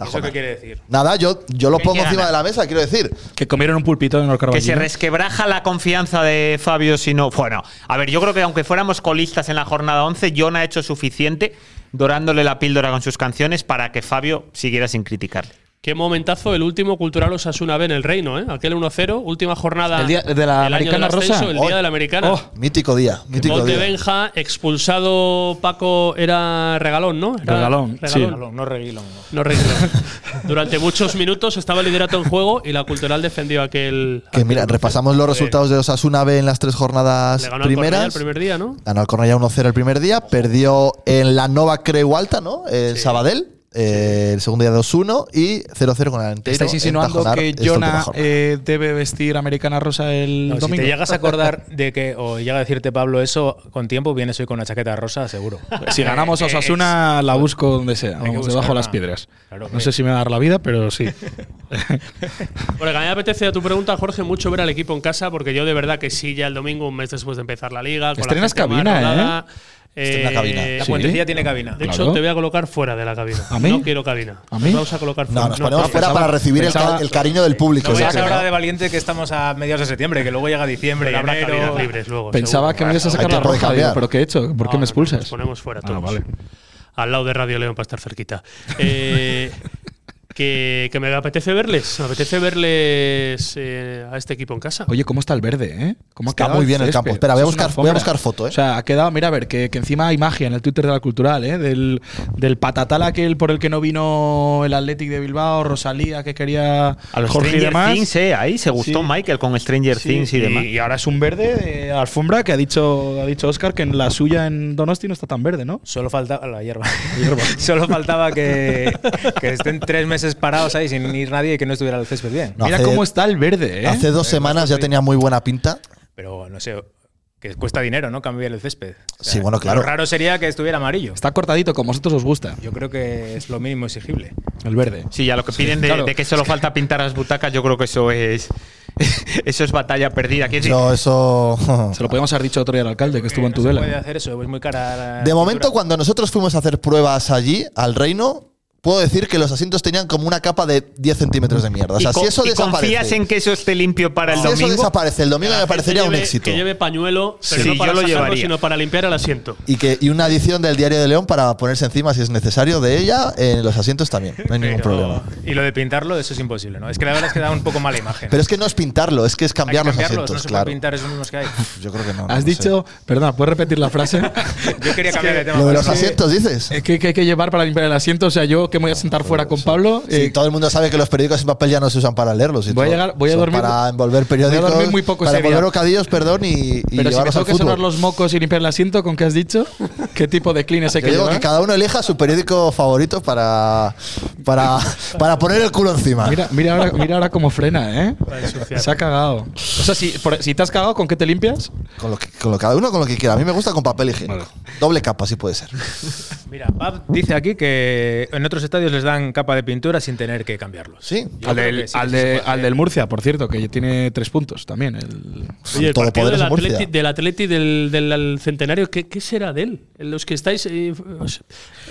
Speaker 5: ¿Eso qué quiere decir?
Speaker 1: Nada, yo, yo lo
Speaker 3: Que
Speaker 1: pongo
Speaker 3: ya
Speaker 1: encima
Speaker 3: nada.
Speaker 1: de la mesa, quiero decir.
Speaker 4: Que comieron un pulpito en el
Speaker 3: Que se
Speaker 4: Carballino.
Speaker 3: resquebraja la confianza de Fabio si no. Bueno, a ver, yo creo que aunque fuéramos colistas en la jornada 11, John ha hecho suficiente dorándole la píldora con sus canciones para que Fabio siguiera sin criticarle.
Speaker 2: Qué momentazo el último cultural Osasuna B en el reino, ¿eh? Aquel 1-0, última jornada.
Speaker 4: El día de la
Speaker 2: el año
Speaker 4: Americana
Speaker 2: del ascenso,
Speaker 4: Rosa.
Speaker 2: El día
Speaker 1: Oh.
Speaker 2: de la americana.
Speaker 4: Oh.
Speaker 1: Mítico día, mítico
Speaker 2: Gol de
Speaker 1: día.
Speaker 2: Benja, expulsado Paco, era regalón, ¿no? Era
Speaker 4: Regalón, sí.
Speaker 5: No, no reguilón. no.
Speaker 2: No Reguilón. (laughs) Durante muchos minutos estaba el liderato en juego y la cultural defendió aquel.
Speaker 1: Que mira, repasamos los resultados de Osasuna B en las tres jornadas
Speaker 2: Le ganó al Cornellá el
Speaker 1: primeras.
Speaker 2: primer día, ¿no?
Speaker 1: Ganó al Cornellá 1-0 el primer día, perdió en la Nova Creu Alta, ¿no? El Sabadell, eh, el segundo día 2-1 y 0-0 con el Arenteiro.
Speaker 4: ¿Estáis
Speaker 1: en
Speaker 4: insinuando
Speaker 1: Tajonar
Speaker 4: que
Speaker 1: esta última
Speaker 4: Jonah
Speaker 1: jornada.
Speaker 4: eh, debe vestir americana rosa el
Speaker 5: No, si
Speaker 4: domingo?
Speaker 5: te llegas a
Speaker 4: (laughs)
Speaker 5: acordar de que, o llega a decirte Pablo eso con tiempo, vienes hoy con una chaqueta rosa, seguro.
Speaker 4: Si ganamos a Osasuna, la busco donde sea,
Speaker 5: que
Speaker 4: vamos,
Speaker 5: buscar
Speaker 4: debajo de las
Speaker 5: una-
Speaker 4: piedras.
Speaker 5: Claro,
Speaker 4: no
Speaker 5: hombre.
Speaker 4: sé si me va a dar la vida, pero sí.
Speaker 2: Porque a mí me apetece a tu pregunta, Jorge, mucho ver al equipo en casa, porque yo de verdad que sí, ya el domingo, un mes después de empezar la liga. Con
Speaker 4: Estrenas
Speaker 2: la gente eh, más
Speaker 4: cabina, ¿eh?
Speaker 2: rodada,
Speaker 1: Estrena cabina.
Speaker 5: (laughs) La
Speaker 4: Sí.
Speaker 5: puentecilla tiene cabina.
Speaker 2: De
Speaker 4: Claro.
Speaker 2: hecho, te voy a colocar fuera de la cabina.
Speaker 4: ¿A mí?
Speaker 2: No quiero cabina.
Speaker 4: ¿A mí?
Speaker 2: Vamos a colocar fuera.
Speaker 1: No, nos
Speaker 2: No,
Speaker 1: ponemos
Speaker 2: no,
Speaker 1: fuera
Speaker 4: pensaba-
Speaker 1: para recibir el,
Speaker 4: pensaba-
Speaker 1: ca- el cariño del público.
Speaker 3: Pues
Speaker 5: No
Speaker 1: yo
Speaker 5: vayas
Speaker 1: creo,
Speaker 5: ahora
Speaker 1: ¿no?
Speaker 5: de valiente que estamos a mediados de septiembre, que luego llega diciembre,
Speaker 2: pero habrá
Speaker 5: enero.
Speaker 2: cabinas libres luego.
Speaker 4: Pensaba
Speaker 2: seguro.
Speaker 4: que me ibas a sacar
Speaker 1: Hay que
Speaker 4: la roja,
Speaker 1: recambiar.
Speaker 4: digo, pero ¿qué he hecho? ¿Por qué
Speaker 2: No,
Speaker 4: me
Speaker 2: no, no,
Speaker 4: expulsas?
Speaker 2: Nos ponemos fuera
Speaker 4: Ah,
Speaker 2: todos.
Speaker 4: vale.
Speaker 2: Al lado de Radio León para estar cerquita. Eh, que, que me apetece verles. Me apetece verles eh, a este equipo en casa.
Speaker 4: Oye, ¿cómo está el verde, eh? ¿Cómo ha
Speaker 1: Está
Speaker 4: quedado
Speaker 1: muy bien el
Speaker 4: césped?
Speaker 1: campo. Espera, voy a
Speaker 4: Eso es una
Speaker 1: buscar- voy a
Speaker 4: alfombra.
Speaker 1: buscar foto, eh.
Speaker 4: O sea, ha quedado, mira, a ver, que, que encima hay magia en el Twitter de la cultural, ¿eh? Del, del patatal aquel por el que no vino el Athletic de Bilbao, Rosalía, que quería
Speaker 3: A los
Speaker 4: Jorge y
Speaker 3: Stranger
Speaker 4: demás.
Speaker 3: Things, eh, ahí se gustó
Speaker 4: Sí.
Speaker 3: Michael con Stranger
Speaker 4: Sí,
Speaker 3: Things y, demás.
Speaker 4: y ahora es un verde de alfombra que ha dicho, ha dicho Oscar que en la suya en Donosti no está tan verde, ¿no?
Speaker 5: Solo faltaba la hierba. (laughs) Solo faltaba que, que estén tres meses parados ahí sin ir nadie y que no estuviera el césped bien.
Speaker 1: No,
Speaker 4: Mira
Speaker 1: hace-
Speaker 4: cómo está el verde, ¿eh?
Speaker 1: Hace dos semanas ya tenía muy buena pinta.
Speaker 5: Pero no sé, que cuesta dinero, ¿no? Cambiar el césped. O
Speaker 1: Sí, bueno, claro.
Speaker 5: Lo raro sería que estuviera amarillo.
Speaker 4: Está cortadito, como a vosotros os gusta,
Speaker 5: Yo creo que es lo mínimo exigible.
Speaker 4: el verde.
Speaker 3: Sí, ya lo que piden de,
Speaker 4: claro.
Speaker 3: de que solo falta pintar las butacas, yo creo que eso es (laughs) eso es batalla perdida. Quiero decir,
Speaker 1: Yo eso.
Speaker 4: Se lo podíamos haber dicho otro día al alcalde que estuvo en
Speaker 5: Eh, No se puede
Speaker 4: Tudela.
Speaker 5: hacer eso, es muy cara. la
Speaker 1: (laughs) De
Speaker 5: pintura.
Speaker 1: momento, cuando nosotros fuimos a hacer pruebas allí, al reino, puedo decir que los asientos tenían como una capa de 10 centímetros de mierda. O sea,
Speaker 3: y co-
Speaker 1: si eso
Speaker 3: y
Speaker 1: desaparece.
Speaker 3: confías en que eso esté limpio para el
Speaker 1: si eso
Speaker 3: domingo.
Speaker 1: desaparece el domingo, me parecería
Speaker 2: Que
Speaker 1: un
Speaker 2: lleve-
Speaker 1: éxito.
Speaker 2: Que lleve pañuelo, pero
Speaker 3: Sí,
Speaker 2: no para
Speaker 3: yo lo
Speaker 2: sacarlo,
Speaker 3: llevaría.
Speaker 2: sino para limpiar el asiento.
Speaker 1: Y, que, y una edición del Diario de León para ponerse encima, si es necesario, de ella en los asientos también. No hay ningún
Speaker 5: Pero-
Speaker 1: problema.
Speaker 5: Y lo de pintarlo, eso es imposible, ¿no? Es que la verdad es que da un poco mala imagen.
Speaker 1: Pero es que no es pintarlo, es que es
Speaker 5: Hay que
Speaker 1: cambiar los
Speaker 5: cambiarlos,
Speaker 1: asientos,
Speaker 5: no se puede
Speaker 1: claro.
Speaker 5: pintar esos mismos que hay.
Speaker 1: Yo creo que no. no
Speaker 4: Has
Speaker 1: sé.
Speaker 4: dicho, perdona, ¿puedes repetir
Speaker 1: (laughs)
Speaker 4: la frase?
Speaker 5: Yo
Speaker 3: (laughs)
Speaker 5: quería cambiar de tema.
Speaker 1: Lo de
Speaker 5: pero
Speaker 1: los
Speaker 5: no.
Speaker 1: asientos, dices.
Speaker 4: Es que, que hay que llevar para limpiar el asiento. O sea, yo que me voy a sentar fuera con Pablo.
Speaker 1: Sí,
Speaker 4: eh,
Speaker 1: todo el mundo sabe que los periódicos en papel ya no se usan para leerlos. y
Speaker 4: Voy a
Speaker 1: todo.
Speaker 4: llegar- voy a
Speaker 1: Son
Speaker 4: dormir-
Speaker 1: Para envolver
Speaker 4: voy a dormir
Speaker 1: periódicos.
Speaker 4: muy poco
Speaker 1: Para
Speaker 4: ese
Speaker 1: envolver
Speaker 4: día.
Speaker 1: bocadillos, perdón, y, y
Speaker 4: pero si me
Speaker 1: llevarlos al
Speaker 4: tengo que sonar
Speaker 1: fútbol.
Speaker 4: los mocos y limpiar el asiento, ¿con qué has dicho? ¿Qué eh? tipo de clean hay
Speaker 1: Yo
Speaker 4: que
Speaker 1: digo
Speaker 4: llevar?
Speaker 1: que cada uno elija su periódico favorito para, para, para poner el culo encima.
Speaker 4: Mira, mira, ahora, mira ahora cómo frena, ¿eh?
Speaker 2: Para ensuciar.
Speaker 4: Se ha cagado. O sea, si, por- si te has cagado, ¿con qué te limpias?
Speaker 1: Con lo que, con lo- cada uno con lo que quiera. A mí me gusta con papel higiénico. Doble capa, si puede ser.
Speaker 5: Mira, Pab dice aquí que en otros estadios les dan capa de pintura sin tener que cambiarlos.
Speaker 1: Sí.
Speaker 5: Yo
Speaker 4: Al
Speaker 5: creo
Speaker 4: del,
Speaker 5: que sí, que
Speaker 4: al,
Speaker 5: se
Speaker 4: de-
Speaker 5: puede
Speaker 4: al
Speaker 5: hacer.
Speaker 4: del Murcia, por cierto, que tiene tres puntos también. El,
Speaker 2: Oye, el partido del
Speaker 1: Todopoderoso Murcia.
Speaker 2: Atleti, del, Atleti del, del- del centenario, ¿qué, qué será de él? Los que estáis. eh, os-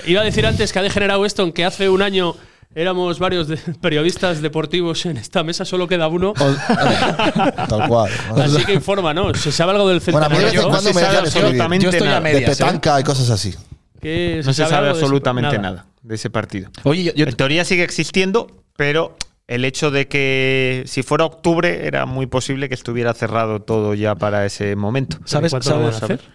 Speaker 2: iba a decir antes que ha degenerado esto, en que hace un año éramos varios de- (laughs) periodistas deportivos en esta mesa, solo queda uno.
Speaker 1: (laughs) Tal cual.
Speaker 2: Así que informa, ¿no? ¿Se sabe algo del
Speaker 1: Bueno, a mí de
Speaker 2: centenario?
Speaker 1: vez en
Speaker 2: no?
Speaker 1: cuando
Speaker 3: se
Speaker 1: me
Speaker 3: sabe
Speaker 1: dejan escribir.
Speaker 3: absolutamente
Speaker 4: Yo estoy a
Speaker 3: nada.
Speaker 1: De
Speaker 4: medias, ¿eh?
Speaker 1: petanca y cosas así.
Speaker 2: ¿Qué-
Speaker 3: No se sabe
Speaker 2: algo de eso?
Speaker 3: absolutamente
Speaker 2: Nada.
Speaker 3: nada de ese partido.
Speaker 4: Oye, yo, yo-
Speaker 3: En teoría sigue existiendo, pero el hecho de que si fuera octubre era muy posible que estuviera cerrado todo ya para ese momento.
Speaker 4: ¿sabes,
Speaker 2: ¿Cuánto lo
Speaker 4: sabes-
Speaker 2: van a hacer? Pues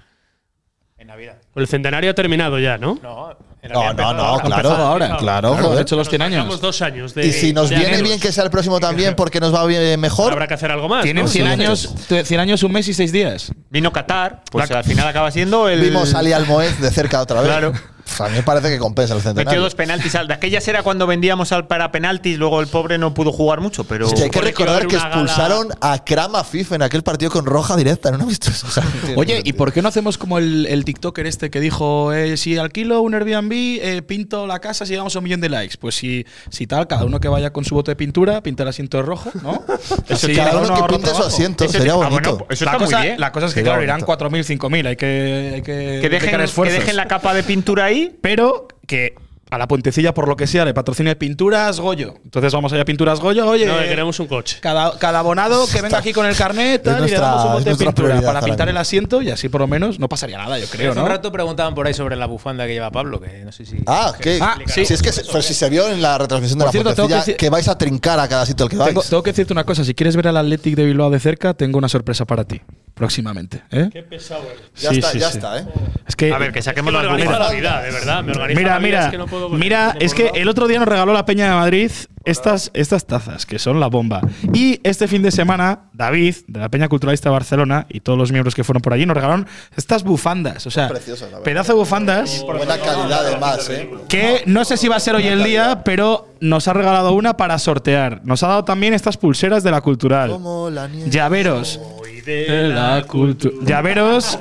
Speaker 5: En Navidad.
Speaker 2: El centenario ha terminado ya, ¿no?
Speaker 5: No, en Navidad
Speaker 1: No, no,
Speaker 5: empezó
Speaker 1: no,
Speaker 5: ahora.
Speaker 1: claro.
Speaker 4: empezado Ah, ahora.
Speaker 1: Claro,
Speaker 4: Claro,
Speaker 1: joder.
Speaker 4: han hecho los 100
Speaker 2: Llevamos
Speaker 4: años.
Speaker 2: dos años. De,
Speaker 1: Y si nos
Speaker 2: de
Speaker 1: viene
Speaker 2: anhelos.
Speaker 1: bien que sea el próximo también porque nos va bien mejor.
Speaker 2: Habrá que hacer algo más.
Speaker 4: Tienen
Speaker 2: ¿no?
Speaker 4: 100 años, 100 años, un mes y seis días.
Speaker 3: Vino Qatar, pues al final acaba siendo el.
Speaker 1: Vimos a Ali Almoez de cerca otra vez.
Speaker 3: Claro.
Speaker 1: Pff, A mí me parece que compensa el
Speaker 3: Metió
Speaker 1: centenario.
Speaker 3: dos penaltis. al- De aquellas era cuando vendíamos al para penaltis, luego el pobre no pudo jugar mucho, pero.
Speaker 1: Es que hay que
Speaker 2: Porque
Speaker 1: recordar
Speaker 2: iba a
Speaker 1: que
Speaker 2: haber una gala-
Speaker 1: expulsaron a Krama Fif en aquel partido con roja directa en una amistosa. O sea, no tiene
Speaker 4: Oye, ¿y
Speaker 1: sentido.
Speaker 4: por qué no hacemos como el, el TikToker este que dijo, eh, si alquilo un Airbnb, eh, pinto la casa si llegamos a un millón de likes? Pues si, si tal, cada uno que vaya con su bote de pintura, pinta el asiento de rojo, ¿no? Así
Speaker 1: Cada uno que
Speaker 4: ahorra
Speaker 1: pinte su
Speaker 4: trabajo.
Speaker 1: asiento,
Speaker 3: Eso te-
Speaker 1: sería
Speaker 3: ah,
Speaker 1: bonito.
Speaker 3: bueno, pues eso
Speaker 4: la
Speaker 3: está
Speaker 4: cosa,
Speaker 3: muy bien.
Speaker 4: La cosa es que,
Speaker 1: Sería
Speaker 4: claro, irán
Speaker 1: bonito.
Speaker 4: 4.000, 5.000, hay que, hay que,
Speaker 3: que, dejen,
Speaker 4: dedicar
Speaker 3: que
Speaker 4: esfuerzos.
Speaker 3: dejen la capa de pintura ahí.
Speaker 4: Pero que a la puentecilla, por lo que sea, le patrocine Pinturas Goyo. Entonces vamos allá a Pinturas Goyo, oye…
Speaker 2: No, que queremos un coche.
Speaker 4: Cada, cada abonado que venga aquí con el carnet tal,
Speaker 1: Es
Speaker 4: y le damos
Speaker 1: nuestra-
Speaker 4: un bote
Speaker 1: es
Speaker 4: de
Speaker 1: nuestra
Speaker 4: pintura
Speaker 1: prioridad
Speaker 4: para
Speaker 1: ahora
Speaker 4: pintar el
Speaker 1: mismo.
Speaker 4: asiento y así por lo menos no pasaría nada, yo creo,
Speaker 5: Hace un
Speaker 4: ¿no?
Speaker 5: rato preguntaban por ahí sobre la bufanda que lleva Pablo, que no sé si.
Speaker 1: Ah, que
Speaker 4: Ah, sí.
Speaker 1: Si es que se, pero si se vio en la retransmisión de
Speaker 4: Por
Speaker 1: la
Speaker 4: cierto, tengo que
Speaker 1: Pontecilla que,
Speaker 4: decir-
Speaker 1: vais a trincar a cada sitio al que vais.
Speaker 4: Tengo, tengo que decirte una cosa, si quieres ver al Athletic de Bilbao de cerca, tengo una sorpresa para ti próximamente. ¿eh?
Speaker 2: Qué pesado eres.
Speaker 1: ya
Speaker 4: sí,
Speaker 1: está,
Speaker 4: sí,
Speaker 1: ya
Speaker 4: sí.
Speaker 1: está, ¿eh?
Speaker 4: Es que,
Speaker 3: A ver, que
Speaker 2: Que
Speaker 3: saquemos
Speaker 2: me
Speaker 3: los
Speaker 2: organiza
Speaker 3: argumentos.
Speaker 2: la vida, de verdad. Me organiza
Speaker 4: mira,
Speaker 2: la vida,
Speaker 4: mira,
Speaker 2: es que no puedo-
Speaker 4: mira, es que el otro día nos regaló la Peña de Madrid estas, estas tazas, que son la bomba. Y este fin de semana, David, de la Peña Culturalista de Barcelona, y todos los miembros que fueron por allí, nos regalaron estas bufandas. O sea,
Speaker 1: Preciosas, la verdad.
Speaker 4: pedazo de
Speaker 2: Oh.
Speaker 4: bufandas.
Speaker 1: Buena calidad además, ¿eh?
Speaker 4: Que no sé si va a ser hoy el día, pero nos ha regalado una para sortear. Nos ha dado también estas pulseras de la cultural.
Speaker 1: Como la nieve.
Speaker 4: Llaveros. Llaveros.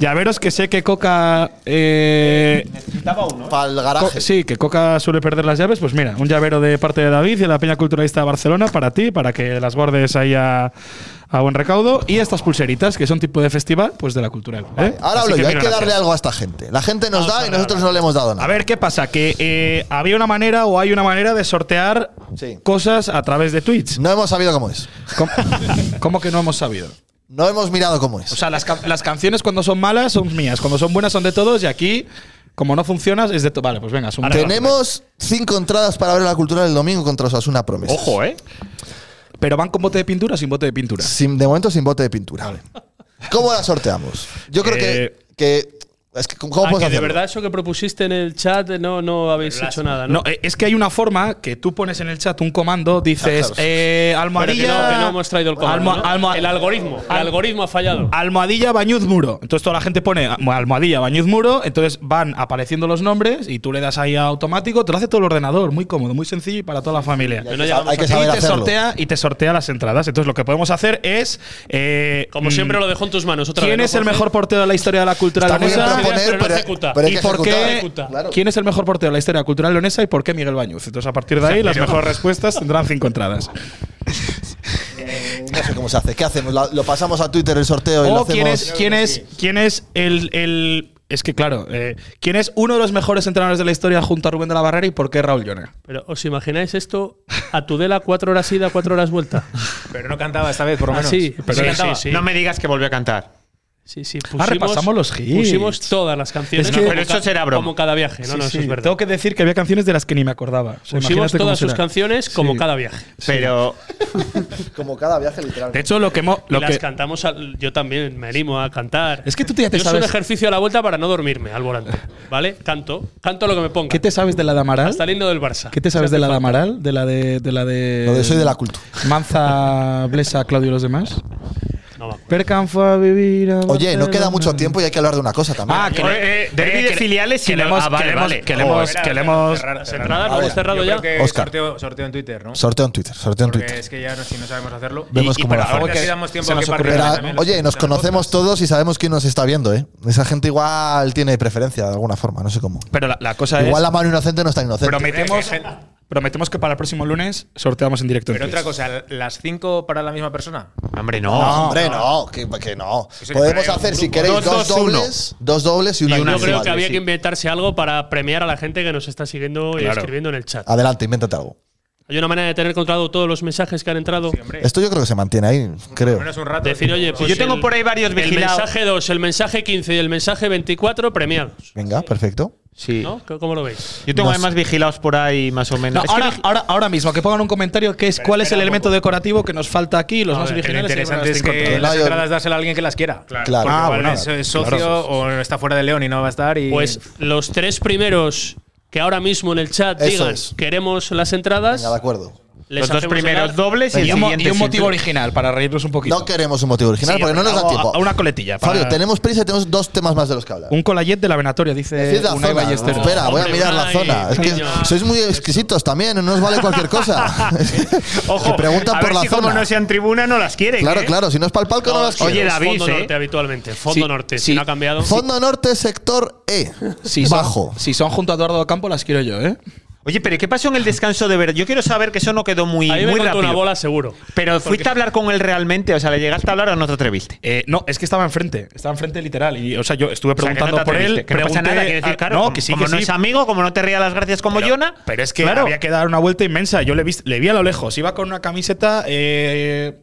Speaker 4: Llaveros que sé que Coca. eh,
Speaker 1: Para el
Speaker 4: Co-
Speaker 1: garaje.
Speaker 4: sí, que Coca suele perder las llaves. Pues mira, un llavero de parte de David y de la Peña Culturalista de Barcelona para ti, para que las guardes ahí a, a buen recaudo. Y estas pulseritas, que son tipo de festival, pues de la cultural. ¿eh?
Speaker 1: Ahora
Speaker 4: Así
Speaker 1: hablo yo, hay
Speaker 4: mil
Speaker 1: que darle
Speaker 4: gracias.
Speaker 1: algo a esta gente. La gente nos da y nosotros no le hemos dado nada.
Speaker 4: A ver, ¿qué pasa? Que eh, había una manera o hay una manera de sortear
Speaker 1: Sí.
Speaker 4: cosas a través de tweets.
Speaker 1: No hemos sabido cómo es.
Speaker 4: ¿Cómo, (laughs) cómo que no hemos sabido?
Speaker 1: No hemos mirado cómo es.
Speaker 4: O sea, las, can- las canciones cuando son malas son mías, cuando son buenas son de todos y aquí Como no funcionas, es de tu. Vale, pues venga, es un
Speaker 1: Tenemos cinco entradas para ver la cultura del domingo contra Osasuna Promesas.
Speaker 3: Ojo, ¿eh?
Speaker 4: Pero van con bote de pintura o sin bote de pintura.
Speaker 1: Sin, de momento sin bote de pintura. ¿Cómo la sorteamos? Yo creo
Speaker 4: Eh,
Speaker 1: que, que. Es que ¿Cómo
Speaker 2: Ah,
Speaker 1: puedes
Speaker 2: que de
Speaker 1: hacerlo?
Speaker 2: verdad eso que propusiste en el chat no, no habéis hecho nada, ¿no?
Speaker 4: No, eh, es que hay una forma que tú pones en el chat un comando, dices
Speaker 1: Ah, claro.
Speaker 4: eh,
Speaker 2: Pero que no,
Speaker 4: almohadilla.
Speaker 2: que no hemos traído el comando, ¿no?
Speaker 4: almo- almo-
Speaker 2: El algoritmo. El
Speaker 4: al-
Speaker 2: algoritmo ha fallado.
Speaker 4: Almohadilla Bañuz Muro. Entonces toda la gente pone almo- almohadilla Bañuz Muro. Entonces van apareciendo los nombres y tú le das ahí a automático. Te lo hace todo el ordenador. Muy cómodo, muy sencillo y para toda la familia.
Speaker 2: no llegamos
Speaker 1: Ah, Hay que
Speaker 4: Y
Speaker 1: saber
Speaker 4: te,
Speaker 1: hacerlo.
Speaker 4: sortea, y te sortea las entradas. Entonces lo que podemos hacer es. eh,
Speaker 2: Como
Speaker 4: mm,
Speaker 2: siempre lo dejo en tus manos otra
Speaker 4: ¿Quién
Speaker 2: vez.
Speaker 4: es el mejor portero de la historia de la cultura
Speaker 1: Está muy bien
Speaker 4: leonesa?
Speaker 1: proponer,
Speaker 2: pero no
Speaker 1: pero,
Speaker 2: ejecuta.
Speaker 1: pero hay
Speaker 4: ¿Y
Speaker 1: que
Speaker 4: por
Speaker 1: ejecutar.
Speaker 4: qué? ¿Quién es el mejor portero de la historia cultural leonesa y por qué Miguel Bañuz? Entonces, a partir de ahí, las mejores respuestas tendrán
Speaker 1: (laughs)
Speaker 4: cinco entradas.
Speaker 1: No sé cómo se hace. ¿Qué hacemos? ¿Lo, lo pasamos a Twitter el sorteo y lo
Speaker 4: O
Speaker 1: hacemos.
Speaker 4: quién es, quién es, quién es el, el- Es que, claro, eh, quién es uno de los mejores entrenadores de la historia junto a Rubén de la Barrera y por qué Raúl Llona.
Speaker 2: Pero ¿os imagináis esto? A Tudela cuatro horas ida, cuatro horas
Speaker 4: (laughs)
Speaker 2: vuelta.
Speaker 5: Pero no cantaba esta vez,
Speaker 4: Ah,
Speaker 5: por lo menos.
Speaker 2: Así,
Speaker 5: Sí,
Speaker 2: pero sí,
Speaker 5: cantaba.
Speaker 2: sí, sí.
Speaker 3: No me digas que volvió a cantar.
Speaker 2: Sí, sí,
Speaker 4: Ah, repasamos los hits.
Speaker 2: Pusimos todas las canciones.
Speaker 4: Es que-
Speaker 2: como
Speaker 3: Pero eso
Speaker 2: ca-
Speaker 3: será broma.
Speaker 2: Como cada viaje. No,
Speaker 4: Sí,
Speaker 2: no,
Speaker 4: sí,
Speaker 2: eso es verdad.
Speaker 4: Tengo que decir que había canciones de las que ni me acordaba. O sea,
Speaker 2: Pusimos
Speaker 4: imagínate cómo
Speaker 2: todas sus
Speaker 4: será.
Speaker 2: canciones como
Speaker 4: Sí.
Speaker 2: cada viaje.
Speaker 3: Pero
Speaker 1: Como cada viaje, literal.
Speaker 4: De hecho, lo que. hemos-
Speaker 2: Y
Speaker 4: Lo
Speaker 2: las
Speaker 4: que
Speaker 2: cantamos, al- yo también me animo a cantar.
Speaker 4: es que tú ya te
Speaker 2: Yo es un
Speaker 4: sabes.
Speaker 2: ejercicio a la vuelta para no dormirme al
Speaker 4: (laughs)
Speaker 2: volante, ¿vale? Canto, canto lo que me ponga.
Speaker 4: ¿Qué te sabes de la de Amaral?
Speaker 2: Hasta el himno del Barça.
Speaker 4: ¿Qué te sabes de la de Amaral? De la de. De la de.
Speaker 1: Lo de soy de la cultura.
Speaker 4: Manza, Blesa, Claudio y los demás.
Speaker 2: No me acuerdo.
Speaker 4: Percan fue a vivir. a
Speaker 1: Oye, no queda
Speaker 4: Barcelona.
Speaker 1: mucho tiempo y hay que hablar de una cosa también.
Speaker 4: Ah, que le,
Speaker 3: Eh, eh, derbi de filiales y
Speaker 4: que le
Speaker 3: no-
Speaker 4: hemos,
Speaker 3: ah, vale,
Speaker 4: que le hemos-
Speaker 3: vale.
Speaker 4: que le
Speaker 3: Joder.
Speaker 4: hemos, que le hemos-
Speaker 5: Cerrar, cerrar.
Speaker 2: Entradas, lo
Speaker 1: Ahora,
Speaker 2: hemos cerrado
Speaker 5: Yo
Speaker 2: ya.
Speaker 5: creo que
Speaker 1: Óscar.
Speaker 5: sorteo, sorteo en Twitter, ¿no?
Speaker 1: Sorteo en Twitter, sorteo en
Speaker 5: Porque
Speaker 1: Twitter.
Speaker 5: es que ya no, si no sabemos hacerlo.
Speaker 1: Vemos
Speaker 3: y
Speaker 1: cómo lo
Speaker 3: para
Speaker 1: hacemos.
Speaker 5: Ahora
Speaker 3: algo
Speaker 5: que
Speaker 3: que
Speaker 5: damos tiempo
Speaker 4: se
Speaker 5: a
Speaker 4: nos
Speaker 5: que participen
Speaker 4: ocurrirá.
Speaker 1: Pero,
Speaker 5: también los
Speaker 1: oye, nos
Speaker 5: escuchan del
Speaker 1: conocemos
Speaker 5: podcast.
Speaker 1: todos y sabemos quién nos está viendo, ¿eh? Esa gente igual tiene preferencia de alguna forma, no sé cómo.
Speaker 4: Pero la, la cosa
Speaker 1: Igual
Speaker 4: es.
Speaker 1: la mano inocente no está inocente.
Speaker 4: Prometemos, prometemos que para el próximo lunes sorteamos en directo. en
Speaker 5: Pero otra
Speaker 4: Twitch.
Speaker 5: cosa, ¿las cinco para la misma persona?
Speaker 3: Hombre,
Speaker 1: No,
Speaker 3: no.
Speaker 1: hombre, no, que, que no.
Speaker 5: Eso
Speaker 1: Podemos
Speaker 5: que hay un
Speaker 1: hacer, si
Speaker 5: grupo.
Speaker 1: queréis,
Speaker 3: Dos,
Speaker 1: dos,
Speaker 3: dos, uno.
Speaker 1: dobles, dos dobles y una,
Speaker 3: Y una
Speaker 2: Yo creo
Speaker 1: individual.
Speaker 2: que había
Speaker 1: Sí.
Speaker 2: que inventarse algo para premiar a la gente que nos está siguiendo y
Speaker 3: Claro.
Speaker 2: escribiendo en el chat.
Speaker 1: Adelante, invéntate algo.
Speaker 2: Hay una manera de tener controlado todos los mensajes que han entrado.
Speaker 1: Esto yo creo que se mantiene ahí, creo.
Speaker 5: Al menos un rato.
Speaker 2: Decir, oye, pues
Speaker 3: yo tengo por ahí varios vigilados.
Speaker 2: El mensaje 2, el mensaje 15 y el mensaje 24 premiados.
Speaker 1: Venga, perfecto.
Speaker 3: Sí.
Speaker 2: ¿No? ¿Cómo cómo lo veis?
Speaker 3: Yo tengo
Speaker 1: No
Speaker 3: además vigilados por ahí, más o menos.
Speaker 4: No,
Speaker 3: Es que
Speaker 4: ahora,
Speaker 3: vigi-
Speaker 4: ahora, ahora mismo, que pongan un comentario que es cuál es el elemento decorativo que nos falta aquí, los más
Speaker 2: ver,
Speaker 5: Lo
Speaker 4: originales. y
Speaker 5: interesante
Speaker 4: los
Speaker 5: es
Speaker 4: más
Speaker 5: que
Speaker 4: encontrados.
Speaker 5: las
Speaker 1: Lion.
Speaker 5: entradas dársela a alguien que las quiera.
Speaker 1: Claro.
Speaker 5: Porque
Speaker 4: Ah,
Speaker 5: igual
Speaker 4: bueno,
Speaker 5: es, es socio
Speaker 4: claro.
Speaker 5: o está fuera de León y no va a estar. Y
Speaker 2: Pues los tres primeros que ahora mismo en el chat
Speaker 1: Eso
Speaker 2: digan
Speaker 1: es.
Speaker 2: queremos las entradas,
Speaker 1: Venga, de acuerdo.
Speaker 2: les
Speaker 3: los dos
Speaker 2: hacemos
Speaker 3: primeros
Speaker 2: llegar-
Speaker 3: dobles y el
Speaker 4: Y un, mo-
Speaker 3: siguiente.
Speaker 4: y un motivo
Speaker 3: sin-
Speaker 4: original para reírnos un poquito.
Speaker 1: No queremos un motivo original porque no nos da
Speaker 4: O-
Speaker 1: tiempo.
Speaker 4: a- Una coletilla. para-
Speaker 1: Fabio, tenemos prisa y tenemos dos temas más de los que hablar.
Speaker 4: Un colayet de la venatoria, dice
Speaker 1: Decid la
Speaker 4: Unai
Speaker 1: zona.
Speaker 4: Ballesteros.
Speaker 1: Espera, voy a
Speaker 2: Hombre,
Speaker 1: mirar la
Speaker 2: Unai,
Speaker 1: zona. Es que
Speaker 2: niño.
Speaker 1: sois muy exquisitos también, no os vale cualquier cosa.
Speaker 3: Ojo,
Speaker 1: que preguntan
Speaker 3: a
Speaker 1: por
Speaker 3: ver
Speaker 1: la
Speaker 3: si
Speaker 1: zona.
Speaker 3: Como no sean tribuna, no las quieren.
Speaker 1: Claro,
Speaker 3: ¿eh?
Speaker 1: claro, si no es para el palco, no,
Speaker 2: No,
Speaker 1: las
Speaker 2: sí,
Speaker 1: quiero.
Speaker 3: Oye,
Speaker 2: es
Speaker 3: David,
Speaker 2: Fondo
Speaker 3: ¿eh?
Speaker 2: norte habitualmente. Fondo
Speaker 4: Sí,
Speaker 2: norte. Si
Speaker 4: sí.
Speaker 2: no ha cambiado.
Speaker 1: Fondo Norte, sector E.
Speaker 4: Si son,
Speaker 1: bajo.
Speaker 4: si son junto a Eduardo Campo, las quiero yo, ¿eh?
Speaker 3: Oye, pero ¿qué pasó en el descanso de verdad? Yo quiero saber que eso no quedó muy,
Speaker 2: Ahí me
Speaker 3: muy
Speaker 2: contó
Speaker 3: rápido.
Speaker 2: una bola seguro.
Speaker 3: Pero fuiste a hablar con él realmente, o sea, le llegaste a hablar o no te atreviste.
Speaker 4: Eh, no, es que estaba enfrente, estaba enfrente literal. Y, o sea, yo estuve
Speaker 3: O sea,
Speaker 4: preguntando
Speaker 3: que no te
Speaker 4: por él.
Speaker 3: atreviste, que no pasa
Speaker 4: pregunté
Speaker 3: nada, quiero
Speaker 4: a-
Speaker 3: decir, claro,
Speaker 4: no, que sí,
Speaker 3: como
Speaker 4: que
Speaker 3: no
Speaker 4: sí.
Speaker 3: es amigo, como no te ría las gracias como Yona.
Speaker 4: Pero es que
Speaker 3: claro.
Speaker 4: había que dar una vuelta inmensa. Yo le, vi, le vi a lo lejos. Iba con una camiseta eh,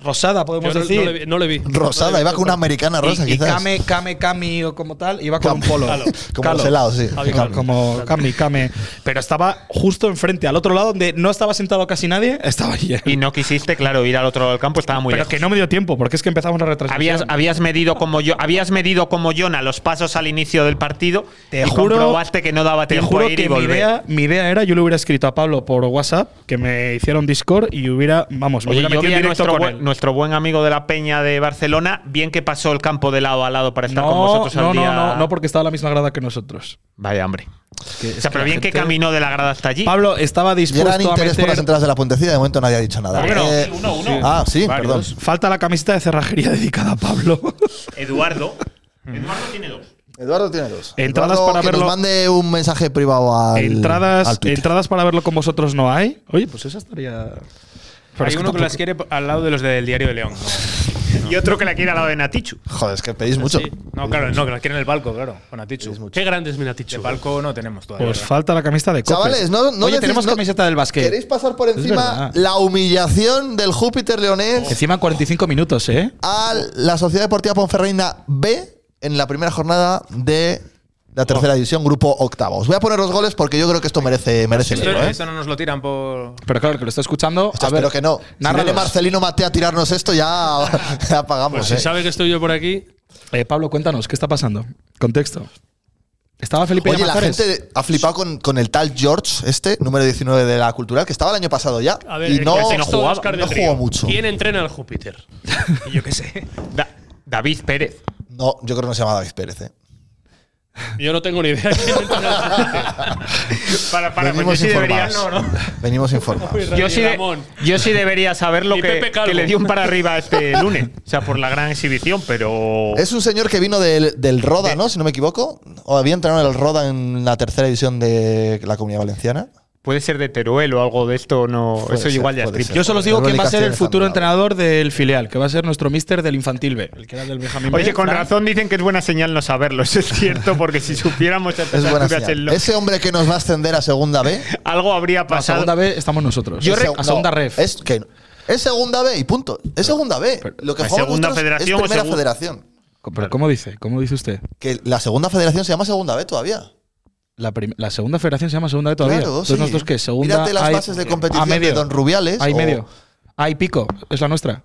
Speaker 4: rosada,
Speaker 2: Yo
Speaker 4: podemos
Speaker 2: no,
Speaker 4: decir.
Speaker 2: no le vi, no le vi.
Speaker 1: Rosada, iba con una americana rosa,
Speaker 4: y, y
Speaker 1: quizás.
Speaker 4: Kame, Kame, Kami o como tal, iba con un polo.
Speaker 1: Como los helados, sí.
Speaker 4: Javi Calo, Como Kami, Kame. Pero estaba justo enfrente, al otro lado, donde no estaba sentado casi nadie, estaba ahí. él.
Speaker 3: Y no quisiste, claro, ir al otro lado del campo, estaba muy
Speaker 4: Pero
Speaker 3: lejos.
Speaker 4: que no me dio tiempo, porque es que empezamos la retransmisión.
Speaker 3: Habías, habías medido como yo, habías medido como Yona los pasos al inicio del partido
Speaker 4: Te
Speaker 3: y
Speaker 4: juro-
Speaker 3: comprobaste que no daba
Speaker 4: Te
Speaker 3: tiempo
Speaker 4: juro
Speaker 3: a ir y
Speaker 4: que mi
Speaker 3: volver.
Speaker 4: idea, mi idea era, yo le hubiera escrito a Pablo por WhatsApp, que me hiciera un Discord y hubiera, vamos, me
Speaker 3: Oye,
Speaker 4: hubiera metido
Speaker 3: yo vi
Speaker 4: en
Speaker 3: a
Speaker 4: directo
Speaker 3: nuestro,
Speaker 4: con
Speaker 3: buen,
Speaker 4: él.
Speaker 3: nuestro buen amigo de la Peña de Barcelona, bien que pasó el campo de lado a lado para estar
Speaker 4: No,
Speaker 3: con vosotros al
Speaker 4: no,
Speaker 3: día.
Speaker 4: no, no, no, porque estaba en la misma grada que nosotros.
Speaker 3: Vaya, hombre. o sea,
Speaker 4: que
Speaker 3: pero
Speaker 4: la
Speaker 3: bien que
Speaker 4: gente-
Speaker 3: caminó de la grada hasta allí.
Speaker 4: Pablo estaba dispuesto
Speaker 1: Gran
Speaker 4: a
Speaker 1: interés por las
Speaker 4: meter…
Speaker 1: entradas de la puentecilla, de momento nadie ha dicho nada.
Speaker 3: Ah, Bueno,
Speaker 1: Eh,
Speaker 3: uno, uno.
Speaker 1: Ah, sí, perdón.
Speaker 4: Falta la camiseta de cerrajería dedicada a Pablo.
Speaker 3: Eduardo.
Speaker 4: Mm.
Speaker 3: Eduardo tiene dos.
Speaker 1: Eduardo tiene dos.
Speaker 4: Entradas
Speaker 1: Eduardo,
Speaker 4: para
Speaker 1: que
Speaker 4: verlo.
Speaker 1: Nos mande un mensaje privado al.
Speaker 4: entradas,
Speaker 1: al Twitter.
Speaker 4: entradas para verlo con vosotros no hay. Oye, pues esa estaría…
Speaker 5: hay uno que las quiere al lado de los del Diario de León.
Speaker 3: Y otro que la quiere al lado de Natichu.
Speaker 1: Joder, es que pedís mucho.
Speaker 5: No, no claro, no, que las quieren en el palco, claro. Con Atichu.
Speaker 2: Qué grande es
Speaker 5: De
Speaker 2: Minatichu.
Speaker 5: palco no tenemos todavía.
Speaker 4: Pues
Speaker 5: ¿verdad?
Speaker 4: falta la camiseta de Cope.
Speaker 1: Chavales, no, no
Speaker 4: Oye,
Speaker 1: decís-
Speaker 4: tenemos
Speaker 1: no-
Speaker 4: camiseta del básquet.
Speaker 1: ¿Queréis pasar por encima
Speaker 4: verdad.
Speaker 1: la humillación del Júpiter Leonés
Speaker 4: Encima 45 minutos, ¿eh?
Speaker 1: a la Sociedad Deportiva Ponferreina B en la primera jornada de, la
Speaker 4: Oh.
Speaker 1: tercera división, grupo octavo. Os voy a poner los goles porque yo creo que esto merece, merece
Speaker 5: Esto,
Speaker 1: verlo, ¿eh?
Speaker 5: esto no nos lo tiran por.
Speaker 4: Pero claro, que lo está escuchando.
Speaker 1: Hostia,
Speaker 4: a ver,
Speaker 1: espero que no. Si
Speaker 4: nárralos.
Speaker 1: viene Marcelino Matea a tirarnos esto, ya, (laughs) ya pagamos.
Speaker 2: Pues si
Speaker 1: ¿eh?
Speaker 2: sabe que estoy yo por aquí,
Speaker 4: Eh, Pablo, cuéntanos, ¿qué está pasando? Contexto. Estaba Felipe
Speaker 1: Oye, la
Speaker 4: Llamazares.
Speaker 1: gente ha flipado con, con el tal George, este, número 19 de la cultural, que estaba el año pasado ya.
Speaker 2: a ver,
Speaker 1: y
Speaker 2: el
Speaker 1: no,
Speaker 2: contexto de
Speaker 1: jugaba,
Speaker 2: Oscar
Speaker 1: no
Speaker 2: del
Speaker 1: jugó
Speaker 2: Río.
Speaker 1: mucho.
Speaker 2: ¿Quién entrena al Júpiter?
Speaker 3: Yo qué sé. Da- David (laughs) Pérez.
Speaker 1: No, yo creo que no se llama David Pérez. ¿eh?
Speaker 2: Yo no tengo ni idea (laughs) quién entrena
Speaker 1: (laughs)
Speaker 2: al Júpiter.
Speaker 3: Para, para, pues yo sí debería. No, no.
Speaker 2: (laughs)
Speaker 1: Venimos informados.
Speaker 3: (laughs) Yo sí, de-
Speaker 2: Ramón.
Speaker 3: yo sí debería saber lo
Speaker 2: Y
Speaker 3: que,
Speaker 2: Pepe Calvo.
Speaker 3: que le dio un para arriba
Speaker 1: (laughs)
Speaker 3: este lunes. O sea, por la gran exhibición, pero.
Speaker 1: Es un señor que vino del, del Roda, ¿no? Si no me equivoco. O había entrenado en el Roda en la tercera división de la Comunidad Valenciana.
Speaker 3: Puede ser de Teruel o algo de esto, no.
Speaker 1: Puede
Speaker 3: eso
Speaker 1: ser,
Speaker 3: igual ya es
Speaker 1: puede
Speaker 3: triple.
Speaker 4: Yo solo os digo
Speaker 1: Rubén
Speaker 4: quién va a ser el
Speaker 1: Castellanos
Speaker 4: futuro
Speaker 1: Zambrano.
Speaker 4: entrenador del filial, que va a ser nuestro mister del infantil B, el que era del Benjamín
Speaker 3: Oye,
Speaker 4: B,
Speaker 3: con
Speaker 4: Fran.
Speaker 3: razón dicen que es buena señal no saberlo, eso es cierto, porque si
Speaker 1: (laughs)
Speaker 3: supiéramos a estas
Speaker 1: Es buena
Speaker 3: alturas
Speaker 1: señal.
Speaker 3: el lo-
Speaker 1: Ese hombre que nos va a ascender a segunda B.
Speaker 3: algo habría
Speaker 4: No, A
Speaker 3: pasado.
Speaker 4: segunda B estamos nosotros.
Speaker 1: Yo
Speaker 4: Es
Speaker 1: rec-
Speaker 4: a segunda
Speaker 1: no,
Speaker 4: ref.
Speaker 1: Es, que, es segunda B y punto. Es segunda B. Lo que
Speaker 3: ¿es
Speaker 1: jugamos
Speaker 3: segunda
Speaker 1: nosotros
Speaker 3: federación
Speaker 1: es
Speaker 3: o
Speaker 1: primera
Speaker 3: segun-
Speaker 1: federación.
Speaker 4: Pero ¿cómo dice? ¿Cómo dice usted?
Speaker 1: Que la segunda federación se llama segunda B todavía.
Speaker 4: La, prim- la segunda federación se llama segunda B todavía.
Speaker 1: Claro,
Speaker 4: Entonces
Speaker 1: sí.
Speaker 4: nosotros qué, segunda
Speaker 1: Mírate las
Speaker 4: hay-
Speaker 1: bases de competición
Speaker 4: a medio.
Speaker 1: de Don Rubiales
Speaker 4: Hay
Speaker 1: o-
Speaker 4: medio. Hay pico, es la nuestra.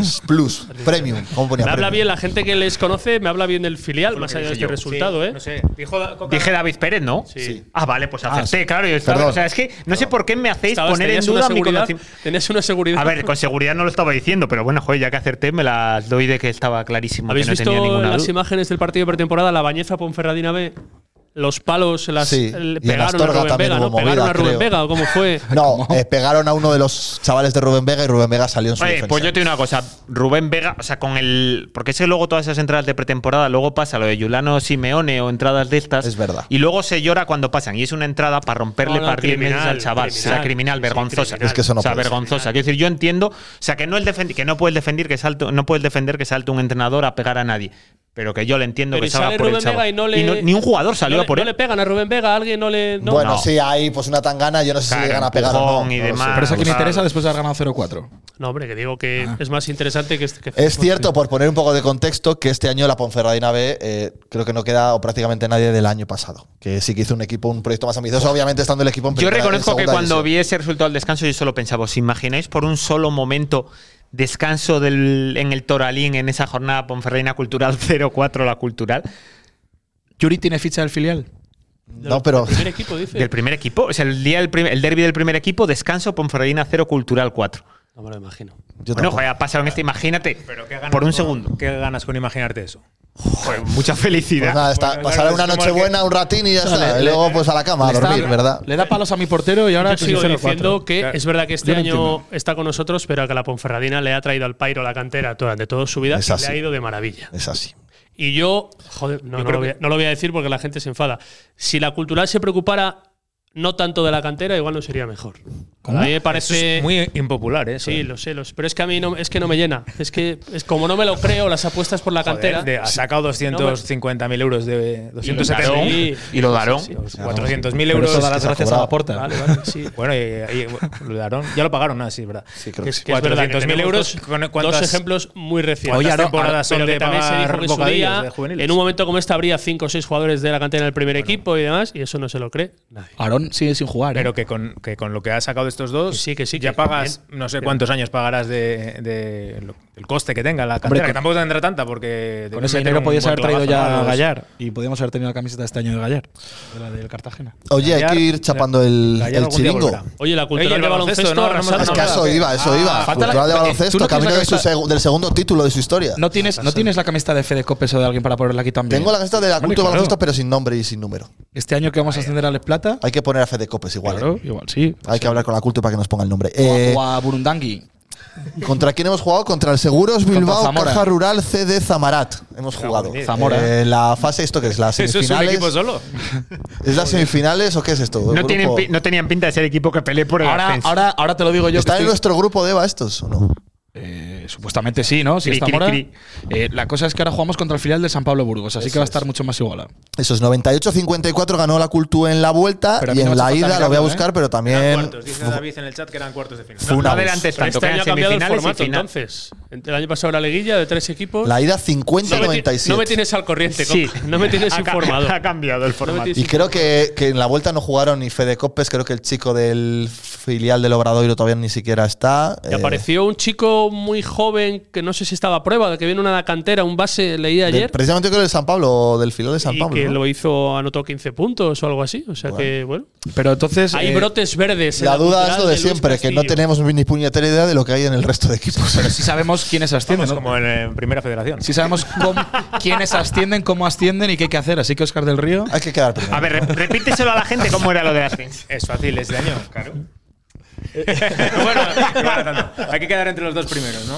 Speaker 1: Es Plus, premium. ¿Cómo ponía?
Speaker 2: Me habla
Speaker 1: premium?
Speaker 2: bien la gente que les conoce, me habla bien del filial, más allá de
Speaker 3: dije
Speaker 2: este
Speaker 3: yo.
Speaker 2: resultado,
Speaker 5: Sí,
Speaker 2: ¿eh?
Speaker 5: No sé. Dijo da- Coca-
Speaker 3: Dije David Pérez, ¿no?
Speaker 2: Sí.
Speaker 3: Ah, vale, pues acerté, claro. yo estaba-
Speaker 1: Perdón.
Speaker 3: o sea, es que no sé por qué me hacéis
Speaker 2: Estabas-
Speaker 3: poner en
Speaker 2: tenías
Speaker 3: duda
Speaker 2: una
Speaker 3: mi
Speaker 2: seguridad.
Speaker 3: conocimiento.
Speaker 2: Tenías una seguridad.
Speaker 3: A ver, con seguridad no lo estaba diciendo, pero bueno, joder, ya que acerté, me las doy de que estaba clarísimo.
Speaker 2: ¿Habéis
Speaker 3: que no
Speaker 2: visto
Speaker 3: tenía ninguna
Speaker 2: las
Speaker 3: duda.
Speaker 2: imágenes del partido de pretemporada? La bañeza Ponferradina B. Los palos las
Speaker 1: Sí, y
Speaker 2: el-
Speaker 1: en
Speaker 2: pegaron a
Speaker 1: Astorga
Speaker 2: Rubén
Speaker 1: también
Speaker 2: Vega, ¿no?
Speaker 1: hubo
Speaker 2: Pegaron
Speaker 1: movida,
Speaker 2: a Rubén
Speaker 1: creo.
Speaker 2: Vega, ¿o cómo (laughs) fue?
Speaker 1: No, eh, pegaron a uno de los chavales de Rubén Vega y Rubén Vega salió en su
Speaker 3: Oye,
Speaker 1: defensa.
Speaker 3: pues yo te digo una cosa, Rubén Vega, o sea, con el. Porque es que luego todas esas entradas de pretemporada, luego pasa lo de Yulano Simeone o entradas de estas.
Speaker 1: Es verdad.
Speaker 3: Y luego se llora cuando pasan. Y es una entrada para romperle
Speaker 2: No, no,
Speaker 3: para diez meses
Speaker 2: criminal,
Speaker 3: al chaval. o sea,
Speaker 2: criminal.
Speaker 3: criminal,
Speaker 2: Sí,
Speaker 3: vergonzosa.
Speaker 2: criminal.
Speaker 1: Es que eso no
Speaker 3: O sea,
Speaker 1: puede ser.
Speaker 3: vergonzosa. Quiero decir, yo entiendo. O sea, que no, el defend- que no puedes defender que salte, no puedes defender que salte un entrenador a pegar a nadie. Pero que yo le entiendo
Speaker 2: Pero
Speaker 3: que
Speaker 2: y
Speaker 3: salga
Speaker 2: sale
Speaker 3: por el
Speaker 2: Rubén
Speaker 3: chaval.
Speaker 2: Vega y no le.
Speaker 3: ni un jugador salió
Speaker 2: no
Speaker 3: a por
Speaker 2: le,
Speaker 3: él.
Speaker 2: No le pegan a Rubén Vega, alguien no le. No,
Speaker 1: bueno,
Speaker 3: no.
Speaker 1: sí, hay pues una tangana, yo no sé
Speaker 3: Claro,
Speaker 1: si llegan a pegar o
Speaker 3: empujón
Speaker 1: no.
Speaker 3: y
Speaker 1: no lo sé.
Speaker 3: demás.
Speaker 4: Pero es a quien
Speaker 3: claro.
Speaker 4: interesa después de haber ganado 0-4.
Speaker 2: No, hombre, que digo que es más interesante que. este- que-
Speaker 1: Es cierto, por poner un poco de contexto, que este año la Ponferradina B eh, creo que no queda o prácticamente nadie del año pasado. Que sí que hizo un equipo, un proyecto más ambicioso, obviamente estando el equipo en
Speaker 3: Yo
Speaker 1: primera- en
Speaker 3: reconozco que
Speaker 1: segunda
Speaker 3: cuando
Speaker 1: división.
Speaker 3: vi ese resultado al descanso, yo solo pensaba, ¿os imagináis por un solo momento descanso del- en el Toralín en esa jornada Ponferreina Cultural 04, la cultural,
Speaker 4: Yuri tiene ficha del filial.
Speaker 1: No, pero
Speaker 2: Primer equipo, dice.
Speaker 3: del primer equipo? O sea, el día del prim- el derbi del primer equipo, descanso Ponferreina 0, Cultural 4.
Speaker 2: No me lo imagino.
Speaker 1: yo
Speaker 3: bueno,
Speaker 1: tampoco.
Speaker 3: joder, ha pasado en este, imagínate,
Speaker 5: ¿Qué ganas
Speaker 3: por un
Speaker 5: con-
Speaker 3: segundo.
Speaker 5: ¿Qué ganas con imaginarte eso?
Speaker 3: Joder, mucha
Speaker 1: Pues
Speaker 3: felicidad.
Speaker 1: nada, está-
Speaker 5: Bueno,
Speaker 1: pasará
Speaker 5: claro,
Speaker 1: una
Speaker 5: es como
Speaker 1: noche
Speaker 5: el que-
Speaker 1: buena, un ratín y ya está. Y luego pues a la cama, a
Speaker 4: Le está-
Speaker 1: dormir, ¿verdad?
Speaker 4: Le da palos a mi portero y ahora
Speaker 2: Yo sigo
Speaker 4: tiene 0-4.
Speaker 2: diciendo que
Speaker 5: Claro.
Speaker 2: es verdad que este
Speaker 4: Yo no
Speaker 2: año
Speaker 4: entiendo.
Speaker 2: está con nosotros, pero que la Ponferradina le ha traído al Pairo la cantera durante toda su vida
Speaker 1: Es
Speaker 2: y
Speaker 1: así.
Speaker 2: le ha ido de maravilla.
Speaker 1: Es así.
Speaker 2: Y yo, joder, no, no lo, voy a, no lo voy a decir porque la gente se enfada. Si la cultural se preocupara no tanto de la cantera, igual no sería mejor. A mí me
Speaker 5: Eso
Speaker 2: parece.
Speaker 5: es muy impopular, ¿eh?
Speaker 2: Sí, lo sé, lo sé. Pero es que a mí no, es que no me llena. Es que es como no me lo creo, las apuestas por la cantera.
Speaker 5: Joder, de- ha sacado 250.000 euros de
Speaker 2: Y lo
Speaker 5: 270.000
Speaker 2: daron.
Speaker 3: Y lo daron.
Speaker 2: Sí, sí, sí.
Speaker 5: 400.000
Speaker 4: Pero
Speaker 5: euros.
Speaker 4: eso da las
Speaker 1: se ha
Speaker 4: gracias a
Speaker 1: cobrado.
Speaker 4: la porta.
Speaker 2: Vale, vale,
Speaker 5: (laughs)
Speaker 2: sí.
Speaker 5: Bueno, y, y- lo daron. Ya lo pagaron, ah, sí, verdad.
Speaker 2: Que es- que es verdad que
Speaker 5: 400.000
Speaker 2: tenemos
Speaker 5: euros.
Speaker 2: dos-
Speaker 5: ¿con
Speaker 2: Dos
Speaker 5: cuántas-
Speaker 2: ejemplos muy recientes.
Speaker 5: Oye, ahora-
Speaker 2: temporadas
Speaker 5: ahora-
Speaker 2: son
Speaker 5: pero
Speaker 2: de
Speaker 5: que
Speaker 2: también se dijo
Speaker 5: pagar
Speaker 2: que en su
Speaker 5: bocadillos
Speaker 2: día,
Speaker 5: de juveniles.
Speaker 2: en un momento como este habría cinco o seis jugadores de la cantera en el primer equipo y demás, y eso no se lo cree nadie.
Speaker 4: Aarón sigue sin jugar. ¿eh?
Speaker 5: Pero que con, que con lo que has sacado de estos dos,
Speaker 2: Que sí, que sí,
Speaker 5: ya
Speaker 2: que
Speaker 5: pagas,
Speaker 2: también.
Speaker 5: no sé cuántos años pagarás de, de lo- el coste que tenga la cantera,
Speaker 4: con-
Speaker 5: que tampoco tendrá tanta porque
Speaker 4: Con
Speaker 5: deben
Speaker 4: ese
Speaker 5: meter
Speaker 4: dinero
Speaker 5: un
Speaker 4: podías
Speaker 5: buen
Speaker 4: haber traído
Speaker 5: clavazo,
Speaker 4: ya
Speaker 5: ¿no?
Speaker 4: a Gallar y podíamos haber tenido la camiseta este año de Gallar, de la del Cartagena.
Speaker 1: Oye, hay
Speaker 5: Gallar-
Speaker 1: que ir chapando el,
Speaker 5: Gallar
Speaker 1: el
Speaker 5: algún día
Speaker 1: chiringo.
Speaker 5: volverá.
Speaker 2: Oye, la cultura
Speaker 5: Oye, el
Speaker 2: de
Speaker 5: baloncesto,
Speaker 2: baloncesto,
Speaker 5: no, no me-
Speaker 2: arrasando.
Speaker 1: Es que a eso iba, a eso iba.
Speaker 4: falta la-
Speaker 1: Cultural de
Speaker 4: eh, ¿tú
Speaker 1: baloncesto,
Speaker 4: no
Speaker 1: camino de
Speaker 4: piensas que
Speaker 1: su
Speaker 4: está-
Speaker 1: segu- del segundo título de su historia.
Speaker 4: ¿No tienes, ¿No tienes la camiseta de Fede Copes o de alguien para ponerla aquí también?
Speaker 1: Tengo la camiseta de la
Speaker 4: Hombre,
Speaker 1: cultura
Speaker 4: claro.
Speaker 1: baloncesto, pero sin nombre y sin número.
Speaker 4: Este año que vamos a ascender a Les Plata,
Speaker 1: Hay que poner a Fede Copes igual. ¿eh?
Speaker 4: claro, igual sí.
Speaker 1: Hay que hablar con la cultura para que nos ponga el nombre.
Speaker 4: O a-
Speaker 1: Eh,
Speaker 4: o a Burundangui.
Speaker 1: ¿Contra quién hemos jugado? Contra el Seguros Bilbao,
Speaker 4: Zamora.
Speaker 1: Caja Rural, CD Zamarat. Hemos jugado.
Speaker 4: Zamora.
Speaker 1: Eh, la fase, ¿esto qué es? ¿Las
Speaker 5: Eso es un
Speaker 1: semifinales?
Speaker 5: equipo solo.
Speaker 1: ¿Es las semifinales o qué es esto?
Speaker 3: No,
Speaker 1: ¿El
Speaker 3: tienen
Speaker 1: grupo?
Speaker 3: pi- no tenían pinta de ser equipo que pelee por el
Speaker 4: Ahora,
Speaker 3: ascenso.
Speaker 4: ahora, ahora te lo digo yo. que
Speaker 1: ¿Está en
Speaker 4: estoy-
Speaker 1: nuestro grupo de Eva estos o no?
Speaker 4: Eh, supuestamente sí, ¿no? Si
Speaker 3: Cri,
Speaker 4: está
Speaker 3: cri,
Speaker 4: Mora.
Speaker 3: cri.
Speaker 4: Eh, la cosa es que ahora jugamos contra el filial de San Pablo Burgos, así que va a estar mucho más igualado.
Speaker 1: Eso es, 98-54 ganó la Cultura en la vuelta
Speaker 4: Pero a
Speaker 1: y
Speaker 4: mí
Speaker 1: en
Speaker 4: no me
Speaker 1: la
Speaker 4: hace falta
Speaker 1: ida lo voy a
Speaker 4: mirarlo, ¿eh?
Speaker 1: buscar, pero
Speaker 5: Eran
Speaker 1: también.
Speaker 5: cuartos. Dice David en el chat que eran cuartos de final.
Speaker 1: Fue
Speaker 3: No,
Speaker 1: una
Speaker 3: no
Speaker 1: abus.
Speaker 3: adelantes tanto,
Speaker 2: este
Speaker 3: que
Speaker 2: año ha cambiado el
Speaker 3: semifinales
Speaker 2: formato,
Speaker 3: y final.
Speaker 2: entonces. El año pasado era liguilla de tres equipos.
Speaker 1: La ida
Speaker 2: no, me, ti-
Speaker 1: 50-97.
Speaker 2: no me tienes al corriente,
Speaker 3: Sí.
Speaker 2: compa. No me tienes
Speaker 3: Ha ca-
Speaker 2: informado.
Speaker 3: Ha cambiado el formato.
Speaker 2: tienes
Speaker 1: y creo que, que en la vuelta no jugaron ni Fede Copes, creo que el chico del filial del Obradoiro todavía ni siquiera está.
Speaker 2: Y
Speaker 1: Eh,
Speaker 2: apareció un chico muy joven que no sé si estaba a prueba, que viene una de la cantera, un base, leí
Speaker 1: de-
Speaker 2: ayer.
Speaker 1: precisamente creo del San Pablo, del filial de San
Speaker 2: y
Speaker 1: Pablo.
Speaker 2: que
Speaker 1: ¿no?
Speaker 2: lo hizo, anotó 15 puntos o algo así. O sea que, bueno.
Speaker 4: Pero entonces.
Speaker 2: Hay
Speaker 4: eh,
Speaker 2: brotes verdes. en
Speaker 1: La duda
Speaker 2: cultural
Speaker 1: es lo de
Speaker 2: Luis
Speaker 1: siempre, que no
Speaker 2: Castillo.
Speaker 1: tenemos ni puñetera idea de lo que hay en el resto de equipos.
Speaker 4: pero sí sabemos quiénes ascienden.
Speaker 5: Vamos,
Speaker 4: ¿no?
Speaker 5: como en, eh, Primera Federación.
Speaker 4: Sí sabemos cómo- quiénes ascienden, cómo ascienden y qué hay que hacer. Así que Oscar del Río.
Speaker 1: (laughs) hay que quedar primero.
Speaker 3: A ver, re- repíteselo a la gente cómo era lo de Athens.
Speaker 5: Es fácil, es de año, claro. (laughs)
Speaker 3: (laughs)
Speaker 5: bueno, igual tanto. hay que quedar entre los dos primeros, ¿no?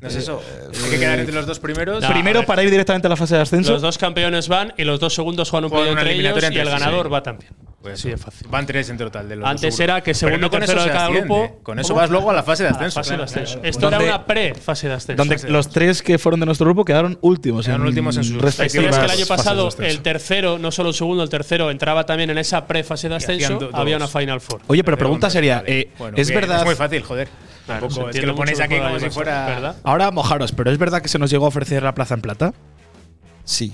Speaker 5: No es eso. Hay que quedar entre los dos primeros.
Speaker 2: No,
Speaker 4: Primero
Speaker 2: a ver.
Speaker 4: para ir directamente a la fase de ascenso.
Speaker 2: Ah, Los dos campeones van y los dos segundos juegan un
Speaker 5: Juegan
Speaker 2: partido
Speaker 5: una
Speaker 2: entre ellos
Speaker 5: eliminatoria
Speaker 2: y el
Speaker 5: entre sí,
Speaker 2: ganador
Speaker 5: sí.
Speaker 2: va también.
Speaker 5: Pues
Speaker 2: Así de fácil.
Speaker 5: Van tres en total de los
Speaker 2: Antes
Speaker 5: dos seguro.
Speaker 2: era que segundo
Speaker 5: Pero
Speaker 2: y
Speaker 5: con eso
Speaker 2: tercero de
Speaker 5: se
Speaker 2: cada
Speaker 5: asciende.
Speaker 2: grupo.
Speaker 5: Con eso
Speaker 2: ¿Cómo?
Speaker 5: vas luego a la fase de ascenso.
Speaker 2: Fase de
Speaker 5: claro,
Speaker 2: ascenso.
Speaker 5: claro.
Speaker 2: Esto era
Speaker 4: ¿Dónde-
Speaker 2: una pre-fase de ascenso.
Speaker 4: donde los tres que fueron de nuestro grupo quedaron últimos.
Speaker 5: Quedaron
Speaker 4: en
Speaker 5: últimos en sus
Speaker 2: Esto es
Speaker 4: respectivas
Speaker 2: que el año
Speaker 4: fases de
Speaker 2: pasado
Speaker 4: ascenso.
Speaker 2: el tercero, no solo el segundo, el tercero entraba también en esa pre-fase de
Speaker 5: hacían
Speaker 2: ascenso.
Speaker 5: do-
Speaker 2: Había
Speaker 5: dos.
Speaker 2: una Final Four.
Speaker 4: Oye, pero pregunta
Speaker 5: Vale.
Speaker 4: sería: eh,
Speaker 5: Bueno,
Speaker 4: ¿es
Speaker 5: bien,
Speaker 4: verdad
Speaker 5: Es muy fácil, joder. Tampoco,
Speaker 2: se
Speaker 5: es que
Speaker 2: entiende
Speaker 5: lo pones
Speaker 2: Pues mucho
Speaker 5: aquí
Speaker 2: juego
Speaker 5: como
Speaker 2: de
Speaker 5: si
Speaker 2: los
Speaker 5: fuera.
Speaker 2: dos, ¿verdad?
Speaker 4: Ahora mojaros, pero es verdad que se nos llegó a ofrecer la plaza en plata.
Speaker 1: Sí.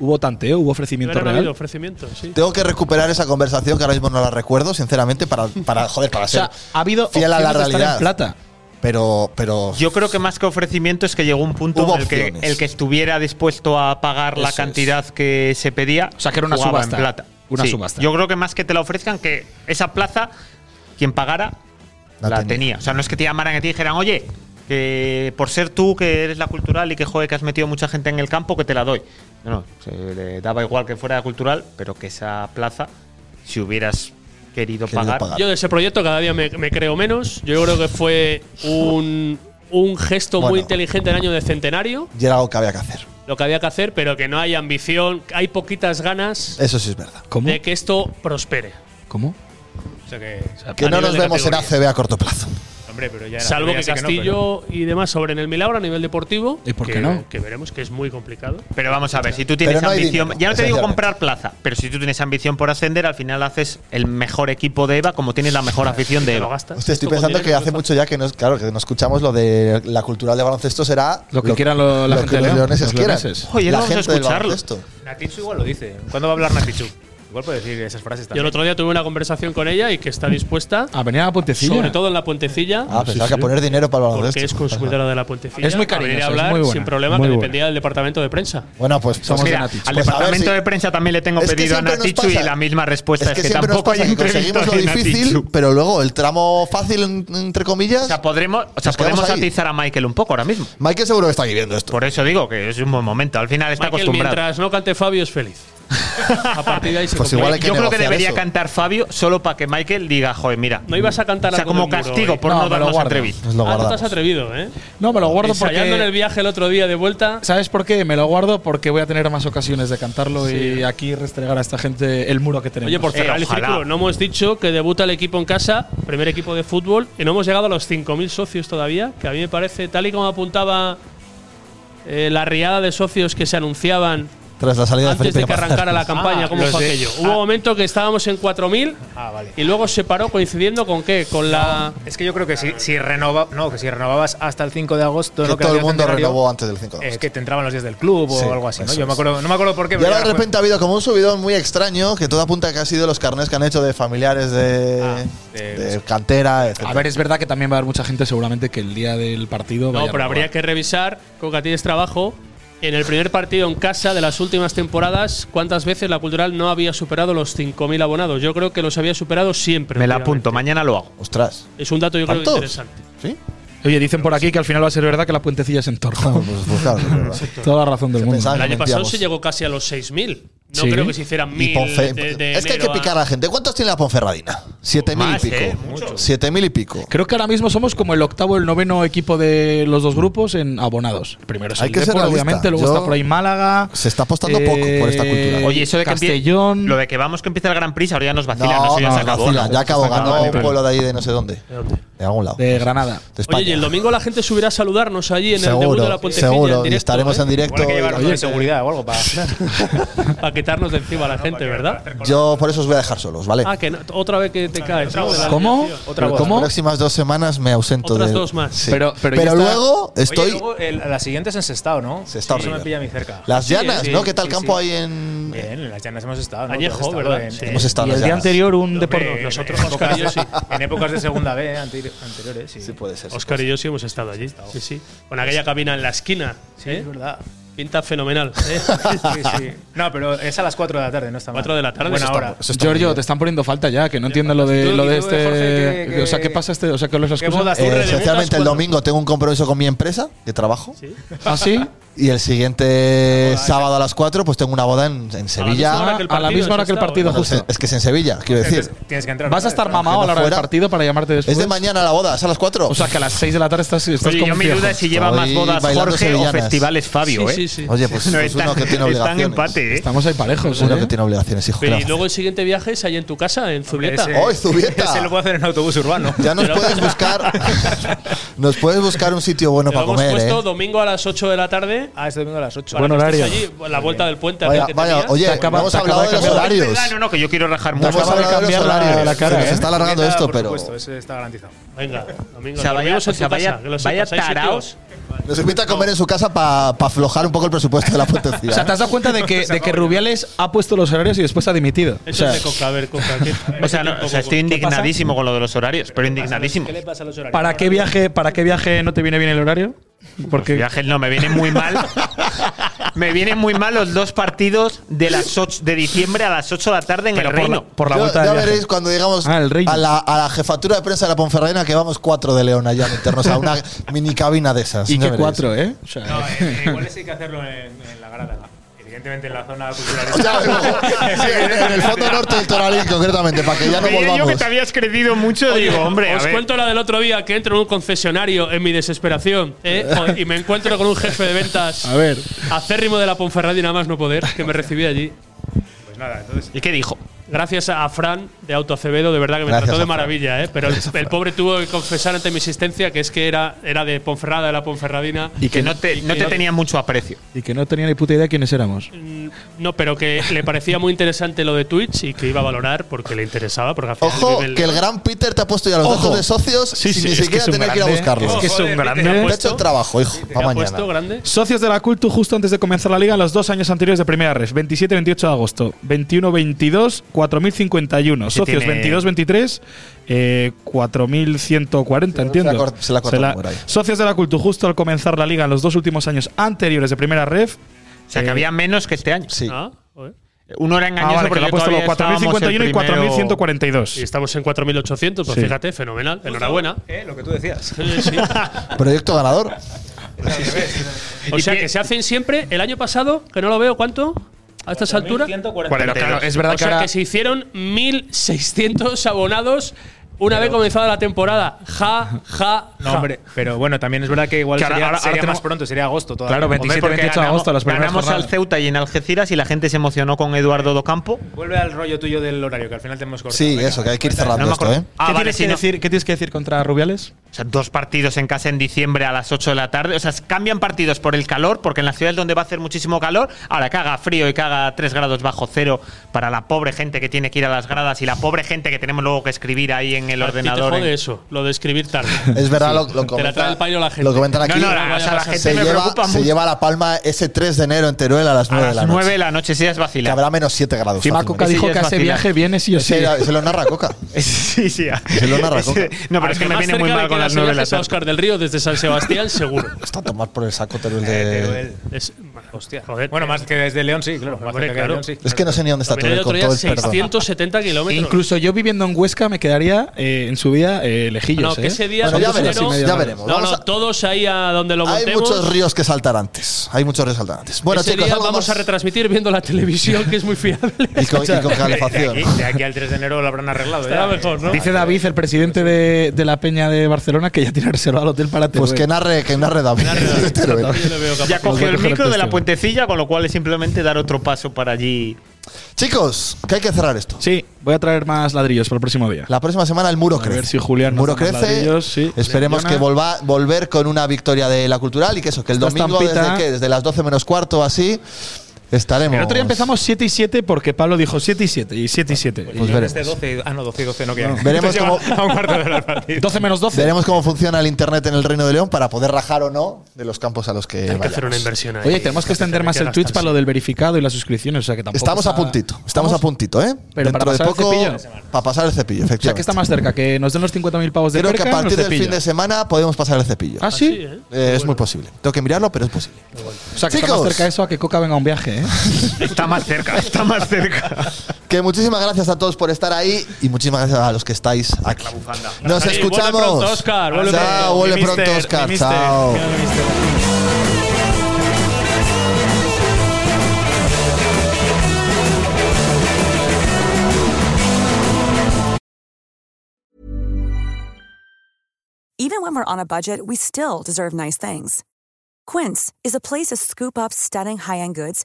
Speaker 4: Hubo tanteo, hubo ofrecimiento
Speaker 2: Pero no ha habido
Speaker 4: real.
Speaker 2: ofrecimientos, sí.
Speaker 1: Tengo que recuperar esa conversación que ahora mismo no la recuerdo, sinceramente, para, para joder, para
Speaker 4: O sea,
Speaker 1: ser
Speaker 4: ha habido
Speaker 1: fiel a la
Speaker 4: opciones de estar
Speaker 1: realidad.
Speaker 4: en plata.
Speaker 1: Pero, pero
Speaker 3: Yo creo que más que ofrecimiento es que llegó un punto
Speaker 1: Hubo
Speaker 3: en el que,
Speaker 1: opciones.
Speaker 3: el que estuviera dispuesto a pagar la
Speaker 1: Eso
Speaker 3: cantidad que se pedía.
Speaker 4: O sea, que era una
Speaker 3: jugaba
Speaker 4: subasta.
Speaker 3: En plata.
Speaker 4: Una
Speaker 3: Sí.
Speaker 4: subasta.
Speaker 3: Yo creo que más que te la ofrezcan, que esa plaza, quien pagara,
Speaker 1: La
Speaker 3: la,
Speaker 1: tenía.
Speaker 3: tenía. O sea, no es que te llamaran y te dijeran, oye, que por ser tú, que eres la cultural y que joder, que has metido mucha gente en el campo, que te la doy. No, no, se le daba igual que fuera cultural, pero que esa plaza, si hubieras querido,
Speaker 1: Querido
Speaker 3: pagar,
Speaker 1: pagar.
Speaker 2: Yo de ese proyecto cada día me, me creo menos. Yo creo que fue un, un gesto muy
Speaker 1: Bueno.
Speaker 2: inteligente el año de centenario,
Speaker 1: ya era algo que había que hacer.
Speaker 2: lo que había que hacer, pero que no hay ambición, hay poquitas ganas
Speaker 1: Eso sí es verdad.
Speaker 4: ¿Cómo?
Speaker 2: de que esto prospere.
Speaker 4: ¿Cómo?
Speaker 5: O sea que.
Speaker 1: Que
Speaker 2: A
Speaker 1: no
Speaker 2: nivel
Speaker 1: nos
Speaker 2: de
Speaker 1: vemos en ACB
Speaker 2: categoría.
Speaker 1: a corto plazo.
Speaker 5: Hombre, pero ya. era-
Speaker 2: Salvo
Speaker 5: ya
Speaker 2: que
Speaker 5: sé no,
Speaker 2: Castillo y demás sobren el milagro a nivel deportivo.
Speaker 4: ¿Y por qué
Speaker 2: que-
Speaker 4: no?
Speaker 2: Que veremos que es muy complicado.
Speaker 3: Pero vamos a ver, si tú tienes
Speaker 1: no hay
Speaker 3: ambición,
Speaker 1: dinero,
Speaker 3: ya no te digo
Speaker 1: esencialmente.
Speaker 3: comprar plaza, pero si tú tienes ambición por ascender, al final haces el mejor equipo de EVA como tienes la mejor afición de
Speaker 2: Te lo
Speaker 3: EVA.
Speaker 2: gastas.
Speaker 1: Hostia, estoy
Speaker 2: Esto con
Speaker 1: pensando que
Speaker 2: dinero
Speaker 1: hace
Speaker 2: no es
Speaker 1: mucho ya que nos, claro, que no escuchamos lo de la cultural de baloncesto será
Speaker 4: Lo que quieran lo- la
Speaker 1: lo
Speaker 4: gente
Speaker 1: que
Speaker 4: de
Speaker 1: los
Speaker 4: León,
Speaker 1: leoneses
Speaker 4: los
Speaker 1: quieran.
Speaker 4: leoneses.
Speaker 3: Oye,
Speaker 1: la
Speaker 3: vamos a
Speaker 1: gente del
Speaker 3: escucharlo.
Speaker 1: baloncesto.
Speaker 5: pero- Natitsu igual lo dice. ¿Cuándo va a hablar Natitsu? Igual puede decir esas frases
Speaker 2: Yo
Speaker 5: también.
Speaker 2: el otro día tuve una conversación con ella y que está dispuesta,
Speaker 4: A venir a la puentecilla.
Speaker 2: sobre todo en la puentecilla,
Speaker 1: Ah, pensaba que a poner dinero para el baloncesto.
Speaker 2: porque es consumidora de la puentecilla.
Speaker 4: pues Es muy
Speaker 2: a venir
Speaker 4: cariñosa,
Speaker 2: a
Speaker 4: es
Speaker 2: hablar
Speaker 4: muy buena,
Speaker 2: sin problema,
Speaker 4: muy
Speaker 2: que
Speaker 4: buena.
Speaker 2: dependía del departamento de prensa.
Speaker 1: Bueno, pues pues-
Speaker 4: Somos de
Speaker 3: Mira, al
Speaker 4: Natitsu.
Speaker 1: Pues a ver
Speaker 3: departamento
Speaker 1: si-
Speaker 3: de prensa también le tengo
Speaker 1: Es que
Speaker 3: pedido a
Speaker 1: siempre nos
Speaker 3: Natichu y
Speaker 1: pasa.
Speaker 3: la misma respuesta es que,
Speaker 1: siempre nos
Speaker 3: tampoco hay
Speaker 1: pasa que
Speaker 3: entrevista
Speaker 1: conseguimos lo
Speaker 3: de
Speaker 1: difícil,
Speaker 3: Natichu.
Speaker 1: pero luego el tramo fácil, en- entre comillas.
Speaker 3: O sea, podremos, o sea,
Speaker 1: Nos quedamos
Speaker 3: podemos
Speaker 1: ahí.
Speaker 3: atizar a Michael un poco ahora mismo.
Speaker 1: Michael seguro que está viviendo esto.
Speaker 3: Por eso digo que es un buen momento. Al final está
Speaker 2: Michael,
Speaker 3: acostumbrado.
Speaker 2: mientras no cante Fabio, es
Speaker 4: (laughs)
Speaker 2: feliz. A partir de ahí se
Speaker 1: Pues
Speaker 2: complica.
Speaker 1: igual hay que
Speaker 3: Yo creo que
Speaker 1: negociar
Speaker 3: debería
Speaker 1: eso.
Speaker 3: cantar Fabio solo para que Michael diga, joder, mira.
Speaker 2: No ibas a cantar
Speaker 3: O sea,
Speaker 2: algo
Speaker 3: como
Speaker 2: del muro hoy.
Speaker 3: castigo por
Speaker 4: No,
Speaker 3: no,
Speaker 4: me lo
Speaker 3: darnos
Speaker 4: guardo.
Speaker 3: entrevista.
Speaker 1: Nos lo
Speaker 2: Ah, no te
Speaker 1: guardamos.
Speaker 2: has atrevido, ¿eh?
Speaker 4: No, me lo guardo
Speaker 2: Ensayando en el
Speaker 4: porque.
Speaker 2: viaje el otro día de vuelta.
Speaker 4: ¿Sabes por qué? Me lo guardo porque voy a tener más ocasiones de cantarlo y aquí restregar a esta gente el muro que tenemos.
Speaker 5: Pues,
Speaker 2: Oye, por
Speaker 5: eh,
Speaker 2: cerrar el
Speaker 3: ojalá.
Speaker 2: círculo, no hemos dicho que debuta el equipo en casa, primer equipo de fútbol, y no hemos llegado a los 5.000 socios todavía, que a mí me parece, tal y como apuntaba eh, la riada de socios que se anunciaban
Speaker 1: Tras la salida
Speaker 2: antes
Speaker 1: de
Speaker 2: de
Speaker 1: Felipe
Speaker 2: que arrancara la campaña,
Speaker 5: Ah,
Speaker 2: ¿cómo
Speaker 5: los
Speaker 2: fue
Speaker 5: de-
Speaker 2: aquello? Hubo un
Speaker 5: ah.
Speaker 2: momento que estábamos en 4.000
Speaker 5: Ah, vale.
Speaker 2: y luego se paró coincidiendo con qué? Con la...
Speaker 5: Es que yo creo que si, si renova, no, que si renovabas hasta el 5 de agosto,
Speaker 1: Que
Speaker 5: no
Speaker 1: todo el
Speaker 5: quedaría
Speaker 1: mundo
Speaker 5: centenario,
Speaker 1: renovó antes del 5 de
Speaker 5: eh,
Speaker 1: agosto.
Speaker 5: que te entraban los días del club o
Speaker 1: Sí,
Speaker 5: algo así, ¿no?
Speaker 1: eso
Speaker 5: Yo me
Speaker 1: es.
Speaker 5: acuerdo, no me acuerdo por qué.
Speaker 1: Y
Speaker 5: pero
Speaker 1: ahora de
Speaker 5: ya fue-
Speaker 1: repente ha habido como un subidón muy extraño que todo apunta que ha sido los carnets que han hecho de familiares de,
Speaker 5: Ah,
Speaker 1: de,
Speaker 5: de-
Speaker 1: cantera, etc.
Speaker 4: A ver, es verdad que también va a haber mucha gente seguramente que el día del partido.
Speaker 2: No, pero habría que revisar, Coca, tienes trabajo. En el primer partido en casa de las últimas temporadas, ¿cuántas veces la Cultural no había superado los 5.000 abonados? Yo creo que los había superado siempre.
Speaker 3: Me la
Speaker 2: últimamente.
Speaker 3: apunto, mañana lo hago.
Speaker 1: Ostras.
Speaker 2: Es un dato yo creo que
Speaker 1: ¿Tantos?
Speaker 2: interesante.
Speaker 1: ¿Sí?
Speaker 4: Oye, dicen por aquí que al final va a ser verdad que la puentecilla es en torno.
Speaker 1: Pues, pues claro,
Speaker 5: (laughs)
Speaker 1: es verdad.
Speaker 4: Toda la razón del
Speaker 1: Se
Speaker 4: mundo.
Speaker 1: pensaba
Speaker 2: El año pasado
Speaker 1: mentíamos.
Speaker 2: se llegó casi a los 6.000. No
Speaker 4: Sí.
Speaker 2: creo que se hicieran
Speaker 1: Y
Speaker 2: 1.000
Speaker 1: Ponfe-
Speaker 2: de- de
Speaker 1: es que hay que
Speaker 2: enero a-
Speaker 1: picar a la gente. ¿Cuántos tiene la Ponferradina? Siete mil y
Speaker 3: Más, ¿eh?
Speaker 1: pico. Siete mil y pico.
Speaker 4: Creo que ahora mismo somos como el octavo el noveno equipo de los dos grupos en abonados. El primero es
Speaker 1: Hay
Speaker 4: el
Speaker 1: que ser
Speaker 4: Depor,
Speaker 1: realista.
Speaker 4: obviamente, luego
Speaker 1: Yo-
Speaker 4: está por ahí Málaga. eh,
Speaker 1: Se está apostando poco por esta cultura.
Speaker 3: Oye, eso de que empie-
Speaker 4: Castellón.
Speaker 3: Lo de que vamos que empieza el Gran Prix, ahora ya nos vacilan.
Speaker 1: no,
Speaker 3: eso ya
Speaker 1: no,
Speaker 3: se acabó.
Speaker 1: vacila, ya acabó.
Speaker 3: Se acabó.
Speaker 1: Ganó un
Speaker 3: Pero-
Speaker 1: pueblo de ahí de no sé dónde. De algún lado.
Speaker 4: De Granada.
Speaker 1: De España.
Speaker 2: Oye, y el domingo la gente subirá a saludarnos allí en el debut de la
Speaker 1: Seguro,
Speaker 2: Pontecilla
Speaker 1: seguro.
Speaker 2: en
Speaker 1: y
Speaker 2: directo,
Speaker 1: estaremos
Speaker 2: ¿eh?
Speaker 1: en directo.
Speaker 5: Igual hay que llevar
Speaker 4: Oye,
Speaker 5: de seguridad o algo
Speaker 1: (laughs)
Speaker 5: para.
Speaker 2: (laughs) Para quitarnos de encima a la gente, ¿verdad?
Speaker 1: Yo por eso os voy a dejar solos, ¿vale?
Speaker 2: Ah, que no- otra vez que te caes. ¿no? De la
Speaker 4: ¿Cómo?
Speaker 2: alineación.
Speaker 5: Otra
Speaker 1: Pero
Speaker 5: voz.
Speaker 1: Las próximas dos semanas me ausento
Speaker 2: Otras
Speaker 1: de.
Speaker 2: dos más.
Speaker 4: Pero- pero ya está-
Speaker 1: luego estoy.
Speaker 5: Oye, luego, el- la siguiente es en Sestao, ¿no?
Speaker 1: Sestao,
Speaker 5: Eso me
Speaker 1: River.
Speaker 5: pilla a mí cerca.
Speaker 1: las
Speaker 5: Sí,
Speaker 1: llanas,
Speaker 5: sí,
Speaker 1: ¿no? ¿Qué tal
Speaker 5: sí,
Speaker 1: campo
Speaker 5: sí.
Speaker 1: hay en.?
Speaker 5: Bien, en las llanas hemos estado. ¿no?
Speaker 2: Añejo,
Speaker 5: Hemos estado
Speaker 2: ¿verdad?
Speaker 5: en-
Speaker 2: Sí.
Speaker 5: en-
Speaker 1: Hemos estado
Speaker 4: Eh, Y
Speaker 1: en
Speaker 4: el
Speaker 1: las
Speaker 4: día
Speaker 1: llanas.
Speaker 4: anterior un
Speaker 5: Hombre,
Speaker 4: deporte.
Speaker 5: nosotros Oscar y yo sí. En épocas de segunda B anteri- anteriores, sí.
Speaker 1: Sí, puede ser. sí
Speaker 2: Oscar y yo sí hemos estado allí. Sí, sí. Con aquella cabina en la esquina.
Speaker 5: Sí,
Speaker 2: ¿eh?
Speaker 5: es verdad.
Speaker 2: Pinta fenomenal. ¿eh?
Speaker 5: Sí, sí. No, pero es a las 4 de la tarde, no está mal.
Speaker 2: Cuatro de la tarde,
Speaker 5: Buena
Speaker 2: eso está
Speaker 5: hora.
Speaker 1: Eso está
Speaker 4: Giorgio,
Speaker 1: bien.
Speaker 4: te están poniendo falta ya, que no entiendo lo
Speaker 5: Y
Speaker 4: de
Speaker 5: tú-
Speaker 4: lo
Speaker 5: y
Speaker 4: de
Speaker 5: tú, Jorge,
Speaker 4: este.
Speaker 5: que-
Speaker 4: o sea, ¿qué pasa este? O sea, ¿qué les
Speaker 5: ¿Qué bodas
Speaker 4: excusa?
Speaker 1: Eh,
Speaker 5: ocurre de
Speaker 1: Especialmente el
Speaker 2: cuando-
Speaker 1: domingo tengo un compromiso con mi empresa de trabajo.
Speaker 4: ¿Ah, sí?
Speaker 1: Y el siguiente
Speaker 4: ¿eh?
Speaker 1: sábado a las 4, pues tengo una boda en, en
Speaker 2: misma hora
Speaker 1: Sevilla.
Speaker 2: que el
Speaker 4: a la
Speaker 2: partido,
Speaker 4: misma hora que el
Speaker 2: eso está,
Speaker 4: partido,
Speaker 1: Bueno,
Speaker 4: Ah, justo. Pues,
Speaker 1: Es que es en Sevilla, quiero decir.
Speaker 5: Entonces, Tienes que entrar.
Speaker 4: Vas a estar mamado a la hora del
Speaker 1: fuera.
Speaker 4: partido para llamarte después.
Speaker 1: Ah, Es de mañana la boda, es a las 4.
Speaker 4: pues, O sea, que a las 6 de la tarde estás, estás
Speaker 3: Oye,
Speaker 4: como
Speaker 3: yo
Speaker 4: un
Speaker 3: mi
Speaker 4: viejo.
Speaker 3: duda es si lleva más
Speaker 1: Estoy
Speaker 3: bodas
Speaker 1: bailando
Speaker 3: Jorge o
Speaker 1: sevillanas.
Speaker 3: festivales Fabio,
Speaker 2: Sí,
Speaker 3: ¿eh?
Speaker 2: sí, sí.
Speaker 1: Oye,
Speaker 4: (laughs)
Speaker 1: pues,
Speaker 3: No,
Speaker 1: pues uno que tiene
Speaker 3: están
Speaker 1: obligaciones. Pues
Speaker 3: en empate, ¿eh?
Speaker 4: Estamos ahí parejos.
Speaker 1: Uno
Speaker 4: ¿eh?
Speaker 1: que tiene obligaciones, hijo.
Speaker 2: Pero,
Speaker 1: claro.
Speaker 2: y luego el siguiente viaje es ahí en tu casa, en Zubieta.
Speaker 1: ¡Oh, Zubieta!
Speaker 5: Se lo puedo hacer en autobús urbano.
Speaker 1: Ya nos puedes buscar.
Speaker 4: (laughs)
Speaker 1: nos puedes buscar un sitio bueno
Speaker 2: Te lo
Speaker 1: para
Speaker 2: hemos
Speaker 1: comer,
Speaker 2: puesto
Speaker 1: ¿eh?
Speaker 2: domingo a las 8 de la tarde.
Speaker 5: Ah, este domingo a las 8.
Speaker 2: para
Speaker 4: Buen
Speaker 2: que estés
Speaker 4: horario.
Speaker 2: allí, la vuelta del puente. aquel
Speaker 1: Vaya,
Speaker 2: que
Speaker 1: vaya,
Speaker 2: tenías.
Speaker 1: oye,
Speaker 4: Te acaba-
Speaker 1: no hemos
Speaker 4: te acaba
Speaker 1: hablado de
Speaker 4: de
Speaker 1: los
Speaker 4: cambiar.
Speaker 1: horarios.
Speaker 3: Ah, no, no, que yo quiero rajar
Speaker 1: No
Speaker 3: mucho.
Speaker 1: hemos hablado de
Speaker 4: cambiar
Speaker 1: los
Speaker 4: la-
Speaker 1: horarios.
Speaker 4: la cara,
Speaker 1: Se nos
Speaker 4: ¿eh?
Speaker 1: está alargando
Speaker 5: Nada,
Speaker 1: esto,
Speaker 5: por
Speaker 1: pero.
Speaker 5: supuesto, ese está garantizado.
Speaker 2: Venga, domingo.
Speaker 3: O sea, vaya-
Speaker 2: dormimos en
Speaker 3: o sea,
Speaker 2: tu casa,
Speaker 3: vaya-
Speaker 2: que lo sepas.
Speaker 3: vaya
Speaker 2: Hay sitios-
Speaker 3: taraos.
Speaker 1: Nos invita a comer en su casa para aflojar un poco el presupuesto
Speaker 4: (laughs)
Speaker 1: de la
Speaker 4: O sea,
Speaker 1: potencia. ¿eh?
Speaker 4: ¿te has dado cuenta de que, de que Rubiales ha puesto los horarios y después ha dimitido?
Speaker 2: Eso es de coca, a ver, coca.
Speaker 3: (laughs)
Speaker 2: ¿qué-
Speaker 3: O sea, no, o
Speaker 4: ¿Qué
Speaker 3: sea, estoy
Speaker 4: pasa?
Speaker 3: indignadísimo con lo de los horarios, pero indignadísimo.
Speaker 2: ¿Qué le pasa a los horarios?
Speaker 4: ¿Para qué viaje, para qué viaje no te viene bien el horario? Porque
Speaker 3: Viajes no, me vienen
Speaker 1: (laughs)
Speaker 3: muy mal. me vienen muy mal los dos partidos de las ocho- de diciembre a las 8 de la tarde en
Speaker 4: pero
Speaker 3: el
Speaker 4: por la,
Speaker 3: reino.
Speaker 4: por la
Speaker 1: Ya-
Speaker 4: vuelta
Speaker 1: ya
Speaker 4: de viaje.
Speaker 1: veréis cuando digamos
Speaker 4: Ah, el reino.
Speaker 1: a, la, a la jefatura de prensa de la Ponferradina que vamos cuatro de León allá a meternos a una mini cabina de esas.
Speaker 4: Y
Speaker 1: ya
Speaker 4: que
Speaker 1: veréis.
Speaker 4: cuatro, ¿eh? O sea,
Speaker 5: No, eh, igual ese hay que hacerlo en, en la grada. Evidentemente en la zona cultural.
Speaker 1: (laughs) Ya
Speaker 4: (laughs)
Speaker 3: (laughs)
Speaker 1: veremos. Sí, en, en el fondo norte del Toralín, concretamente, para que ya no
Speaker 3: Creía yo que
Speaker 1: volvamos.
Speaker 3: te habías crecido mucho,
Speaker 2: Oye,
Speaker 3: digo, hombre, a
Speaker 2: os
Speaker 3: ver.
Speaker 2: cuento la del otro día que entro en un concesionario en mi desesperación
Speaker 3: (laughs)
Speaker 2: ¿eh? O- y me encuentro con un jefe de ventas
Speaker 4: A ver.
Speaker 2: acérrimo de la Ponferradina más no poder que me recibí allí.
Speaker 5: Pues nada, entonces.
Speaker 3: ¿Y qué dijo?
Speaker 2: Gracias a Fran de Autoacevedo, de verdad que me
Speaker 1: Gracias
Speaker 2: trató
Speaker 1: a
Speaker 2: de
Speaker 1: Fran.
Speaker 2: maravilla, ¿eh? pero el, el pobre tuvo que confesar ante mi existencia que es que era, era de Ponferrada, de la Ponferradina.
Speaker 3: Y que no te, no te tenía mucho aprecio.
Speaker 4: y que no tenía ni puta idea quiénes éramos.
Speaker 2: No, pero que le parecía muy interesante lo de Twitch y que iba a valorar porque le interesaba. Porque al final
Speaker 1: Ojo,
Speaker 2: vive el-
Speaker 1: que el gran Peter te ha puesto ya los datos de socios
Speaker 4: Sí,
Speaker 1: sin
Speaker 4: sí,
Speaker 1: ni
Speaker 4: es que
Speaker 1: siquiera
Speaker 4: es un
Speaker 1: tener que ir a
Speaker 4: grande.
Speaker 1: buscarlos.
Speaker 4: Es que es un
Speaker 1: Te
Speaker 2: Peter,
Speaker 4: grande.
Speaker 2: ¿te
Speaker 1: ha
Speaker 2: ha
Speaker 1: hecho el trabajo, hijo,
Speaker 2: ¿Qué
Speaker 1: para
Speaker 2: ha
Speaker 1: mañana.
Speaker 2: puesto grande?
Speaker 4: Socios de la Cultu justo antes de comenzar la liga en los dos años anteriores de Primera Ref, 27-28 de agosto, 21-22, 4.051.
Speaker 3: Ese
Speaker 4: Socios
Speaker 3: tiene-
Speaker 4: 22-23, eh, 4.140, entiendo.
Speaker 1: la cort- se la cortaron por ahí.
Speaker 4: Socios de la Cultu justo al comenzar la liga en los dos últimos años anteriores de Primera Ref.
Speaker 3: O sea, que
Speaker 4: Eh,
Speaker 3: había menos que este año.
Speaker 1: Sí.
Speaker 2: Ah, joder.
Speaker 3: Uno era
Speaker 4: Ah,
Speaker 3: engañoso
Speaker 4: vale, que
Speaker 3: porque
Speaker 4: lo ha
Speaker 3: yo
Speaker 4: puesto los
Speaker 3: todavía estábamos en
Speaker 4: 4.051 y
Speaker 3: primero-
Speaker 4: 4.142.
Speaker 2: Y estamos en 4.800, pues
Speaker 4: Sí.
Speaker 2: fíjate, fenomenal. Enhorabuena.
Speaker 5: Eh, lo que tú decías.
Speaker 2: Sí, sí.
Speaker 1: Proyecto ganador.
Speaker 2: O sea, que se hacen siempre. El año pasado, que no lo veo, ¿cuánto? A estas alturas.
Speaker 5: 140.
Speaker 3: Pero claro, es verdad
Speaker 2: o
Speaker 3: que
Speaker 2: sea,
Speaker 3: ahora…
Speaker 2: que se hicieron 1.600 abonados una vez comenzada la temporada. Ja, ja,
Speaker 5: No,
Speaker 2: ja.
Speaker 5: hombre, pero bueno, también es verdad que igual
Speaker 3: Que ahora-
Speaker 5: sería,
Speaker 3: ahora-
Speaker 5: sería
Speaker 3: ahora
Speaker 5: más
Speaker 3: tenemos-
Speaker 5: pronto, sería agosto todavía.
Speaker 4: Claro,
Speaker 5: Hombre,
Speaker 4: 27,
Speaker 5: porque
Speaker 4: 28 de agosto, las primeras
Speaker 3: ganamos
Speaker 4: jornadas.
Speaker 3: al Ceuta y en Algeciras y la gente se emocionó con Eduardo Docampo.
Speaker 5: Vuelve al rollo tuyo del horario, que al final tenemos cortado.
Speaker 1: Sí,
Speaker 5: Venga,
Speaker 1: eso, que hay que ir
Speaker 5: cuenta.
Speaker 1: cerrando
Speaker 3: me
Speaker 1: esto,
Speaker 3: acuerdo.
Speaker 1: ¿eh?
Speaker 3: Ah,
Speaker 4: ¿Qué,
Speaker 3: vale,
Speaker 4: tienes
Speaker 3: sí,
Speaker 4: que
Speaker 3: no.
Speaker 4: decir, ¿Qué tienes que decir contra Rubiales?
Speaker 3: O sea, dos partidos en casa en diciembre a las 8 de la tarde. O sea, cambian partidos por el calor, porque en las ciudades donde va a hacer muchísimo calor, ahora que haga frío y que haga 3 grados bajo cero para la pobre gente que tiene que ir a las gradas y la pobre gente que tenemos luego que escribir ahí en el
Speaker 2: A ti te
Speaker 3: ordenador. eh.
Speaker 2: jode
Speaker 3: en-
Speaker 2: eso, lo de escribir tarde.
Speaker 1: Es verdad, lo, lo
Speaker 2: Te la trae el
Speaker 1: comentan,
Speaker 2: paño la gente.
Speaker 1: lo comentan
Speaker 3: No,
Speaker 1: aquí.
Speaker 3: no, la, o sea, la gente
Speaker 1: se,
Speaker 3: me
Speaker 1: lleva,
Speaker 3: preocupa
Speaker 1: se
Speaker 3: mucho.
Speaker 1: lleva la palma ese 3 de enero en Teruel a las 9
Speaker 3: a
Speaker 1: de la
Speaker 3: las
Speaker 1: noche.
Speaker 3: 9 de la noche, si es
Speaker 1: Que
Speaker 3: vacilar.
Speaker 1: habrá menos 7 grados.
Speaker 4: Encima Coca
Speaker 1: fácilmente.
Speaker 3: Ese
Speaker 4: dijo
Speaker 3: ya
Speaker 4: que a
Speaker 3: es
Speaker 4: ese
Speaker 3: vacilar.
Speaker 4: viaje viene sí o sí.
Speaker 1: Ese- Se lo narra Coca.
Speaker 3: (laughs) Sí, sí. ah.
Speaker 1: Se lo narra,
Speaker 3: Ese-
Speaker 1: Coca.
Speaker 3: No,
Speaker 2: Ah,
Speaker 3: pero es que me viene muy mal con las 9 de la tarde.
Speaker 2: Oscar del Río desde San Sebastián, seguro.
Speaker 4: Eh,
Speaker 1: Eh. Está a tomar por el saco Teruel de.
Speaker 2: Es-
Speaker 5: Hostia.
Speaker 2: Joder.
Speaker 5: Bueno, más que desde León, sí, claro. más
Speaker 2: Hombre,
Speaker 5: cerca que
Speaker 2: claro.
Speaker 5: de León, sí.
Speaker 1: Es que no sé ni dónde está
Speaker 2: Lo miré el
Speaker 1: Torre,
Speaker 2: otro
Speaker 1: con
Speaker 2: día,
Speaker 1: todo el perdón.
Speaker 2: 670 kilómetros.
Speaker 4: Incluso yo viviendo en Huesca me quedaría eh, en su vida eh,
Speaker 2: No,
Speaker 4: lejillos.
Speaker 2: que
Speaker 4: eh.
Speaker 2: ese día.
Speaker 1: Bueno, ya
Speaker 2: todos
Speaker 1: veremos,
Speaker 2: enero-
Speaker 1: ya veremos.
Speaker 2: No,
Speaker 1: Vamos
Speaker 2: no,
Speaker 1: a-
Speaker 2: todos ahí a donde lo
Speaker 1: Hay
Speaker 2: montemos.
Speaker 1: muchos ríos que saltar antes. Hay muchos ríos que saltar antes. Bueno,
Speaker 2: Ese
Speaker 1: chicos,
Speaker 2: día
Speaker 1: algo
Speaker 2: vamos
Speaker 1: más.
Speaker 2: a retransmitir viendo la televisión, que es
Speaker 1: (laughs)
Speaker 2: muy fiable.
Speaker 1: y con, y con calefacción.
Speaker 5: De aquí, de aquí al 3 de enero lo habrán
Speaker 3: ¿eh?
Speaker 5: arreglado.
Speaker 2: Será
Speaker 5: Ya.
Speaker 2: mejor, ¿no?
Speaker 4: Dice David, el presidente de, de la Peña de Barcelona, que ya tiene reservado el hotel para
Speaker 1: Pues
Speaker 4: Teruel.
Speaker 1: que narre, que narre David. (laughs)
Speaker 2: Yo le veo capaz.
Speaker 3: Ya
Speaker 4: Nos va a
Speaker 3: cogió el
Speaker 4: coger el
Speaker 3: micro de la
Speaker 4: testigo.
Speaker 3: puentecilla, con lo cual es simplemente dar otro paso para allí.
Speaker 1: Chicos, que hay que cerrar esto.
Speaker 4: Sí, voy a traer más ladrillos para el próximo día.
Speaker 1: La próxima semana el muro crece.
Speaker 4: ver si Julián nos
Speaker 1: muro
Speaker 4: da más
Speaker 1: crece.
Speaker 4: ladrillos, sí.
Speaker 1: Esperemos
Speaker 4: Leona.
Speaker 1: que volva, volver con una victoria de la cultural y que eso, que el
Speaker 4: Esta
Speaker 1: domingo
Speaker 4: estampita.
Speaker 1: desde, qué? desde las 12 menos cuarto así estaremos.
Speaker 4: El otro día empezamos 7 y 7 porque Pablo dijo 7 y 7 y 7 y 7.
Speaker 1: Pues
Speaker 5: León es de
Speaker 1: veremos.
Speaker 5: 12 y- ah, no, 12 y 12 no queda.
Speaker 1: Veremos
Speaker 5: Entonces
Speaker 1: cómo-
Speaker 5: lleva A un cuarto de la partida.
Speaker 4: 12 menos 12.
Speaker 1: Veremos cómo funciona el internet en el Reino de León para poder rajar o no de los campos a los que
Speaker 2: Hay que
Speaker 1: vayamos.
Speaker 2: hacer una inversión ahí.
Speaker 4: Oye, tenemos que extender más el Twitch para lo del verificado y las suscripciones. O sea que tampoco
Speaker 1: Estamos a
Speaker 4: está-
Speaker 1: puntito, estamos a puntito, ¿eh?
Speaker 4: Pero para pasar el cepillo.
Speaker 1: para pasar el cepillo,
Speaker 4: O sea que
Speaker 1: efectivamente.
Speaker 4: está más cerca, que nos den los 50.000 pavos de
Speaker 1: Creo que
Speaker 4: perca,
Speaker 1: a
Speaker 4: nos
Speaker 1: partir del
Speaker 4: cepillan.
Speaker 1: fin de semana podemos pasar el cepillo.
Speaker 4: Ah, sí.
Speaker 2: ¿eh?
Speaker 1: Eh, es muy posible. Tengo que mirarlo, pero es posible.
Speaker 4: O sea que está
Speaker 1: Chicos.
Speaker 4: más cerca eso a que Coca venga a un viaje, ¿eh?
Speaker 3: Está más cerca, está más cerca.
Speaker 1: Que muchísimas gracias a todos por estar ahí y muchísimas gracias a los que estáis aquí. Nos
Speaker 2: Sí,
Speaker 1: escuchamos.
Speaker 2: vuelve pronto, Óscar, vuelve
Speaker 1: Chao,
Speaker 2: pronto.
Speaker 1: vuelve
Speaker 5: Mi
Speaker 1: pronto,
Speaker 5: mister,
Speaker 1: Óscar.
Speaker 5: mi mister.
Speaker 1: Chao.
Speaker 8: Even when we're on a budget, we still deserve nice things. Quince is a place to scoop up stunning high end goods